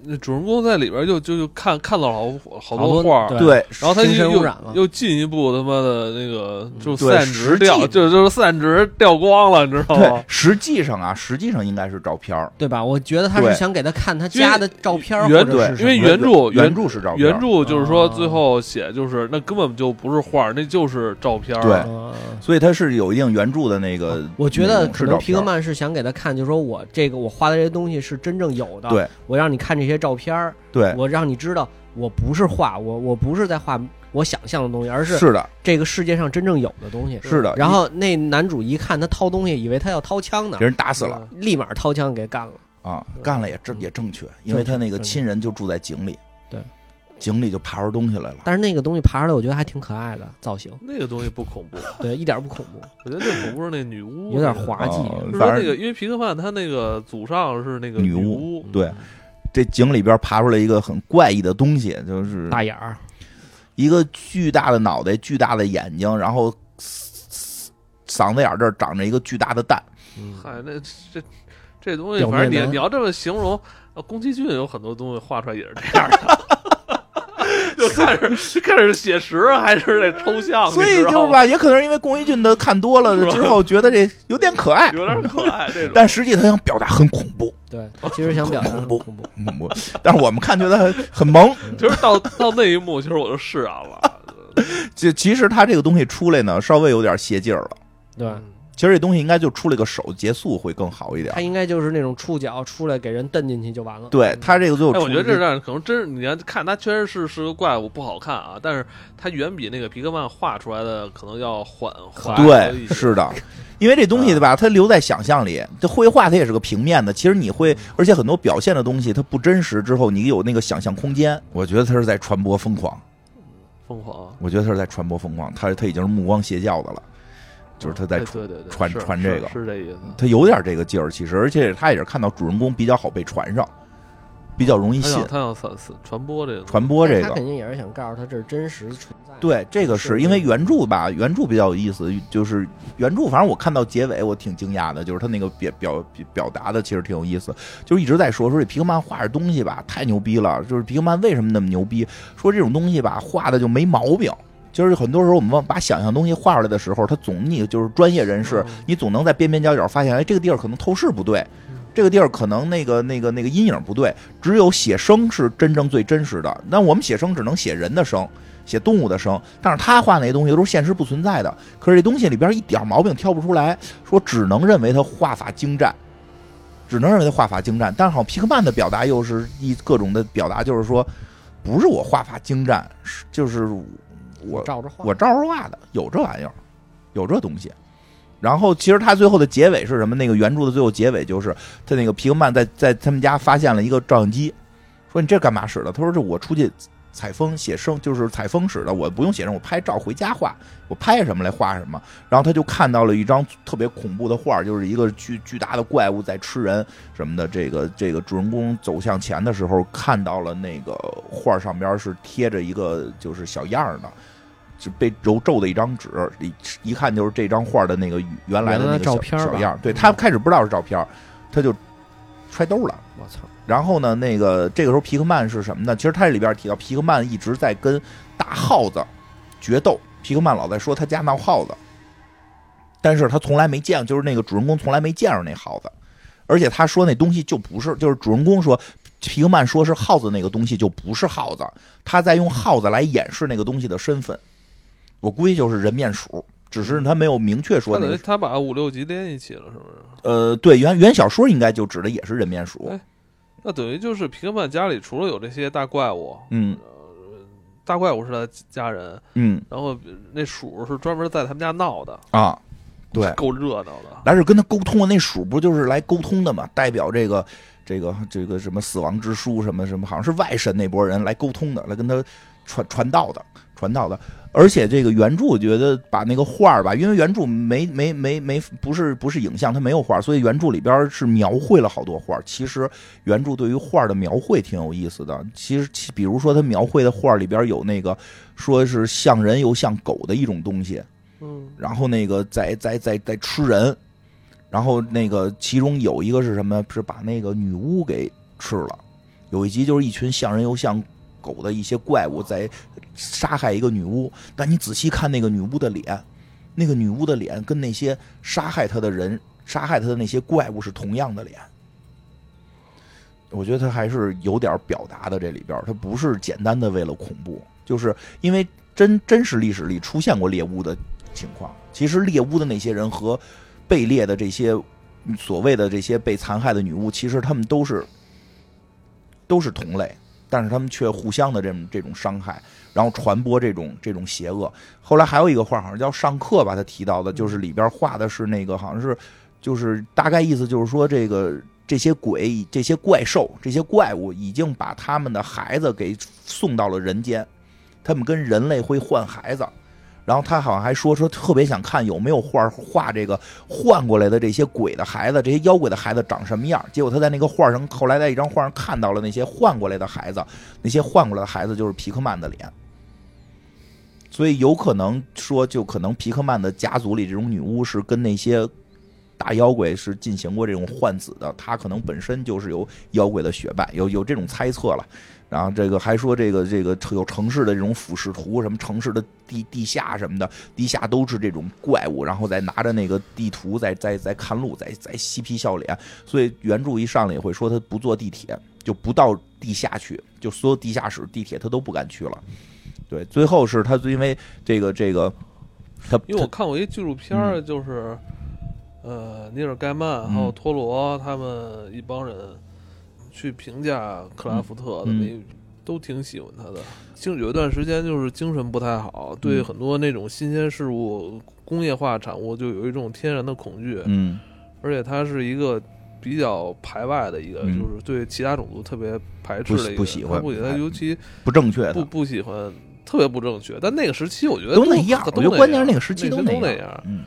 [SPEAKER 1] 呃主人公在里边就就就看看到了好好
[SPEAKER 3] 好
[SPEAKER 1] 多
[SPEAKER 3] 多
[SPEAKER 1] 画儿，
[SPEAKER 3] 对
[SPEAKER 2] 对，
[SPEAKER 1] 然后他
[SPEAKER 3] 深深
[SPEAKER 1] 又
[SPEAKER 3] 污染嘛
[SPEAKER 1] 又进一步他妈的那个就
[SPEAKER 2] 对
[SPEAKER 1] 散值
[SPEAKER 2] 实际
[SPEAKER 1] 掉，就就是散值掉光了，你知道
[SPEAKER 2] 对
[SPEAKER 1] 吗，？
[SPEAKER 2] 实际上啊，实际上应该是照片儿，
[SPEAKER 3] 对吧？我觉得他
[SPEAKER 2] 对
[SPEAKER 3] 是想给他看他家的照片儿，
[SPEAKER 1] 因为
[SPEAKER 3] 或者
[SPEAKER 2] 对
[SPEAKER 3] 是，什
[SPEAKER 1] 因为
[SPEAKER 3] 么
[SPEAKER 1] 原著
[SPEAKER 2] 原
[SPEAKER 1] 原
[SPEAKER 2] 著是照片儿，
[SPEAKER 1] 原著就是说
[SPEAKER 3] 哦
[SPEAKER 1] 最后写就是那根本就不是画儿，那就是照片儿。
[SPEAKER 2] 对
[SPEAKER 3] 嗯
[SPEAKER 2] 所以它是有一定原著的那个。
[SPEAKER 3] 哦我觉得
[SPEAKER 2] 嗯是
[SPEAKER 3] 可
[SPEAKER 2] 照
[SPEAKER 3] 能皮
[SPEAKER 2] 片
[SPEAKER 3] 克
[SPEAKER 2] 儿。
[SPEAKER 3] 曼是想给他看，就是说我这个我画的这些东西是真正有的，
[SPEAKER 2] 对
[SPEAKER 3] 我让你看这些照片儿，
[SPEAKER 2] 对
[SPEAKER 3] 我让你知道我不是画，我我不是在画我想象的东西，而是
[SPEAKER 2] 是的，
[SPEAKER 3] 这个世界上真正有的东西。
[SPEAKER 2] 是的。
[SPEAKER 3] 然后那男主一看他掏东西，以为他要掏枪呢
[SPEAKER 2] 给，人打死了
[SPEAKER 3] 立马掏枪给干了。
[SPEAKER 2] 啊，
[SPEAKER 3] 对
[SPEAKER 2] 干了也正
[SPEAKER 3] 嗯
[SPEAKER 2] 也正确，因为他那个
[SPEAKER 3] 正确
[SPEAKER 2] 亲人就住在井里，
[SPEAKER 3] 对，
[SPEAKER 2] 井里就爬出东西来了。
[SPEAKER 3] 但是那个东西爬出来，我觉得还挺可爱的 造型，
[SPEAKER 1] 那个东西不恐怖，
[SPEAKER 3] 对，一点不恐怖，
[SPEAKER 1] 我觉得最恐怖是那女巫，
[SPEAKER 3] 有点滑稽。
[SPEAKER 2] 哦
[SPEAKER 1] 就是说
[SPEAKER 2] 反
[SPEAKER 1] 那个，
[SPEAKER 2] 正
[SPEAKER 1] 因为皮克曼他那个祖上是那个
[SPEAKER 2] 女
[SPEAKER 1] 巫，嗯
[SPEAKER 2] 对，这井里边爬出来一个很怪异的东西，就是
[SPEAKER 3] 大眼儿，
[SPEAKER 2] 一个巨大的脑袋、巨大的眼睛，然后嘶嗓子眼儿这儿长着一个巨大的蛋。
[SPEAKER 3] 嗯
[SPEAKER 1] 嗨，那这这东西，
[SPEAKER 3] 表面
[SPEAKER 1] 反正你
[SPEAKER 3] 男
[SPEAKER 1] 你要这么形容，呃宫崎骏有很多东西画出来也是这样的。 就看是看是写实还是那抽象，
[SPEAKER 2] 所
[SPEAKER 1] 你
[SPEAKER 2] 以
[SPEAKER 1] 知
[SPEAKER 2] 就
[SPEAKER 1] 道
[SPEAKER 2] 是
[SPEAKER 1] 吗，
[SPEAKER 2] 吧，也可能是因为宫崎骏的看多
[SPEAKER 1] 是
[SPEAKER 2] 了
[SPEAKER 1] 吧
[SPEAKER 2] 之后，觉得这有点可爱，
[SPEAKER 1] 有点可爱这种。
[SPEAKER 2] 但实际他想表达很恐怖，
[SPEAKER 3] 对，他其实想表达
[SPEAKER 2] 恐怖
[SPEAKER 3] 恐怖，
[SPEAKER 2] 很恐怖。但是我们 看觉得很很萌。
[SPEAKER 1] 其实到到那一幕，其实我就释然了。
[SPEAKER 2] 就其实他这个东西出来呢，稍微有点泄劲儿了。
[SPEAKER 3] 对。
[SPEAKER 2] 其实这东西应该就出了个手结束会更好一点
[SPEAKER 3] 他。应该就是那种触角出来给人蹬进去就完了。嗯
[SPEAKER 2] 对他这个就
[SPEAKER 1] 哎，我觉得这
[SPEAKER 2] 是
[SPEAKER 1] 让可能真是你要看它，确实是是个怪物，不好看啊。但是它远比那个皮克曼画出来的可能要缓缓和一
[SPEAKER 2] 对
[SPEAKER 1] 些
[SPEAKER 2] 是的，因为这东西
[SPEAKER 1] 嗯
[SPEAKER 2] 对吧，它留在想象里。这绘画它也是个平面的，其实你会，而且很多表现的东西它不真实之后，你有那个想象空间。我觉得他是在传播疯狂，
[SPEAKER 1] 疯狂，啊
[SPEAKER 2] 我觉得他是在传播疯狂，他他已经是目光邪教的了，就是他在
[SPEAKER 1] 哎对对对
[SPEAKER 2] 传
[SPEAKER 1] 是
[SPEAKER 2] 传这
[SPEAKER 1] 是
[SPEAKER 2] 个嗯
[SPEAKER 1] 是这意思。
[SPEAKER 2] 他有点这个劲儿，其实，而且他也是看到主人公比较好被传上，比较容易
[SPEAKER 1] 他
[SPEAKER 2] 信
[SPEAKER 1] 想他想传传播这个东西
[SPEAKER 2] 传播这
[SPEAKER 3] 哎他
[SPEAKER 2] 个
[SPEAKER 3] 肯。定也是想告诉他这是真实存在的。
[SPEAKER 2] 对，这个是
[SPEAKER 3] 是
[SPEAKER 2] 因为原著吧，原著比较有意思，就是原著，反正我看到结尾我挺惊讶的，就是他那个表表表达的其实挺有意思，就是一直在说说这皮克曼画这东西吧太牛逼了，就是皮克曼为什么那么牛逼，说这种东西吧画的就没毛病。就是很多时候我们往把想象东西画出来的时候，他总你就是专业人士
[SPEAKER 1] 嗯，
[SPEAKER 2] 你总能在边边角角发现，哎，这个地儿可能透视不对，这个地儿可能那个那个那个阴影不对。只有写生是真正最真实的，那我们写生只能写人的生，写动物的生，但是他画那些东西都是现实不存在的。可是这东西里边一点毛病挑不出来，说只能认为他画法精湛，只能认为他画法精湛。但是好像皮克曼的表达又是一各种的表达，就是说不是我画法精湛，是就是我
[SPEAKER 3] 照着画。
[SPEAKER 2] 我照着画的，有这玩意儿，有这东西。然后其实他最后的结尾是什么？那个原著的最后结尾就是他那个皮克曼在在他们家发现了一个照相机，说你这干嘛使的？他说这我出去采风写生，就是采风使的，我不用写生，我拍照回家画，我拍什么来画什么。然后他就看到了一张特别恐怖的画，就是一个巨巨大的怪物在吃人什么的。这个这个主人公走向前的时候，看到了那个画上边是贴着一个就是小样儿的。是被揉皱的一张纸，一一看就是这张画的那个原来的那
[SPEAKER 3] 原
[SPEAKER 2] 个
[SPEAKER 3] 来的
[SPEAKER 2] 小
[SPEAKER 3] 照片儿吧
[SPEAKER 2] 小样儿。对他开始不知道是照片儿，他就揣兜了。
[SPEAKER 3] 我操！
[SPEAKER 2] 然后呢，那个这个时候皮克曼是什么呢？其实他这里边提到皮克曼一直在跟大耗子决斗，皮克曼老在说他家闹耗子，但是他从来没见，就是那个主人公从来没见着那耗子，而且他说那东西就不是，就是主人公说。皮克曼说是耗子那个东西就不是耗子，他在用耗子来掩饰那个东西的身份。我估计就是人面鼠，只是他没有明确说
[SPEAKER 1] 他
[SPEAKER 2] 那
[SPEAKER 1] 等于
[SPEAKER 2] 个。
[SPEAKER 1] 他把五六集连一起了，是不是？
[SPEAKER 2] 呃，对，原原小说应该就指的也是人面鼠
[SPEAKER 1] 哎。那等于就是皮克曼家里除了有这些大怪物，
[SPEAKER 2] 嗯
[SPEAKER 1] 大怪物是他家人，
[SPEAKER 2] 嗯
[SPEAKER 1] 然后那鼠是专门在他们家闹的，
[SPEAKER 2] 啊，对，
[SPEAKER 1] 够热闹的。
[SPEAKER 2] 来是跟他沟通的那鼠不就是来沟通的嘛？代表这个这个这个什么死亡之书什么什么，好像是外神那波人来沟通的，来跟他传传道的传道的。而且这个原著，我觉得把那个画儿吧，因为原著没没没没不是不是影像，它没有画儿，所以原著里边儿是描绘了好多画儿。其实原著对于画儿的描绘挺有意思的。其实其比如说他描绘的画儿里边儿有那个说是像人又像狗的一种东西，
[SPEAKER 1] 嗯，
[SPEAKER 2] 然后那个在在在在吃人，然后那个其中有一个是什么？是把那个女巫给吃了。有一集就是一群像人又像狗的一些怪物在杀害一个女巫，但你仔细看那个女巫的脸，那个女巫的脸跟那些杀害她的人、杀害她的那些怪物是同样的脸。我觉得他还是有点表达的，这里边他不是简单的为了恐怖，就是因为真真实历史里出现过猎巫的情况。其实猎巫的那些人和被猎的这些嗯所谓的这些被残害的女巫，其实他们都是都是同类，但是他们却互相的这种这种伤害，然后传播这种这种邪恶。后来还有一个画，好像叫《上课》吧，他提到的，就是里边画的是那个好像是，就是大概意思就是说这个。这些鬼、这些怪兽、这些怪物已经把他们的孩子给送到了人间，他们跟人类会换孩子。然后他好像还说说特别想看有没有画画这个换过来的这些鬼的孩子，这些妖怪的孩子长什么样。结果他在那个画上，后来在一张画上看到了那些换过来的孩子，那些换过来的孩子就是皮克曼的脸。所以有可能说，就可能皮克曼的家族里这种女巫是跟那些大妖怪是进行过这种换子的，他可能本身就是有妖怪的血脉，有有这种猜测了。然后这个还说这个这个有城市的这种俯视图，什么城市的地地下什么的，地下都是这种怪物，然后再拿着那个地图再再再看路，再再嬉皮笑脸。所以原著一上来也会说他不坐地铁，就不到地下去，就所有地下室、地铁他都不敢去了。对，最后是他因为这个这个他
[SPEAKER 1] 因为我看过一纪录片儿，就是、呃，尼尔盖曼还有
[SPEAKER 2] 嗯
[SPEAKER 1] 托罗他们一帮人去评价克拉夫特的
[SPEAKER 2] 嗯
[SPEAKER 1] 那。都挺喜欢他的，精有一段时间就是精神不太好，对
[SPEAKER 2] 嗯
[SPEAKER 1] 很多那种新鲜事物、工业化产物就有一种天然的恐惧。
[SPEAKER 2] 嗯
[SPEAKER 1] 而且他是一个比较排外的一个，
[SPEAKER 2] 嗯
[SPEAKER 1] 就是对其他种族特别排斥
[SPEAKER 2] 不
[SPEAKER 1] 的一个
[SPEAKER 2] 喜
[SPEAKER 1] 人，
[SPEAKER 2] 不
[SPEAKER 1] 他
[SPEAKER 2] 喜欢
[SPEAKER 1] 不喜欢，
[SPEAKER 2] 哎
[SPEAKER 1] 尤其
[SPEAKER 2] 不正确
[SPEAKER 1] 不
[SPEAKER 2] 的，
[SPEAKER 1] 不喜欢，特别不正确。但那个时期，我觉得
[SPEAKER 2] 都
[SPEAKER 1] 那
[SPEAKER 2] 那样。我
[SPEAKER 1] 都
[SPEAKER 2] 觉得关键是
[SPEAKER 1] 那
[SPEAKER 2] 那个时期
[SPEAKER 1] 都
[SPEAKER 2] 都
[SPEAKER 1] 那
[SPEAKER 2] 样。
[SPEAKER 1] 样。
[SPEAKER 2] 嗯，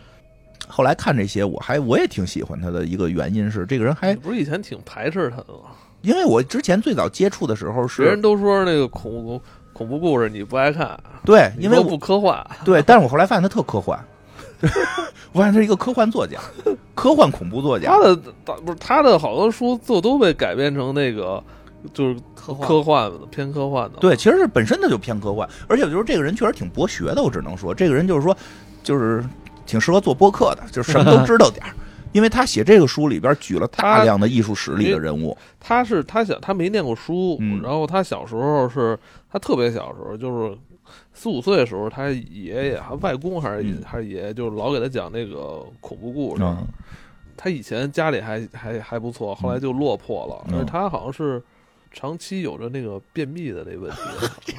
[SPEAKER 2] 后来看这些，我还我也挺喜欢他的一个原因是，这个人还
[SPEAKER 1] 你不是以前挺排斥他的吗？
[SPEAKER 2] 因为我之前最早接触的时候
[SPEAKER 1] 别人
[SPEAKER 2] 是
[SPEAKER 1] 都说那个恐怖恐怖故事你不爱看，
[SPEAKER 2] 对，
[SPEAKER 1] 你
[SPEAKER 2] 因为
[SPEAKER 1] 说
[SPEAKER 2] 我
[SPEAKER 1] 不科幻，
[SPEAKER 2] 对，但是我后来发现他特科幻， 我发现他是一个科幻作家， 科幻恐怖作家
[SPEAKER 1] 他。的他不是他的好多书就都被改编成那个就是
[SPEAKER 3] 科幻
[SPEAKER 1] 科幻的偏科幻的。
[SPEAKER 2] 对，，其实是本身他就偏科幻，而且我觉得这个人确实挺博学的。我只能说，这个人就是说，就是挺适合做播客的，就是什么都知道点儿。因为他写这个书里边举了大
[SPEAKER 1] 他
[SPEAKER 2] 量的艺术史里的人物，
[SPEAKER 1] 他是他小他没念过书，
[SPEAKER 2] 嗯
[SPEAKER 1] 然后他小时候是他特别小时候，就是四五岁的时候，他爷爷还外公还是、
[SPEAKER 2] 嗯
[SPEAKER 1] 还是爷爷，就是老给他讲那个恐怖故事。
[SPEAKER 2] 嗯
[SPEAKER 1] 他以前家里还还还不错，后来就落魄了，
[SPEAKER 2] 嗯
[SPEAKER 1] 而他好像是长期有着那个便秘的那问题，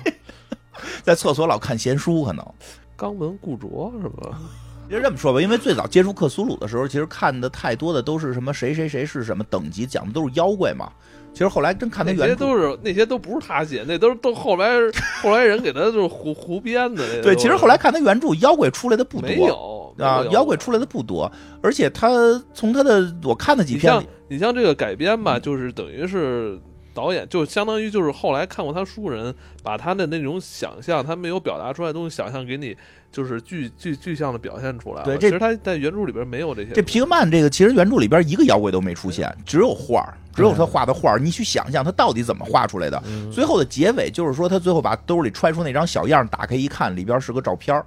[SPEAKER 2] 在厕所老看闲书，可能
[SPEAKER 1] 肛门固着什么。
[SPEAKER 2] 就这么说吧。因为最早接触克苏鲁的时候，其实看的太多的都是什么谁谁谁是什么等级，讲的都是妖怪嘛。其实后来真看他
[SPEAKER 1] 那
[SPEAKER 2] 原
[SPEAKER 1] 些
[SPEAKER 2] 著，
[SPEAKER 1] 都是那些都不是他写，那都是都后来后来人给他就是胡胡编的。那都
[SPEAKER 2] 对，其实后来看他原著，妖怪出来的不多，
[SPEAKER 1] 没有
[SPEAKER 2] 啊，
[SPEAKER 1] 没有
[SPEAKER 2] 妖怪出来的不多，而且他从他的我看的几
[SPEAKER 1] 你
[SPEAKER 2] 篇
[SPEAKER 1] 像
[SPEAKER 2] 里，嗯
[SPEAKER 1] 你像这个改编吧，就是等于是导演，就相当于就是后来看过他书人，把他的那种想象，他没有表达出来的东西，想象给你就是具具具象的表现出来了。
[SPEAKER 2] 对这
[SPEAKER 1] 其实他在原著里边没有这些东西。
[SPEAKER 2] 这皮克曼这个其实原著里边一个妖怪都没出现，只有画儿，只有他画的画儿，你去想象他到底怎么画出来的。
[SPEAKER 1] 嗯
[SPEAKER 2] 最后的结尾就是说，他最后把兜里揣出那张小样儿打开一看，里边是个照片儿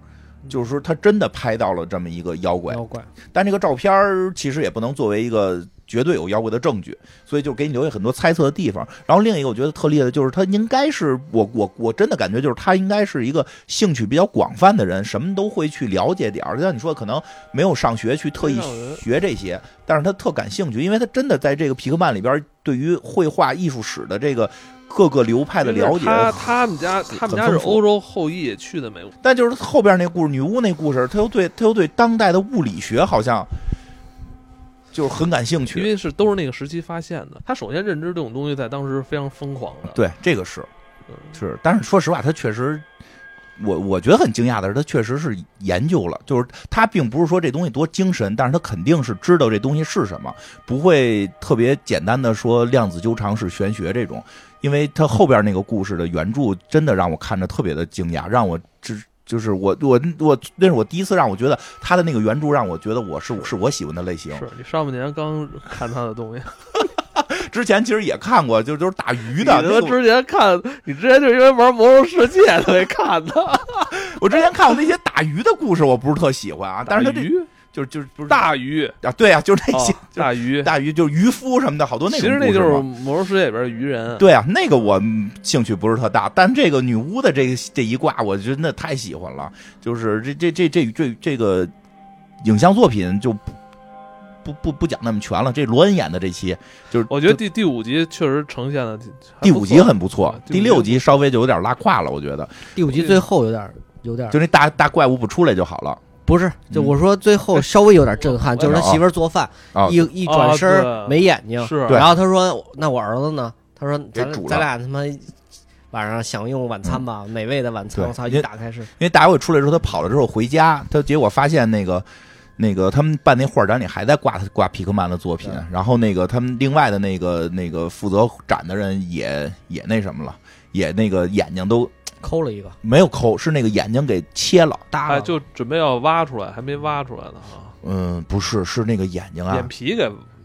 [SPEAKER 2] 就是说他真的拍到了这么一个妖怪，
[SPEAKER 3] 妖怪，
[SPEAKER 2] 但这个照片儿其实也不能作为一个绝对有妖怪的证据，所以就给你留下很多猜测的地方。然后另一个我觉得特厉害的就是他应该是我我我真的感觉就是他应该是一个兴趣比较广泛的人，什么都会去了解点儿。就像你说，可能没有上学去特意
[SPEAKER 1] 真让人
[SPEAKER 2] 学这些，但是他特感兴趣，因为他真的在这个皮克曼里边儿对于绘画艺术史的这个各个流派的
[SPEAKER 1] 就是
[SPEAKER 2] 了解
[SPEAKER 1] 他他们家他们家是
[SPEAKER 2] 很丰富
[SPEAKER 1] 欧洲后裔去的美国，
[SPEAKER 2] 但就是后边那故事，女巫那故事，他又对他又对当代的物理学好像就是很感兴
[SPEAKER 1] 因
[SPEAKER 2] 趣。
[SPEAKER 1] 为是都是那个时期发现的。他首先认知这种东西在当时是非常疯狂的。
[SPEAKER 2] 对，这个是
[SPEAKER 1] 嗯，
[SPEAKER 2] 是，但是说实话，他确实，我我觉得很惊讶的是，他确实是研究了，就是他并不是说这东西多精深，但是他肯定是知道这东西是什么，不会特别简单的说量子纠缠式玄学这种，因为他后边那个故事的原著真的让我看着特别的惊讶，让我只。就是我我我那是我第一次让我觉得他的那个原著让我觉得我是是我喜欢的类型。
[SPEAKER 1] 是你上半年刚看他的东西，
[SPEAKER 2] 之前其实也看过，就就是打鱼
[SPEAKER 1] 你
[SPEAKER 2] 的。
[SPEAKER 1] 他
[SPEAKER 2] 那
[SPEAKER 1] 妈
[SPEAKER 2] 个
[SPEAKER 1] 之前看，你之前就是因为玩《魔兽世界》才看的。
[SPEAKER 2] 我之前看过那些打鱼的故事，我不是特喜欢啊。 但是他
[SPEAKER 1] 大
[SPEAKER 2] 这
[SPEAKER 1] 鱼
[SPEAKER 2] 就是就是不是
[SPEAKER 1] 大鱼，
[SPEAKER 2] 啊，对啊，就是那
[SPEAKER 1] 哦
[SPEAKER 2] 些、
[SPEAKER 1] 大鱼
[SPEAKER 2] 就，大鱼，就是渔夫什么的，好多那
[SPEAKER 1] 其
[SPEAKER 2] 种
[SPEAKER 1] 实那
[SPEAKER 2] 故事
[SPEAKER 1] 就是《
[SPEAKER 2] 嘛
[SPEAKER 1] 魔兽世界》里边的鱼人。
[SPEAKER 2] 对啊，那个我嗯兴趣不是特大，但这个女巫的这个这一卦，我真的太喜欢了。就是这这这这这这个影像作品就不不不不讲那么全了。这罗恩演的这期就是，
[SPEAKER 1] 我觉得
[SPEAKER 2] 就
[SPEAKER 1] 第第五集确实呈现的
[SPEAKER 2] 第五集很不错
[SPEAKER 1] 啊，第五
[SPEAKER 2] 第
[SPEAKER 1] 集
[SPEAKER 2] 六集稍微就有点拉胯了，我觉得
[SPEAKER 3] 第五集最后有点儿有点儿
[SPEAKER 2] 就那大大怪物不出来就好了
[SPEAKER 3] 不是，
[SPEAKER 2] 嗯
[SPEAKER 3] 就
[SPEAKER 2] 哦
[SPEAKER 3] 我说最后稍微有点震撼，
[SPEAKER 1] 我
[SPEAKER 3] 就是他媳妇儿做饭，
[SPEAKER 2] 啊。
[SPEAKER 3] 一一转身儿
[SPEAKER 1] 啊对
[SPEAKER 3] 没眼睛，
[SPEAKER 1] 是
[SPEAKER 2] 对
[SPEAKER 3] 然后他说那我儿子呢？他说
[SPEAKER 2] 给
[SPEAKER 3] 咱
[SPEAKER 2] 煮了嗯
[SPEAKER 3] 咱俩他妈晚上享用晚餐吧，美味的晚餐。
[SPEAKER 2] 对
[SPEAKER 3] 我操，
[SPEAKER 2] 因为
[SPEAKER 3] 一打开是
[SPEAKER 2] 因为大家会出来之后，他跑了之后回家，他结果发现那个那个他们办那画展里还在挂挂皮克曼的作品
[SPEAKER 3] 对，
[SPEAKER 2] 然后那个他们另外的那个那个负责展的人也也那什么了，也那个眼睛都
[SPEAKER 3] 抠了一个，
[SPEAKER 2] 没有抠，是那个眼睛给切了。
[SPEAKER 3] 搭
[SPEAKER 1] 哎，
[SPEAKER 3] 了，
[SPEAKER 1] 就准备要挖出来，还没挖出来呢
[SPEAKER 2] 嗯，不是，是那个眼睛
[SPEAKER 1] 啊，
[SPEAKER 2] 啊
[SPEAKER 1] 眼，皮给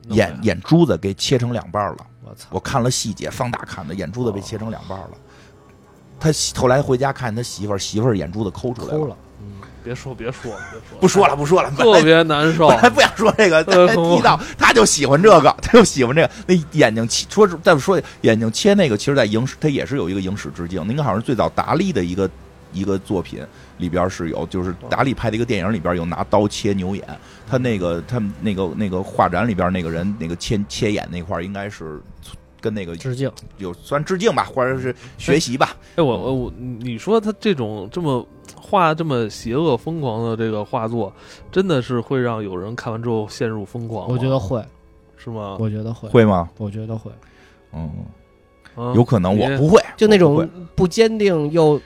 [SPEAKER 1] 弄
[SPEAKER 2] 眼
[SPEAKER 1] 开
[SPEAKER 2] 眼珠子给切成两半了。
[SPEAKER 3] 我操，
[SPEAKER 2] 我看了细节，放大看的，眼珠子被切成两半了。他媳后来回家看他媳妇儿，媳妇儿眼珠子抠出来
[SPEAKER 3] 抠了，嗯
[SPEAKER 1] 别说别说了别说了，
[SPEAKER 2] 不说了，不说了，
[SPEAKER 1] 特别难受
[SPEAKER 2] 本。来不想说这个，
[SPEAKER 1] 呃
[SPEAKER 2] 但提到他就喜欢这个， 他就喜欢这个。那眼睛切，说再说眼睛切那个，其实在影史，它也是有一个影史致敬。那个好像是最早达利的一个一个作品里边是有，就是达利拍的一个电影里边有拿刀切牛眼。他那个他们那个那个画展里边那个人那个切切眼那块儿应该是跟那个
[SPEAKER 3] 致敬。
[SPEAKER 2] 有算致敬吧，或者是学习吧。
[SPEAKER 1] 哎，我我我，你说他这种这么画这么邪恶疯狂的这个画作，真的是会让有人看完之后陷入疯狂吗？
[SPEAKER 3] 我觉得会，
[SPEAKER 1] 是吗？
[SPEAKER 3] 我觉得会，
[SPEAKER 2] 会吗？
[SPEAKER 3] 我觉得会，
[SPEAKER 2] 嗯，
[SPEAKER 1] 嗯
[SPEAKER 2] 有可能我
[SPEAKER 1] 你
[SPEAKER 2] 不会，
[SPEAKER 3] 就那
[SPEAKER 2] 我
[SPEAKER 3] 种不坚定又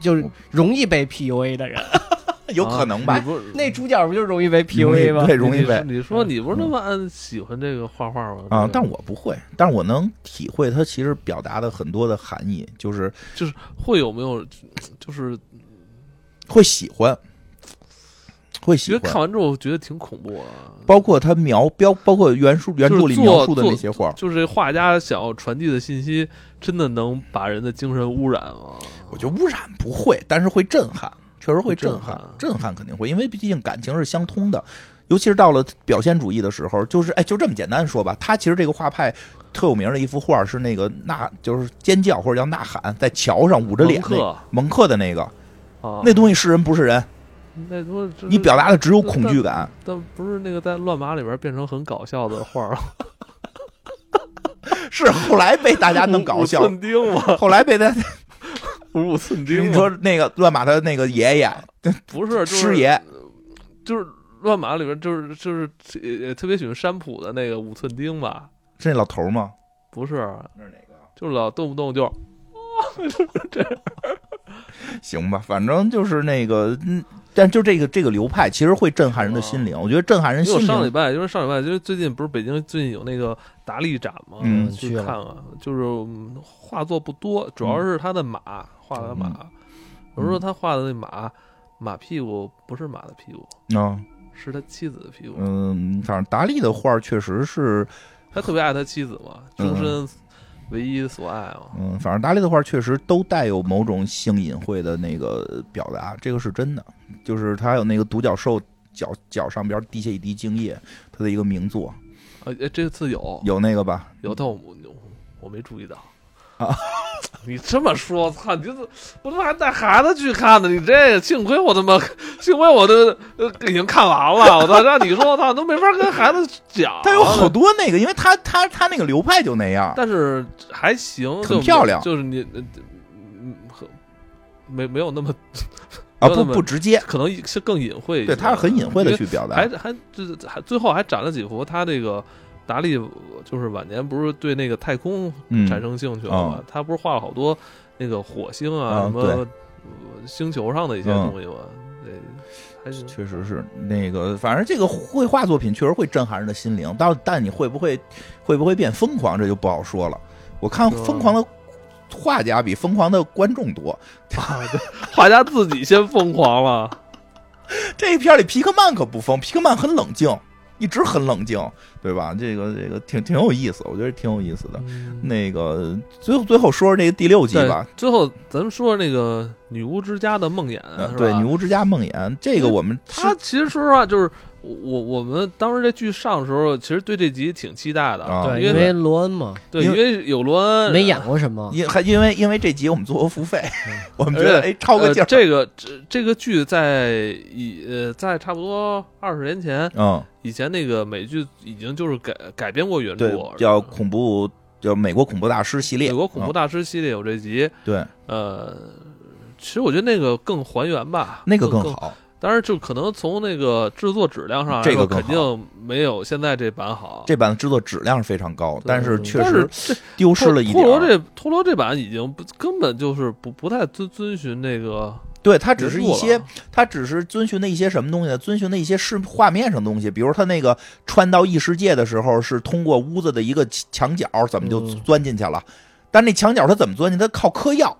[SPEAKER 3] 就是容易被 PUA 的人，
[SPEAKER 2] 不会有可能
[SPEAKER 1] 啊
[SPEAKER 2] 吧
[SPEAKER 1] 你。不是
[SPEAKER 3] 那主角不就是容易被 PUA 吗
[SPEAKER 2] 对，？容易
[SPEAKER 1] 你
[SPEAKER 2] 被。嗯
[SPEAKER 1] 你说你不是那么按喜欢这个画画吗？
[SPEAKER 2] 啊，但
[SPEAKER 1] 我
[SPEAKER 2] 我不会，但是我能体会它其实表达的很多的含义，就是
[SPEAKER 1] 会有没有就是
[SPEAKER 2] 会喜欢，会喜
[SPEAKER 1] 觉得看
[SPEAKER 2] 欢，
[SPEAKER 1] 完之后觉得挺恐怖啊？
[SPEAKER 2] 包括他描标，包括原书原著里
[SPEAKER 1] 做
[SPEAKER 2] 描述的
[SPEAKER 1] 做
[SPEAKER 2] 那些画儿，
[SPEAKER 1] 就是这画家想要传递的信息，真的能把人的精神污染吗？
[SPEAKER 2] 我觉得污染不会，但是会震撼，确实会震撼
[SPEAKER 1] 会，
[SPEAKER 2] 震撼肯定会，因为毕竟感情是相通的，尤其是到了表现主义的时候，就是哎，就这么简单说吧，他其实这个画派。特有名的一幅画儿是那个呐，就是尖叫或者叫呐喊，在桥上捂着脸
[SPEAKER 1] 蒙
[SPEAKER 2] 那
[SPEAKER 1] 克
[SPEAKER 2] 蒙克的那个，
[SPEAKER 1] 啊，
[SPEAKER 2] 那东西是人不是人？
[SPEAKER 1] 那多这
[SPEAKER 2] 你表达的只有恐惧感，
[SPEAKER 1] 但不是那个在乱码里边变成很搞笑的画儿，
[SPEAKER 2] 嗯是后来被大家弄搞
[SPEAKER 1] 五
[SPEAKER 2] 笑，
[SPEAKER 1] 寸钉 吗？
[SPEAKER 2] 后来被他
[SPEAKER 1] 五寸钉
[SPEAKER 2] 你
[SPEAKER 1] 吗？
[SPEAKER 2] 说那个乱马的那个爷爷
[SPEAKER 1] 不是，就是
[SPEAKER 2] 师爷，
[SPEAKER 1] 就是乱码里边就是就是也也特别喜欢山普的那个五寸钉吧？
[SPEAKER 2] 是那老头儿吗？
[SPEAKER 1] 不是，
[SPEAKER 2] 是哪个？
[SPEAKER 1] 就是老动不动就
[SPEAKER 2] 行吧，反正就是那个，嗯，但就这个这个流派其实会震撼人的心灵，啊我觉得震撼人
[SPEAKER 1] 因为我
[SPEAKER 2] 心
[SPEAKER 1] 上礼
[SPEAKER 2] 灵。
[SPEAKER 1] 拜，因为上礼拜就是最近不是北京最近有那个达利展嘛，
[SPEAKER 2] 嗯
[SPEAKER 1] 去
[SPEAKER 3] 去了
[SPEAKER 1] 看啊，就是嗯画作不多，主要是他的马、画的马。有时候他画的那马，马屁股不是马的屁股，
[SPEAKER 2] 嗯
[SPEAKER 1] 是他妻子的屁股。
[SPEAKER 2] 嗯，反正达利的画儿确实是，
[SPEAKER 1] 他特别爱他妻子嘛，终身唯一所爱嘛。
[SPEAKER 2] 嗯，反正达利的画儿确实都带有某种性隐晦的那个表达，这个是真的。就是他有那个独角兽脚脚上边滴下一滴精液，他的一个名作，
[SPEAKER 1] 呃、哎这次有
[SPEAKER 2] 有那个吧？
[SPEAKER 1] 有，但我我我没注意到。
[SPEAKER 2] 啊
[SPEAKER 1] 你这么说，操！你这我他妈还带孩子去看的，你这幸亏我他妈， 幸亏我都呃已经看完了，我操！让你说，我操，都没法跟孩子讲。
[SPEAKER 2] 他有好多那个，因为他他他那个流派就那样。
[SPEAKER 1] 但是还行，
[SPEAKER 2] 很
[SPEAKER 1] 就
[SPEAKER 2] 漂亮
[SPEAKER 1] 就是你，呃嗯，很没没有那么没
[SPEAKER 2] 啊，
[SPEAKER 1] 有
[SPEAKER 2] 不
[SPEAKER 1] 那么
[SPEAKER 2] 不直接，
[SPEAKER 1] 可能是更隐晦一些，
[SPEAKER 2] 对，他是很隐晦的去表达
[SPEAKER 1] 还，还这还最后还展了几幅他这个达利，就是晚年不是对那个太空
[SPEAKER 2] 嗯，
[SPEAKER 1] 产生兴趣了嘛？
[SPEAKER 2] 嗯
[SPEAKER 1] 他不是画了好多那个火星啊、
[SPEAKER 2] 啊
[SPEAKER 1] 什么
[SPEAKER 2] 对
[SPEAKER 1] 呃星球上的一些
[SPEAKER 2] 嗯
[SPEAKER 1] 东西嘛？对，还行。
[SPEAKER 2] 确实是那个，反正这个绘画作品确实会震撼人的心灵，但但你会不会会不会变疯狂，这就不好说了。我看
[SPEAKER 1] 对
[SPEAKER 2] 疯狂的画家比疯狂的观众多。
[SPEAKER 1] 画家自己先疯狂 了，
[SPEAKER 2] 这一片里皮克曼可不疯，皮克曼很冷静，一直很冷静，对吧？这个这个挺挺有意思，我觉得挺有意思的。
[SPEAKER 3] 嗯
[SPEAKER 2] 那个最后最后说说这个第六集
[SPEAKER 1] 对
[SPEAKER 2] 吧，。
[SPEAKER 1] 最后咱们说那个女巫之家的梦魇
[SPEAKER 2] 嗯，
[SPEAKER 1] 是吧
[SPEAKER 2] 对，《女巫之家梦魇》这个我们
[SPEAKER 1] 他其实说实话，就是我我们当时这剧上的时候，其实对这集挺期待的，
[SPEAKER 2] 啊
[SPEAKER 3] 对，
[SPEAKER 1] 因
[SPEAKER 3] 因
[SPEAKER 1] 为
[SPEAKER 3] 为罗恩嘛，
[SPEAKER 1] 对，
[SPEAKER 2] 因
[SPEAKER 1] 因
[SPEAKER 2] 为
[SPEAKER 1] 为有罗恩
[SPEAKER 3] 没演过什么，
[SPEAKER 2] 因还因为因为这集我们做过付费
[SPEAKER 3] 嗯，
[SPEAKER 2] 我们觉得
[SPEAKER 1] 而
[SPEAKER 2] 哎超个劲
[SPEAKER 1] 呃
[SPEAKER 2] 儿，
[SPEAKER 1] 这个这这个剧在以呃在差不多二十年前，
[SPEAKER 2] 嗯，
[SPEAKER 1] 以前那个美剧已经就是改改编过原
[SPEAKER 2] 对
[SPEAKER 1] 著，，
[SPEAKER 2] 叫啊恐怖叫美国恐怖大师系列，
[SPEAKER 1] 美国恐怖
[SPEAKER 2] 大、
[SPEAKER 1] 大师系列有这集，
[SPEAKER 2] 对
[SPEAKER 1] 呃，其实我觉得那个更还原吧，
[SPEAKER 2] 那个
[SPEAKER 1] 更
[SPEAKER 2] 更。好，
[SPEAKER 1] 当然，就可能从那个制作质量上来
[SPEAKER 2] 这个
[SPEAKER 1] 说，
[SPEAKER 2] 更好
[SPEAKER 1] 肯定没有现在这版好。
[SPEAKER 2] 这版的制作质量非常高，但是
[SPEAKER 3] 对
[SPEAKER 2] 确
[SPEAKER 1] 但是
[SPEAKER 2] 实
[SPEAKER 1] 这
[SPEAKER 2] 丢失了一
[SPEAKER 1] 陀
[SPEAKER 2] 点
[SPEAKER 1] 陀螺
[SPEAKER 2] 儿。
[SPEAKER 1] 这陀螺这版已经不根本就是不不太遵遵循那个
[SPEAKER 2] 对，它只
[SPEAKER 1] 原著
[SPEAKER 2] 是
[SPEAKER 1] 了，
[SPEAKER 2] 一些，它只是遵循的一些什么东西呢？遵循的一些视画面上的东西，比如它那个穿到异世界的时候，是通过屋子的一个墙角，怎么就
[SPEAKER 3] 嗯
[SPEAKER 2] 钻进去了？但那墙角它怎么钻进去？它靠嗑药。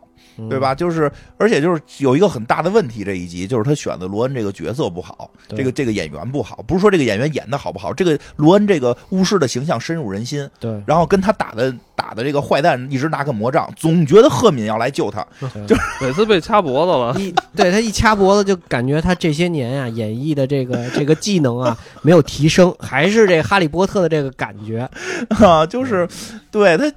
[SPEAKER 3] 嗯
[SPEAKER 2] 对？吧？就是，而且就是有一个很大的问题，这一集就是他选的罗恩这个角色不好，
[SPEAKER 3] 对
[SPEAKER 2] 这个这个演员不好，不是说这个演员演的好不好，这个罗恩这个巫师的形象深入人心，
[SPEAKER 3] 嗯对，
[SPEAKER 2] 然后跟他打的打的这个坏蛋一直拿个魔杖，总觉得赫敏要来救他，
[SPEAKER 3] 就
[SPEAKER 1] 每次被掐脖子了。
[SPEAKER 3] 一对他一掐脖子，就感觉他这些年啊演绎的这个这个技能啊没有提升，还是这哈利波特的这个感觉。
[SPEAKER 2] 啊，就是
[SPEAKER 3] 嗯
[SPEAKER 2] 对他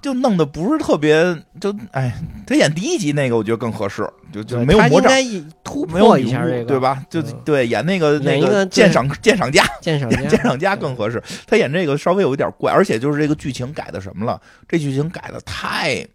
[SPEAKER 2] 就弄得不是特别，就哎，他演第一集那个我觉得更合适，就就
[SPEAKER 3] 对
[SPEAKER 2] 没有
[SPEAKER 3] 他
[SPEAKER 2] 魔
[SPEAKER 3] 应
[SPEAKER 2] 杖。
[SPEAKER 3] 该一突
[SPEAKER 2] 没有
[SPEAKER 3] 破一下
[SPEAKER 2] 礼物
[SPEAKER 3] 这个，
[SPEAKER 2] 对？吧？就
[SPEAKER 3] 嗯
[SPEAKER 2] 对演那个那
[SPEAKER 3] 演一个对
[SPEAKER 2] 鉴赏鉴赏家，
[SPEAKER 3] 鉴赏
[SPEAKER 2] 演
[SPEAKER 3] 家，
[SPEAKER 2] 鉴赏家更合适。他演这个稍微有一点怪，而且就是这个剧情改的什么了？这剧情改的太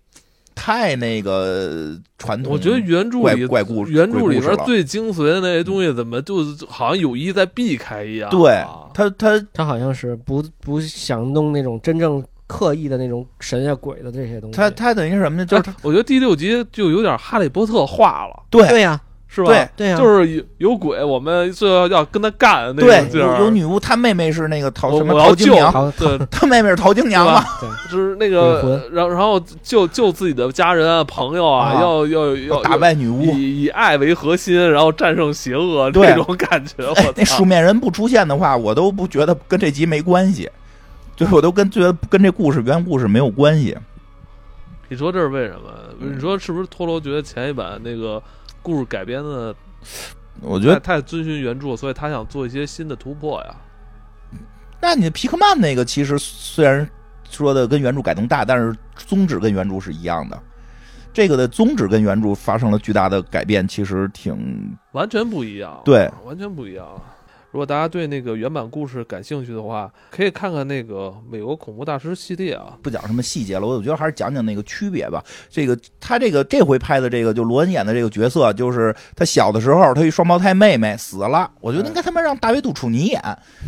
[SPEAKER 2] 太那个传统，
[SPEAKER 1] 我觉得原著
[SPEAKER 2] 怪
[SPEAKER 1] 里
[SPEAKER 2] 嗯怪故
[SPEAKER 1] 原著里
[SPEAKER 2] 鬼故事
[SPEAKER 1] 边
[SPEAKER 2] 了
[SPEAKER 1] 最精髓的那些东西，怎么就好像有意在避开一样？啊
[SPEAKER 2] 对他他
[SPEAKER 3] 他好像是不不想弄那种真正刻意的那种神呀鬼的这些东西。
[SPEAKER 2] 他他等于是什么呢？就是他
[SPEAKER 1] 哎我觉得第六集就有点哈利波特化了，
[SPEAKER 2] 对
[SPEAKER 3] 对呀，
[SPEAKER 1] 是吧？
[SPEAKER 2] 对。
[SPEAKER 3] 对呀，啊
[SPEAKER 1] 就是有有鬼，我们就要要跟他干那
[SPEAKER 2] 对
[SPEAKER 1] 种，劲
[SPEAKER 2] 有
[SPEAKER 1] 儿。
[SPEAKER 2] 有女巫，她妹妹是那个
[SPEAKER 1] 我
[SPEAKER 2] 陶什么
[SPEAKER 1] 我要
[SPEAKER 2] 陶晶
[SPEAKER 1] 救
[SPEAKER 2] 娘，
[SPEAKER 3] 好
[SPEAKER 1] 对，
[SPEAKER 2] 她妹妹是陶晶娘嘛？
[SPEAKER 3] 对
[SPEAKER 1] 就是那
[SPEAKER 3] 鬼
[SPEAKER 1] 个，
[SPEAKER 3] 魂
[SPEAKER 1] 然后然后救救自己的家人啊、朋友啊，
[SPEAKER 2] 啊
[SPEAKER 1] 要要要
[SPEAKER 2] 打败女巫。
[SPEAKER 1] 以以爱为核心，然后战胜邪恶
[SPEAKER 2] 对
[SPEAKER 1] 这种感觉。我
[SPEAKER 2] 哎，那
[SPEAKER 1] 操
[SPEAKER 2] 书！面人不出现的话，我都不觉得跟这集没关系，对我都跟觉得跟这故事原故事没有关系。
[SPEAKER 1] 你说这是为什么？你说是不是托罗觉得前一版那个故事改编的
[SPEAKER 2] 我觉
[SPEAKER 1] 太
[SPEAKER 2] 得，
[SPEAKER 1] 太遵循原著，所以他想做一些新的突破呀？
[SPEAKER 2] 那你皮克曼那个其实虽然说的跟原著改动大，但是宗旨跟原著是一样的。这个的宗旨跟原著发生了巨大的改变，其实挺
[SPEAKER 1] 完全不一样，
[SPEAKER 2] 对，
[SPEAKER 1] 完全不一样。啊如果大家对那个原版故事感兴趣的话，可以看看那个《美国恐怖大师》系列啊。
[SPEAKER 2] 不讲什么细节了，我觉得还是讲讲那个区别吧。这个他这个这回拍的这个，就罗恩演的这个角色，啊就是他小的时候，他一双胞胎妹妹死了，我觉得应该他妈让大卫杜楚尼演，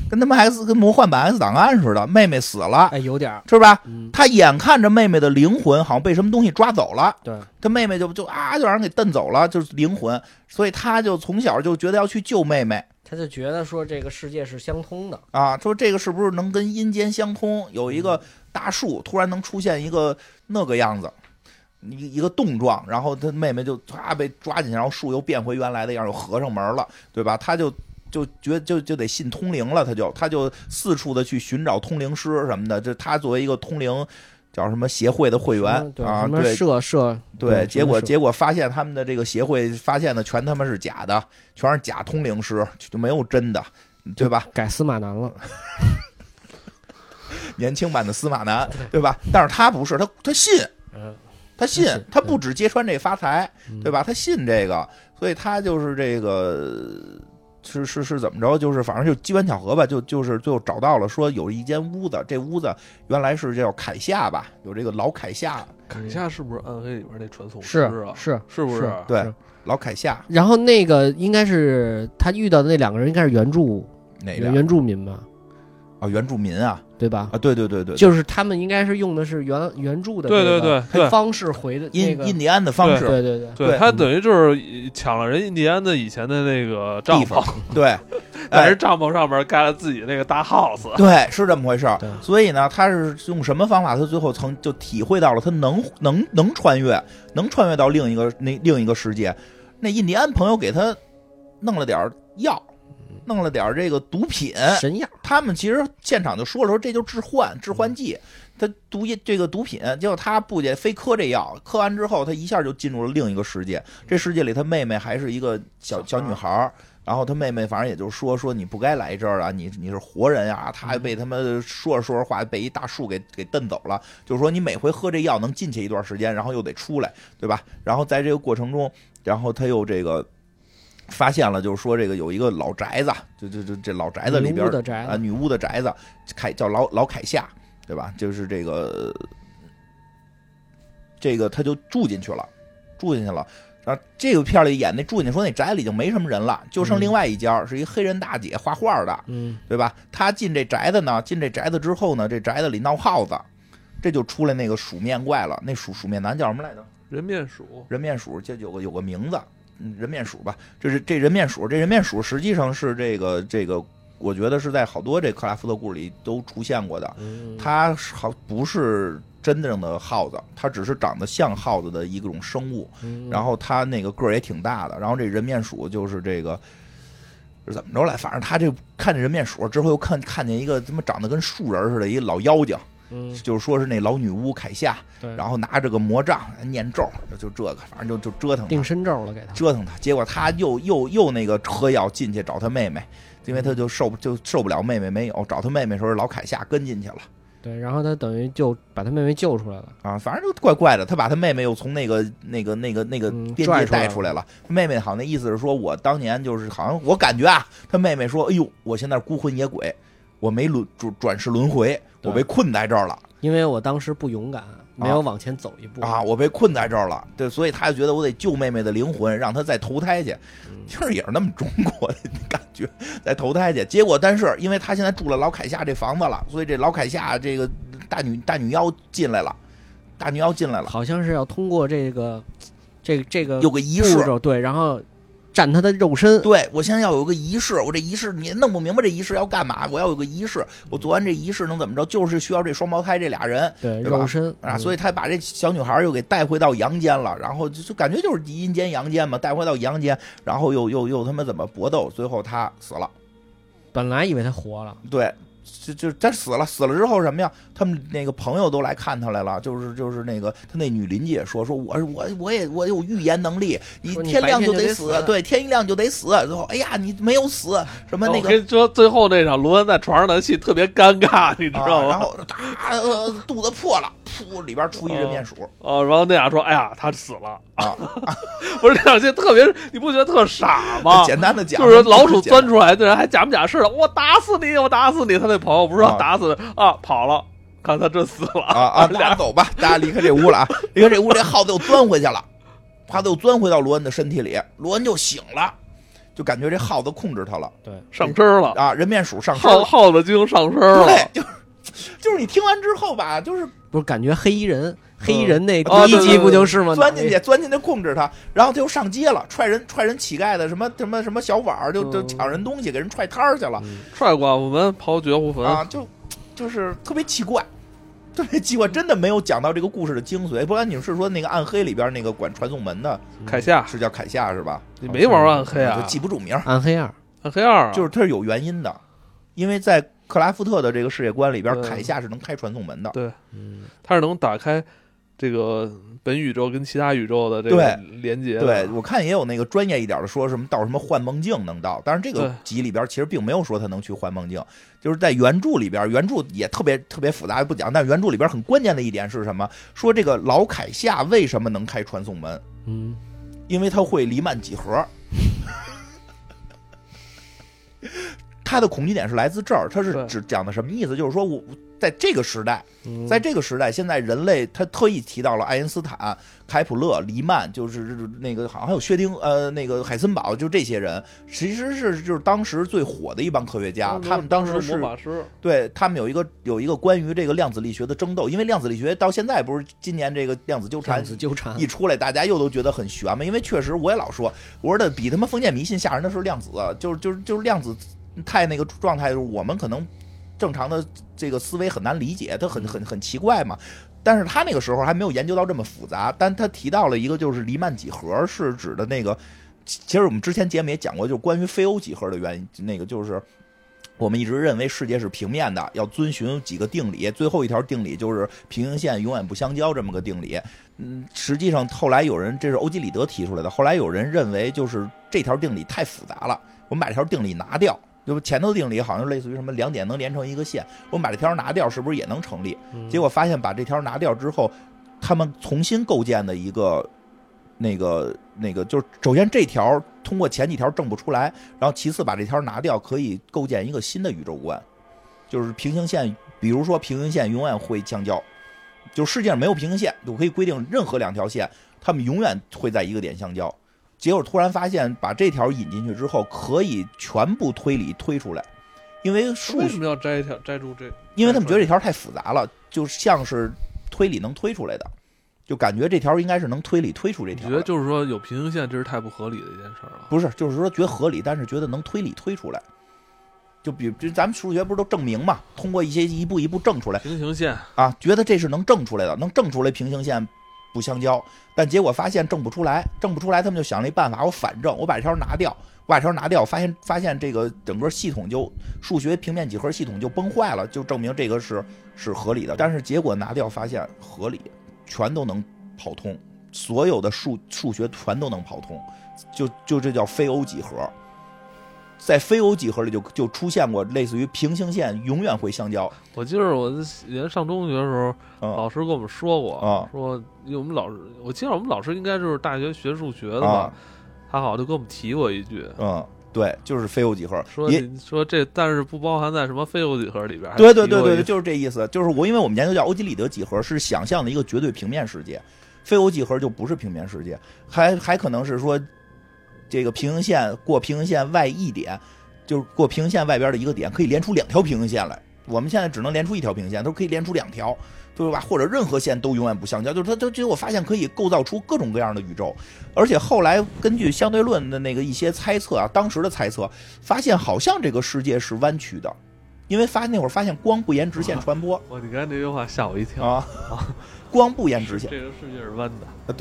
[SPEAKER 2] 跟他妈 X 跟魔幻版 X 档案似的，妹妹死了
[SPEAKER 3] 哎，有点儿，
[SPEAKER 2] 是吧？
[SPEAKER 3] 嗯，
[SPEAKER 2] 他眼看着妹妹的灵魂好像被什么东西抓走了，
[SPEAKER 3] 对，
[SPEAKER 2] 他妹妹就就啊就让人给蹬走了，就是灵魂，所以他就从小就觉得要去救妹妹
[SPEAKER 3] 他就觉得说这个世界是相通的，
[SPEAKER 2] 啊，说这个是不是能跟阴间相通？有一个大树突然能出现一个那个样子，一个一个冻状，然后他妹妹就唰被抓进去，然后树又变回原来的样儿，又合上门了，对吧？他就。就觉就就得信通灵了，他就他就四处的去寻找通灵师什么的，这他作为一个通灵叫什么协会的会员
[SPEAKER 3] 什么对
[SPEAKER 2] 啊，
[SPEAKER 3] 什么
[SPEAKER 2] 对
[SPEAKER 3] 社社
[SPEAKER 2] 对，
[SPEAKER 3] 对
[SPEAKER 2] 结果
[SPEAKER 3] 真的是
[SPEAKER 2] 结果发现他们的这个协会发现的全他妈是假的，全是假通灵师，就没有真的，对 吧？
[SPEAKER 3] 改司马南了，
[SPEAKER 2] 年轻版的司马南，对吧？但是他不是，他他信，
[SPEAKER 3] 嗯，
[SPEAKER 2] 他信
[SPEAKER 3] 他信，嗯
[SPEAKER 2] 他不止揭穿这发财，对吧？他信这个，所以他就是这个。是是是怎么着？就是反正就机缘巧合吧，就就是最后找到了，说有一间屋子，这屋子原来是叫凯夏吧，有这个老凯夏，
[SPEAKER 1] 凯夏是不是暗黑里边那传送师
[SPEAKER 3] 嗯是
[SPEAKER 1] 啊？
[SPEAKER 3] 是。
[SPEAKER 1] 是不是？
[SPEAKER 2] 对
[SPEAKER 3] 是
[SPEAKER 2] 老凯夏
[SPEAKER 3] 然后那个应该是他遇到的那两个人，应该是原住
[SPEAKER 2] 哪边
[SPEAKER 3] 原原住民吧，
[SPEAKER 2] 啊？原住民啊
[SPEAKER 3] 对吧
[SPEAKER 2] 啊？？对对对对，对
[SPEAKER 3] 就是他们应该是用的是原原著的
[SPEAKER 1] 对
[SPEAKER 3] 这个
[SPEAKER 1] 对对对
[SPEAKER 3] 方式回的那
[SPEAKER 2] 印
[SPEAKER 3] 个
[SPEAKER 2] 印第安的方式，
[SPEAKER 3] 对对对
[SPEAKER 1] 对
[SPEAKER 2] 对
[SPEAKER 1] 他等于就是抢了人印第安的以前的那个帐
[SPEAKER 2] 地方
[SPEAKER 1] 篷，
[SPEAKER 2] 对，
[SPEAKER 1] 在
[SPEAKER 2] 哎
[SPEAKER 1] 人帐篷上面盖了自己那个大 house。
[SPEAKER 2] 对，是这么回事儿
[SPEAKER 3] 对。
[SPEAKER 2] 所以呢，他是用什么方法？他最后曾就体会到了，他能能能穿越，能穿越到另一个那另一个世界。那印第安朋友给他弄了点儿药，弄了点儿这个毒品。
[SPEAKER 3] 神样，
[SPEAKER 2] 他们其实现场就说了，说这就致幻致幻剂。他毒液这个毒品，结果他不也非嗑这药，嗑完之后，他一下就进入了另一个世界。这世界里，他妹妹还是一个小小女孩儿，嗯然后他妹妹反正也就说说你不该来这儿啊，你你是活人啊，他被他们说着说着话被一大树给给蹬走了，就是说你每回喝这药能进去一段时间，然后又得出来，对吧？然后在这个过程中，然后他又这个发现了，就是说这个有一个老宅子，就就就这老宅子里边
[SPEAKER 3] 女巫的宅
[SPEAKER 2] 啊，
[SPEAKER 3] 子，
[SPEAKER 2] 女巫的宅子，凯叫老老凯夏，对吧？就是这个，这个他就住进去了，住进去了。然后这个片儿里演那住进去说那宅里已经没什么人了，就剩
[SPEAKER 3] 嗯
[SPEAKER 2] 另外一家、是一黑人大姐画画的，
[SPEAKER 3] 嗯，
[SPEAKER 2] 对吧？他进这宅子呢，进这宅子之后呢，这宅子里闹耗子，这就出来那个鼠面怪了。那鼠鼠面男叫什么来着？
[SPEAKER 1] 人面鼠，
[SPEAKER 2] 人面鼠，这有个有个名字，嗯人面鼠吧。这是这人面鼠，这人面鼠实际上是这个这个，我觉得是在好多这克拉夫特故事里都出现过的。
[SPEAKER 3] 嗯
[SPEAKER 2] 它是好不是真正的耗子，它只是长得像耗子的一种生物。
[SPEAKER 3] 嗯
[SPEAKER 2] 然后它那个个儿也挺大的，然后这人面鼠就是这个。是怎么着来？反正他这看见人面鼠之后，又看看见一个他妈长得跟树人似的一老妖精，
[SPEAKER 3] 嗯，
[SPEAKER 2] 就是说是那老女巫凯夏，
[SPEAKER 3] 对，
[SPEAKER 2] 然后拿着个魔杖哎念咒，就这个，反正就就折腾他
[SPEAKER 3] 定，身咒了给他，
[SPEAKER 2] 折腾他。结果他又又又那个喝药进去找他妹妹，因为他就受不就受不了妹妹没有，找他妹妹的时候老凯夏跟进去了
[SPEAKER 3] 对，然后他等于就把他妹妹救出来了，
[SPEAKER 2] 啊，反正就怪怪的。他把他妹妹又从那个那个那个那个
[SPEAKER 3] 嗯
[SPEAKER 2] 边
[SPEAKER 3] 拽
[SPEAKER 2] 界
[SPEAKER 3] 出来
[SPEAKER 2] 带
[SPEAKER 3] 了
[SPEAKER 2] 出来了。妹妹好像那意思是说我当年就是好像我感觉啊，他妹妹说，哎呦，我现在孤魂野鬼。我没轮转转世轮回，我
[SPEAKER 3] 对
[SPEAKER 2] 被困在这儿了
[SPEAKER 3] 因为我当时不勇敢，没有往前走一步
[SPEAKER 2] 啊！，我被困在这儿了，对，所以他就觉得我得救妹妹的灵魂，让她再投胎去。
[SPEAKER 3] 嗯
[SPEAKER 2] 其实也是那么中国的感觉，在投胎去。结果，但是因为他现在住了老凯夏这房子了，所以这老凯夏这个大女大女妖进来了，大女妖进来了，
[SPEAKER 3] 好像是要通过这个这个这个
[SPEAKER 2] 有个仪
[SPEAKER 3] 呃步
[SPEAKER 2] 式。
[SPEAKER 3] 骤，对，然后占他的肉身，
[SPEAKER 2] 对，我现在要有个仪式，我这仪式你弄不明白这仪式要干嘛，我要有个仪式，我做完这仪式能怎么着？就是需要这双胞胎这俩人
[SPEAKER 3] 对，
[SPEAKER 2] 对吧
[SPEAKER 3] 肉身
[SPEAKER 2] 啊，
[SPEAKER 3] 嗯
[SPEAKER 2] 所以他把这小女孩又给带回到阳间了，然后就就感觉就是阴间阳间嘛，带回到阳间，然后又又又他妈怎么搏斗，最后他死了。
[SPEAKER 3] 本来以为他活了，
[SPEAKER 2] 对，就就他死了，死了之后什么呀？他们那个朋友都来看他来了，就是就是那个他那女邻居也说说我我我也我有预言能力，你
[SPEAKER 3] 说你
[SPEAKER 2] 天亮
[SPEAKER 3] 白天就
[SPEAKER 2] 得
[SPEAKER 3] 得死
[SPEAKER 2] 对，天一亮就得死。最后哎呀，你没有死，什么那
[SPEAKER 1] 我
[SPEAKER 2] 个。
[SPEAKER 1] 跟你说，最后那场罗恩在床上的戏特别尴尬，你知
[SPEAKER 2] 啊
[SPEAKER 1] 道
[SPEAKER 2] 然
[SPEAKER 1] 吗？
[SPEAKER 2] 后啊、呃肚子破了，噗，里边出一人面鼠，
[SPEAKER 1] 哦，然后那俩说：“哎呀，他死了
[SPEAKER 2] 啊！”
[SPEAKER 1] 不是那场戏特别，你不觉得特傻吗？
[SPEAKER 2] 简单的讲，
[SPEAKER 1] 就是老鼠钻出来，那人还假模假式的，我打死你，我打死你。他那朋友不是
[SPEAKER 2] 啊
[SPEAKER 1] 说打死啊跑了，看他真死了。
[SPEAKER 2] 啊啊，那俩走吧，大家离开这屋了啊！离开这屋，这耗子又钻回去了，耗子又钻回到罗恩的身体里，罗恩就醒了，就感觉这耗子控制他了
[SPEAKER 3] 对，
[SPEAKER 1] 上身儿了，
[SPEAKER 2] 啊！人面鼠上身
[SPEAKER 1] 耗
[SPEAKER 2] 了，
[SPEAKER 1] 耗子精上身儿了
[SPEAKER 2] 对，。就是就是你听完之后吧，就是
[SPEAKER 3] 不是感觉黑衣人，黑衣人那
[SPEAKER 1] 啊
[SPEAKER 3] 第一
[SPEAKER 1] 对
[SPEAKER 3] 集
[SPEAKER 1] 对
[SPEAKER 3] 不就是吗？
[SPEAKER 2] 钻进
[SPEAKER 3] 哪
[SPEAKER 2] 去，钻进去控制他，然后他又上街了，踹人踹人乞丐的什么什么什么小碗儿，就就
[SPEAKER 1] 嗯
[SPEAKER 2] 抢人东西，给人踹摊儿去了
[SPEAKER 1] 踹寡妇门，啊刨绝户坟。
[SPEAKER 2] 啊，就就是特别奇怪。特别奇怪，真的没有讲到这个故事的精髓。不然你是说那个暗黑里边那个管传送门的
[SPEAKER 1] 凯夏，
[SPEAKER 2] 是叫凯夏是吧？
[SPEAKER 1] 你没玩暗黑
[SPEAKER 2] 我
[SPEAKER 1] 啊
[SPEAKER 2] 就？记不住名儿，
[SPEAKER 3] 暗黑二，
[SPEAKER 1] 暗黑二啊
[SPEAKER 2] 就是它是有原因的，因为在克拉夫特的这个世界观里边，
[SPEAKER 1] 对
[SPEAKER 2] 凯夏是能开传送门的。
[SPEAKER 3] 嗯，
[SPEAKER 1] 它是能打开这个本宇宙跟其他宇宙的这个连接的。
[SPEAKER 2] 对，我看也有那个专业一点的说什么到什么幻梦境能到，但是这个
[SPEAKER 1] 对
[SPEAKER 2] 集里边其实并没有说他能去幻梦境，就是在原著里边，原著也特别特别复杂不讲，但原著里边很关键的一点是什么？说这个老凯夏为什么能开传送门？
[SPEAKER 3] 嗯，
[SPEAKER 2] 因为他会黎曼几何。 他的恐惧点是来自这儿，他是
[SPEAKER 1] 对
[SPEAKER 2] 指讲的什么意思？就是说我我在这个时代，
[SPEAKER 3] 嗯
[SPEAKER 2] 在这个时代，现在人类他特意提到了爱因斯坦、开普勒、黎曼，就是那个好像还有薛定呃那个海森堡，就这些人，其实是就是当时最火的一帮科学
[SPEAKER 3] 嗯
[SPEAKER 2] 家，他们当时是
[SPEAKER 1] 哦魔法师，
[SPEAKER 2] 对他们有一个有一个关于这个量子力学的争斗，因为量子力学到现在不是今年这个量子纠
[SPEAKER 3] 量
[SPEAKER 2] 缠
[SPEAKER 3] 子纠缠
[SPEAKER 2] 一，出来，大家又都觉得很玄嘛，因为确实我也老说，我说的比他妈封建迷信吓人的是量子，就是就是就是量子太那个状态，就是我们可能正常的这个思维很难理解，它很很很奇怪嘛。但是他那个时候还没有研究到这么复杂，但他提到了一个，就是黎曼几何是指的那个，其其实我们之前节目也讲过，就是关于非欧几何的原因，那个就是我们一直认为世界是平面的，要遵循几个定理，最后一条定理就是平行线永远不相交这么个定理。嗯，实际上后来有人，这是欧几里得提出来的，后来有人认为就是这条定理太复杂了，我们把这条定理拿掉。就是前头定理好像类似于什么两点能连成一个线，我们把这条拿掉是不是也能成立？
[SPEAKER 1] 嗯
[SPEAKER 2] 结果发现把这条拿掉之后，他们重新构建的一个那个那个，就是首先这条通过前几条证不出来，然后其次把这条拿掉，可以构建一个新的宇宙观，就是平行线，比如说平行线永远会相交，就世界上没有平行线，我可以规定任何两条线，它们永远会在一个点相交。结果突然发现，把这条引进去之后，可以全部推理推出来，因为数
[SPEAKER 1] 为
[SPEAKER 2] 学
[SPEAKER 1] 什么要摘一条摘住这？
[SPEAKER 2] 因为他们觉得这条太复杂了，就像是推理能推出来的，就感觉这条应该是能推理推出这
[SPEAKER 1] 你
[SPEAKER 2] 条啊
[SPEAKER 1] 觉
[SPEAKER 2] 的。
[SPEAKER 1] 得就是说有平行线，这是太不合理的一件事儿了。
[SPEAKER 2] 不是，就是说觉得合理，但是觉得能推理推出来。就比就咱们数学不是都证明嘛，通过一些一步一步证出来
[SPEAKER 1] 平行线，
[SPEAKER 2] 啊，觉得这是能证出来的，能证出来平行线不相交，但结果发现证不出来，证不出来，他们就想了一办法，我反证，我把这条拿掉，我把这条拿掉，发现发现这个整个系统就数学平面几何系统就崩坏了，就证明这个是是合理的。但是结果拿掉发现合理，全都能跑通，所有的数数学全都能跑通，就就这叫非欧几何。在非欧几何里就就出现过类似于平行线永远会相交，
[SPEAKER 1] 我记得我以前上中学的时候，
[SPEAKER 2] 嗯
[SPEAKER 1] 老师跟我们说过，
[SPEAKER 2] 啊
[SPEAKER 1] 说因为我们老师，我记得我们老师应该就是大学学数学的吧，
[SPEAKER 2] 啊
[SPEAKER 1] 他好像就跟我们提过一句，
[SPEAKER 2] 嗯，对，就是非欧几何，
[SPEAKER 1] 说
[SPEAKER 2] 也
[SPEAKER 1] 你说这但是不包含在什么非欧几何里边儿。
[SPEAKER 2] 对对对
[SPEAKER 1] 还提过一
[SPEAKER 2] 对，就是这意思。就是我，因为我们研究叫欧几里得几何，是想象的一个绝对平面世界，非欧几何就不是平面世界，还还可能是说这个平行线过平行线外一点，就是过平行线外边的一个点，可以连出两条平行线来。我们现在只能连出一条平行线，都可以连出两条，对吧？或者任何线都永远不相交，就是它它结果发现可以构造出各种各样的宇宙，而且后来根据相对论的那个一些猜测啊，当时的猜测发现好像这个世界是弯曲的，因为发那会儿发现光不沿直
[SPEAKER 1] 啊
[SPEAKER 2] 线传播
[SPEAKER 1] 我你刚才那句话吓我一跳，
[SPEAKER 2] 啊，光不沿直线，
[SPEAKER 1] 这个世界是弯的，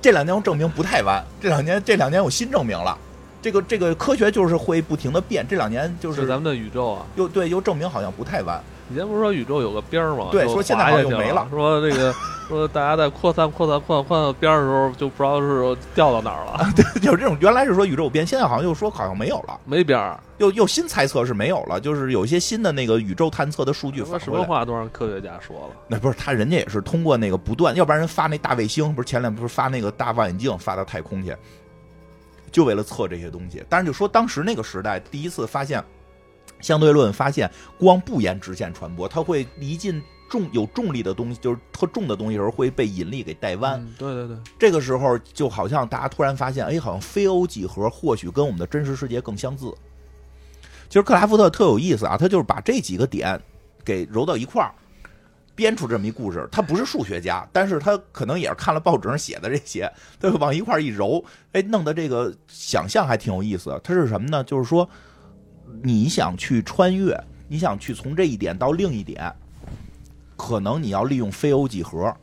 [SPEAKER 2] 这两年我证明不太弯，这两年这两年有新证明了，这个这个科学就是会不停的变，这两年就
[SPEAKER 1] 就是咱们的宇宙啊。
[SPEAKER 2] 又对又证明好像不太弯，
[SPEAKER 1] 以前不是说宇宙有个边儿吗？
[SPEAKER 2] 对
[SPEAKER 1] 就
[SPEAKER 2] 说现在
[SPEAKER 1] 滑
[SPEAKER 2] 好像
[SPEAKER 1] 下去
[SPEAKER 2] 就没
[SPEAKER 1] 了
[SPEAKER 2] 了，
[SPEAKER 1] 说这 个说大家在扩散扩散扩散扩散到边儿的时候，就不知道是掉到哪儿了，
[SPEAKER 2] 就是这种原来是说宇宙有变，现在好像又说好像没有了，
[SPEAKER 1] 没边儿。
[SPEAKER 2] 又又新猜测是没有了，就是有一些新的那个宇宙探测的数据
[SPEAKER 1] 说
[SPEAKER 2] 反
[SPEAKER 1] 什
[SPEAKER 2] 回
[SPEAKER 1] 么
[SPEAKER 2] 来。
[SPEAKER 1] 话都让科学家说了。
[SPEAKER 2] 那不是他，人家也是通过那个不断，要不然人发那大卫星，不是前两不是发那个大望远镜发到太空去，就为了测这些东西。但是就说当时那个时代，第一次发现相对论，发现光不沿直线传播，它会离近重有重力的东西，就是特重的东西的时候会被引力给带弯。
[SPEAKER 1] 嗯，对对对，
[SPEAKER 2] 这个时候就好像大家突然发现，哎，好像非欧几何或许跟我们的真实世界更相似。其实克拉夫特特有意思啊，他就是把这几个点给揉到一块儿，编出这么一故事。他不是数学家，但是他可能也是看了报纸上写的这些，他就往一块儿一揉，哎，弄得这个想象还挺有意思。它是什么呢？就是说，你想去穿越，你想去从这一点到另一点，可能你要利用非欧几何。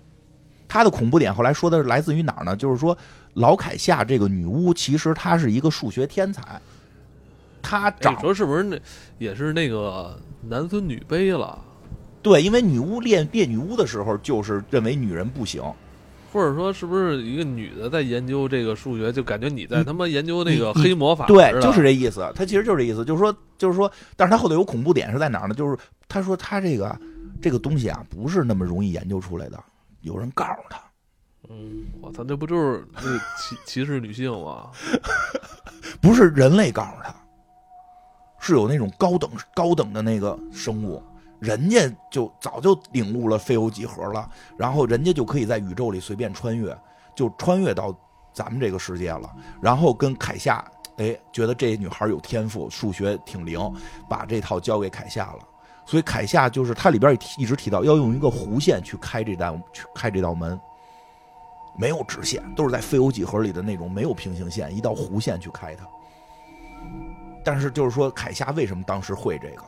[SPEAKER 2] 它的恐怖点后来说的是来自于哪儿呢？就是说，老凯夏这个女巫其实她是一个数学天才，她
[SPEAKER 1] 哎
[SPEAKER 2] 长
[SPEAKER 1] 你说是不是那也是那个男尊女卑了，
[SPEAKER 2] 对，因为女巫练练女巫的时候，就是认为女人不行，
[SPEAKER 1] 或者说是不是一个女的在研究这个数学，就感觉你在
[SPEAKER 2] 你
[SPEAKER 1] 他妈研究那个
[SPEAKER 2] 你
[SPEAKER 1] 黑魔法似的？
[SPEAKER 2] 嗯对，就是这意思。他其实就是这意思，就是说，就是说，但是他后头有恐怖点是在哪儿呢？就是他说他这个这个东西啊，不是那么容易研究出来的，有人告诉他，
[SPEAKER 1] 嗯，我操，那不就是那歧歧视女性吗？
[SPEAKER 2] 不是人类告诉他，是有那种高等高等的那个生物。人家就早就领悟了非欧几何了，然后人家就可以在宇宙里随便穿越，就穿越到咱们这个世界了。然后跟凯夏，哎，觉得这女孩有天赋，数学挺灵，把这套交给凯夏了。所以凯夏就是它里边也提一直提到要用一个弧线去开这道去开这道门，没有直线，都是在非欧几何里的那种没有平行线，一道弧线去开它。但是就是说，凯夏为什么当时会这个？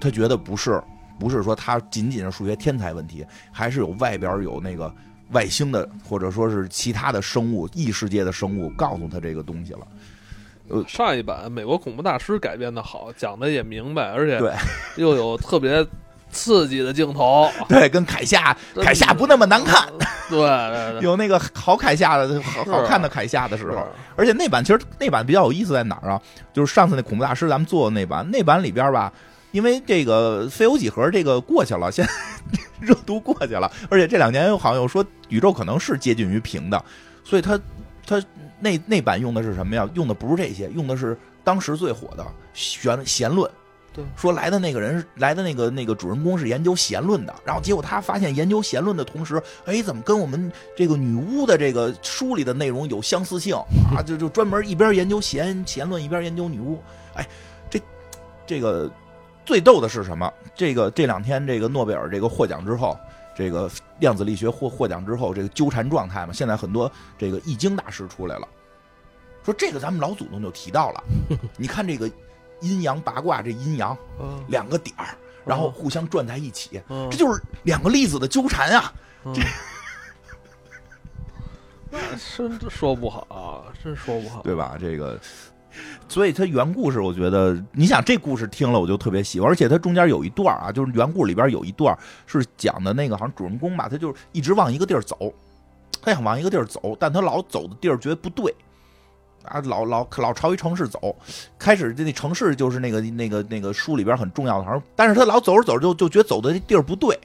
[SPEAKER 2] 他觉得不是，不是说他仅仅是数学天才问题，还是有外边有那个外星的，或者说是其他的生物、异世界的生物告诉他这个东西了。
[SPEAKER 1] 上一版美国恐怖大师改编的好，讲的也明白，而且
[SPEAKER 2] 对
[SPEAKER 1] 又有特别刺激的镜 头。
[SPEAKER 2] 对，跟铠甲铠甲不那么难看，
[SPEAKER 1] 对对对，
[SPEAKER 2] 有那个好铠甲的好
[SPEAKER 1] 是
[SPEAKER 2] 好看的铠甲的时候
[SPEAKER 1] 是，
[SPEAKER 2] 而且那版其实那版比较有意思在哪儿啊？就是上次那恐怖大师咱们做的那版，那版里边吧，因为这个飞游几何这个过去了，现在 热度过去了，而且这两年又好像又说宇宙可能是接近于平的，所以它它那那版用的是什么呀？用的不是这些，用的是当时最火的弦弦论。
[SPEAKER 1] 对
[SPEAKER 2] 说来的那个人是来的那个那个主人公是研究弦论的，然后结果他发现研究弦论的同时，哎，怎么跟我们这个女巫的这个书里的内容有相似性啊？就就专门一边研究弦弦论，一边研究女巫。哎，这这个最逗的是什么？这个这两天这个诺贝尔这个获奖之后，这个量子力学获获奖之后，这个纠缠状态嘛，现在很多这个易经大师出来了，说这个咱们老祖宗就提到了，你看这个阴阳八卦，这阴阳
[SPEAKER 1] 嗯
[SPEAKER 2] 两个点儿，然后互相转在一起，
[SPEAKER 1] 嗯
[SPEAKER 2] 这就是两个粒子的纠缠啊。
[SPEAKER 1] 真说不好、真说不好。
[SPEAKER 2] 对吧？这个，所以它原故事，我觉得你想这故事听了我就特别喜欢，而且它中间有一段啊，就是原故里边有一段是讲的那个好像主人公吧，他就是一直往一个地儿走，他想往一个地儿走，但他老走的地儿觉得不对。啊，老老老朝一城市走，开始这那城市就是那个那个那个书里边很重要的，好像，但是他老走着走着就就觉得走的地儿不对，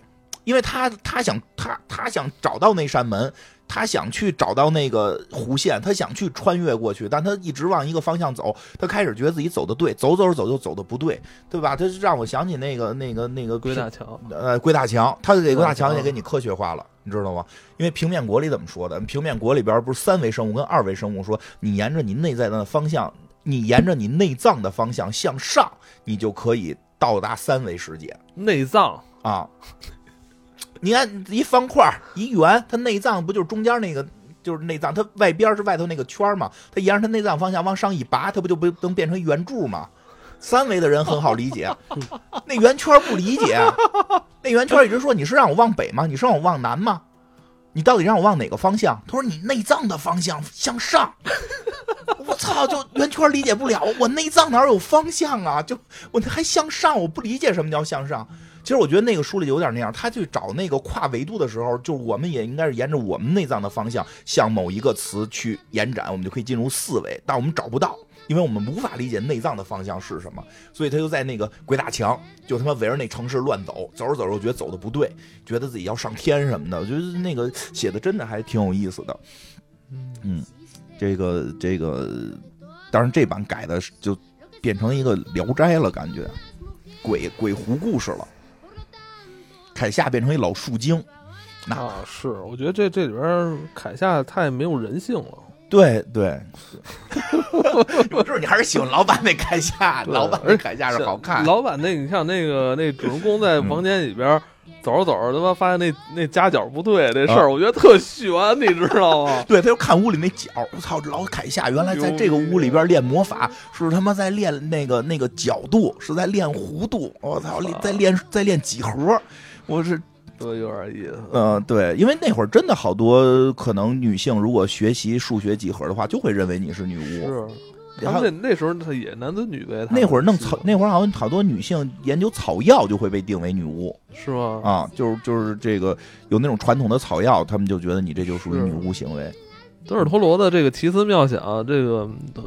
[SPEAKER 2] 因为他他想他他想找到那扇门，他想去找到那个弧线，他想去穿越过去，但他一直往一个方向走，他开始觉得自己走的对，走走着走就走的不对，对吧？他让我想起那个那个那个
[SPEAKER 1] 归大强，
[SPEAKER 2] 呃归大强，他给归大强
[SPEAKER 1] 嗯
[SPEAKER 2] 也给你科学化了，你知道吗？因为平面国里怎么说的？平面国里边不是三维生物跟二维生物说，你沿着你内在的方向，你沿着你内脏的方向向上，你就可以到达三维世界。
[SPEAKER 1] 内脏
[SPEAKER 2] 啊。你看一方块儿一圆，它内脏不就是中间那个就是内脏，它外边儿是外头那个圈儿嘛？它沿着它内脏方向往上一拔，它不就不能变成圆柱吗？三维的人很好理解，那圆圈儿不理解，那圆圈儿一直说你是让我往北吗？你是让我往南吗？你到底让我往哪个方向？他说你内脏的方向向上。 我操，就圆圈儿理解不了，我内脏哪有方向啊？就我还向上，我不理解什么叫向上。其实我觉得那个书里有点那样，他去找那个跨维度的时候，就是我们也应该是沿着我们内脏的方向向某一个词去延展，我们就可以进入四维，但我们找不到。因为我们无法理解内脏的方向是什么，所以他就在那个鬼打墙，就他妈围着那城市乱走，走着走着觉得走的不对，觉得自己要上天什么的，我觉得那个写的真的还挺有意思的。嗯，这个这个，当然这版改的是就变成一个《聊斋》了，感觉鬼鬼狐故事了。凯夏变成一老树精，那
[SPEAKER 1] 啊，是，我觉得这这里边儿凯夏太没有人性了。
[SPEAKER 2] 对对， 有时候你还是喜欢老版那凯夏，
[SPEAKER 1] 对
[SPEAKER 2] 老版那凯夏是好看。？
[SPEAKER 1] 老板那，你看那个那主人公在房间里边儿走着走着，他妈发现那那夹角不对这事儿，我觉得特悬，你知道吗
[SPEAKER 2] 对，他就看屋里那脚，我操，这老凯夏原来在这个屋里边练魔法，是他妈在练那个那个角度，是在练弧度，我操，练在练在练几何，我是
[SPEAKER 1] 这有点意思。
[SPEAKER 2] 呃，对，因为那会儿真的好多可能女性如果学习数学几何的话，就会认为你是女巫。
[SPEAKER 1] 是，
[SPEAKER 2] 然
[SPEAKER 1] 他
[SPEAKER 2] 后
[SPEAKER 1] 们那那时候他也男尊女卑，他们
[SPEAKER 2] 嗯那会儿弄
[SPEAKER 1] 是
[SPEAKER 2] 草，那会儿好像好多女性研究草药就会被定为女巫
[SPEAKER 1] 是吗？
[SPEAKER 2] 啊，就是就是这个有那种传统的草药，他们就觉得你这就属于
[SPEAKER 1] 是
[SPEAKER 2] 女巫行为。
[SPEAKER 1] 德尔托罗的这个奇思妙想，这个嗯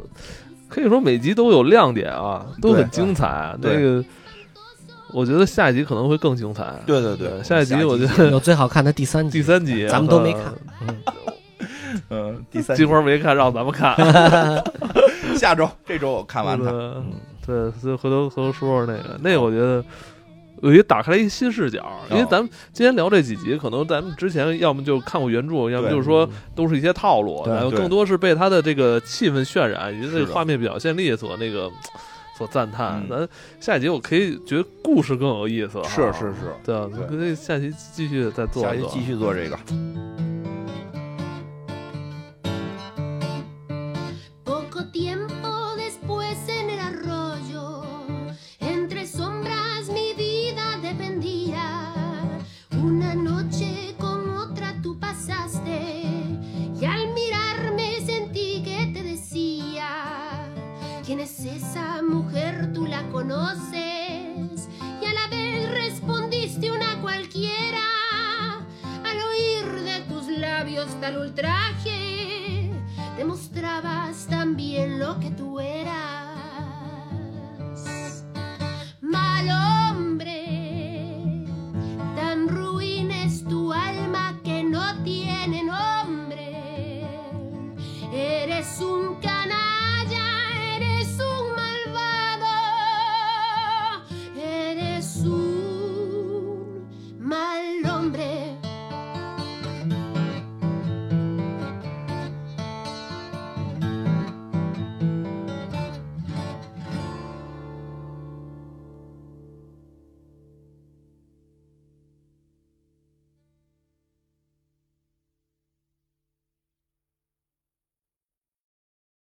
[SPEAKER 1] 可以说每集都有亮点啊，都
[SPEAKER 2] 对嗯
[SPEAKER 1] 很精彩。
[SPEAKER 2] 对
[SPEAKER 1] 这个我觉得下一集可能会更精彩。
[SPEAKER 2] 对对
[SPEAKER 1] 对下一集我觉得
[SPEAKER 3] 有最好看的第三集，
[SPEAKER 1] 第三集啊
[SPEAKER 3] 咱们都没看，嗯
[SPEAKER 2] 嗯，第三
[SPEAKER 1] 金花没看，让咱们看。啊
[SPEAKER 2] 下周这周我看完它，嗯
[SPEAKER 1] 了。对，所以回头回头说说那个，那个我觉得。我觉得打开了一新视角，
[SPEAKER 2] 哦
[SPEAKER 1] 因为咱们今天聊这几集，可能咱们之前要么就看过原著，要么
[SPEAKER 2] 对
[SPEAKER 1] 就是
[SPEAKER 3] 嗯
[SPEAKER 1] 说都是一些套路，
[SPEAKER 3] 对
[SPEAKER 1] 然后
[SPEAKER 2] 对
[SPEAKER 1] 更多是被它的这个气氛渲染以及这
[SPEAKER 2] 是
[SPEAKER 1] 个
[SPEAKER 2] 的
[SPEAKER 1] 画面表现力所那个所赞叹
[SPEAKER 2] 嗯。
[SPEAKER 1] 咱下一集我可以觉得故事更有意思哈，
[SPEAKER 2] 是是是，
[SPEAKER 1] 对啊，
[SPEAKER 2] 对
[SPEAKER 1] 可以下集继续再做
[SPEAKER 2] 下
[SPEAKER 1] 一
[SPEAKER 2] 期
[SPEAKER 1] 做，
[SPEAKER 2] 继续做这个。
[SPEAKER 4] Poco tiempo después en el arroyo, entre sombras mi vida dependía. Una noche con otra tú pasaste y al mirarme sentí que te decía, mirabas, también lo que tú eras. Mal hombre, tan ruin es tu alma que no tiene nombre. Eres un canal.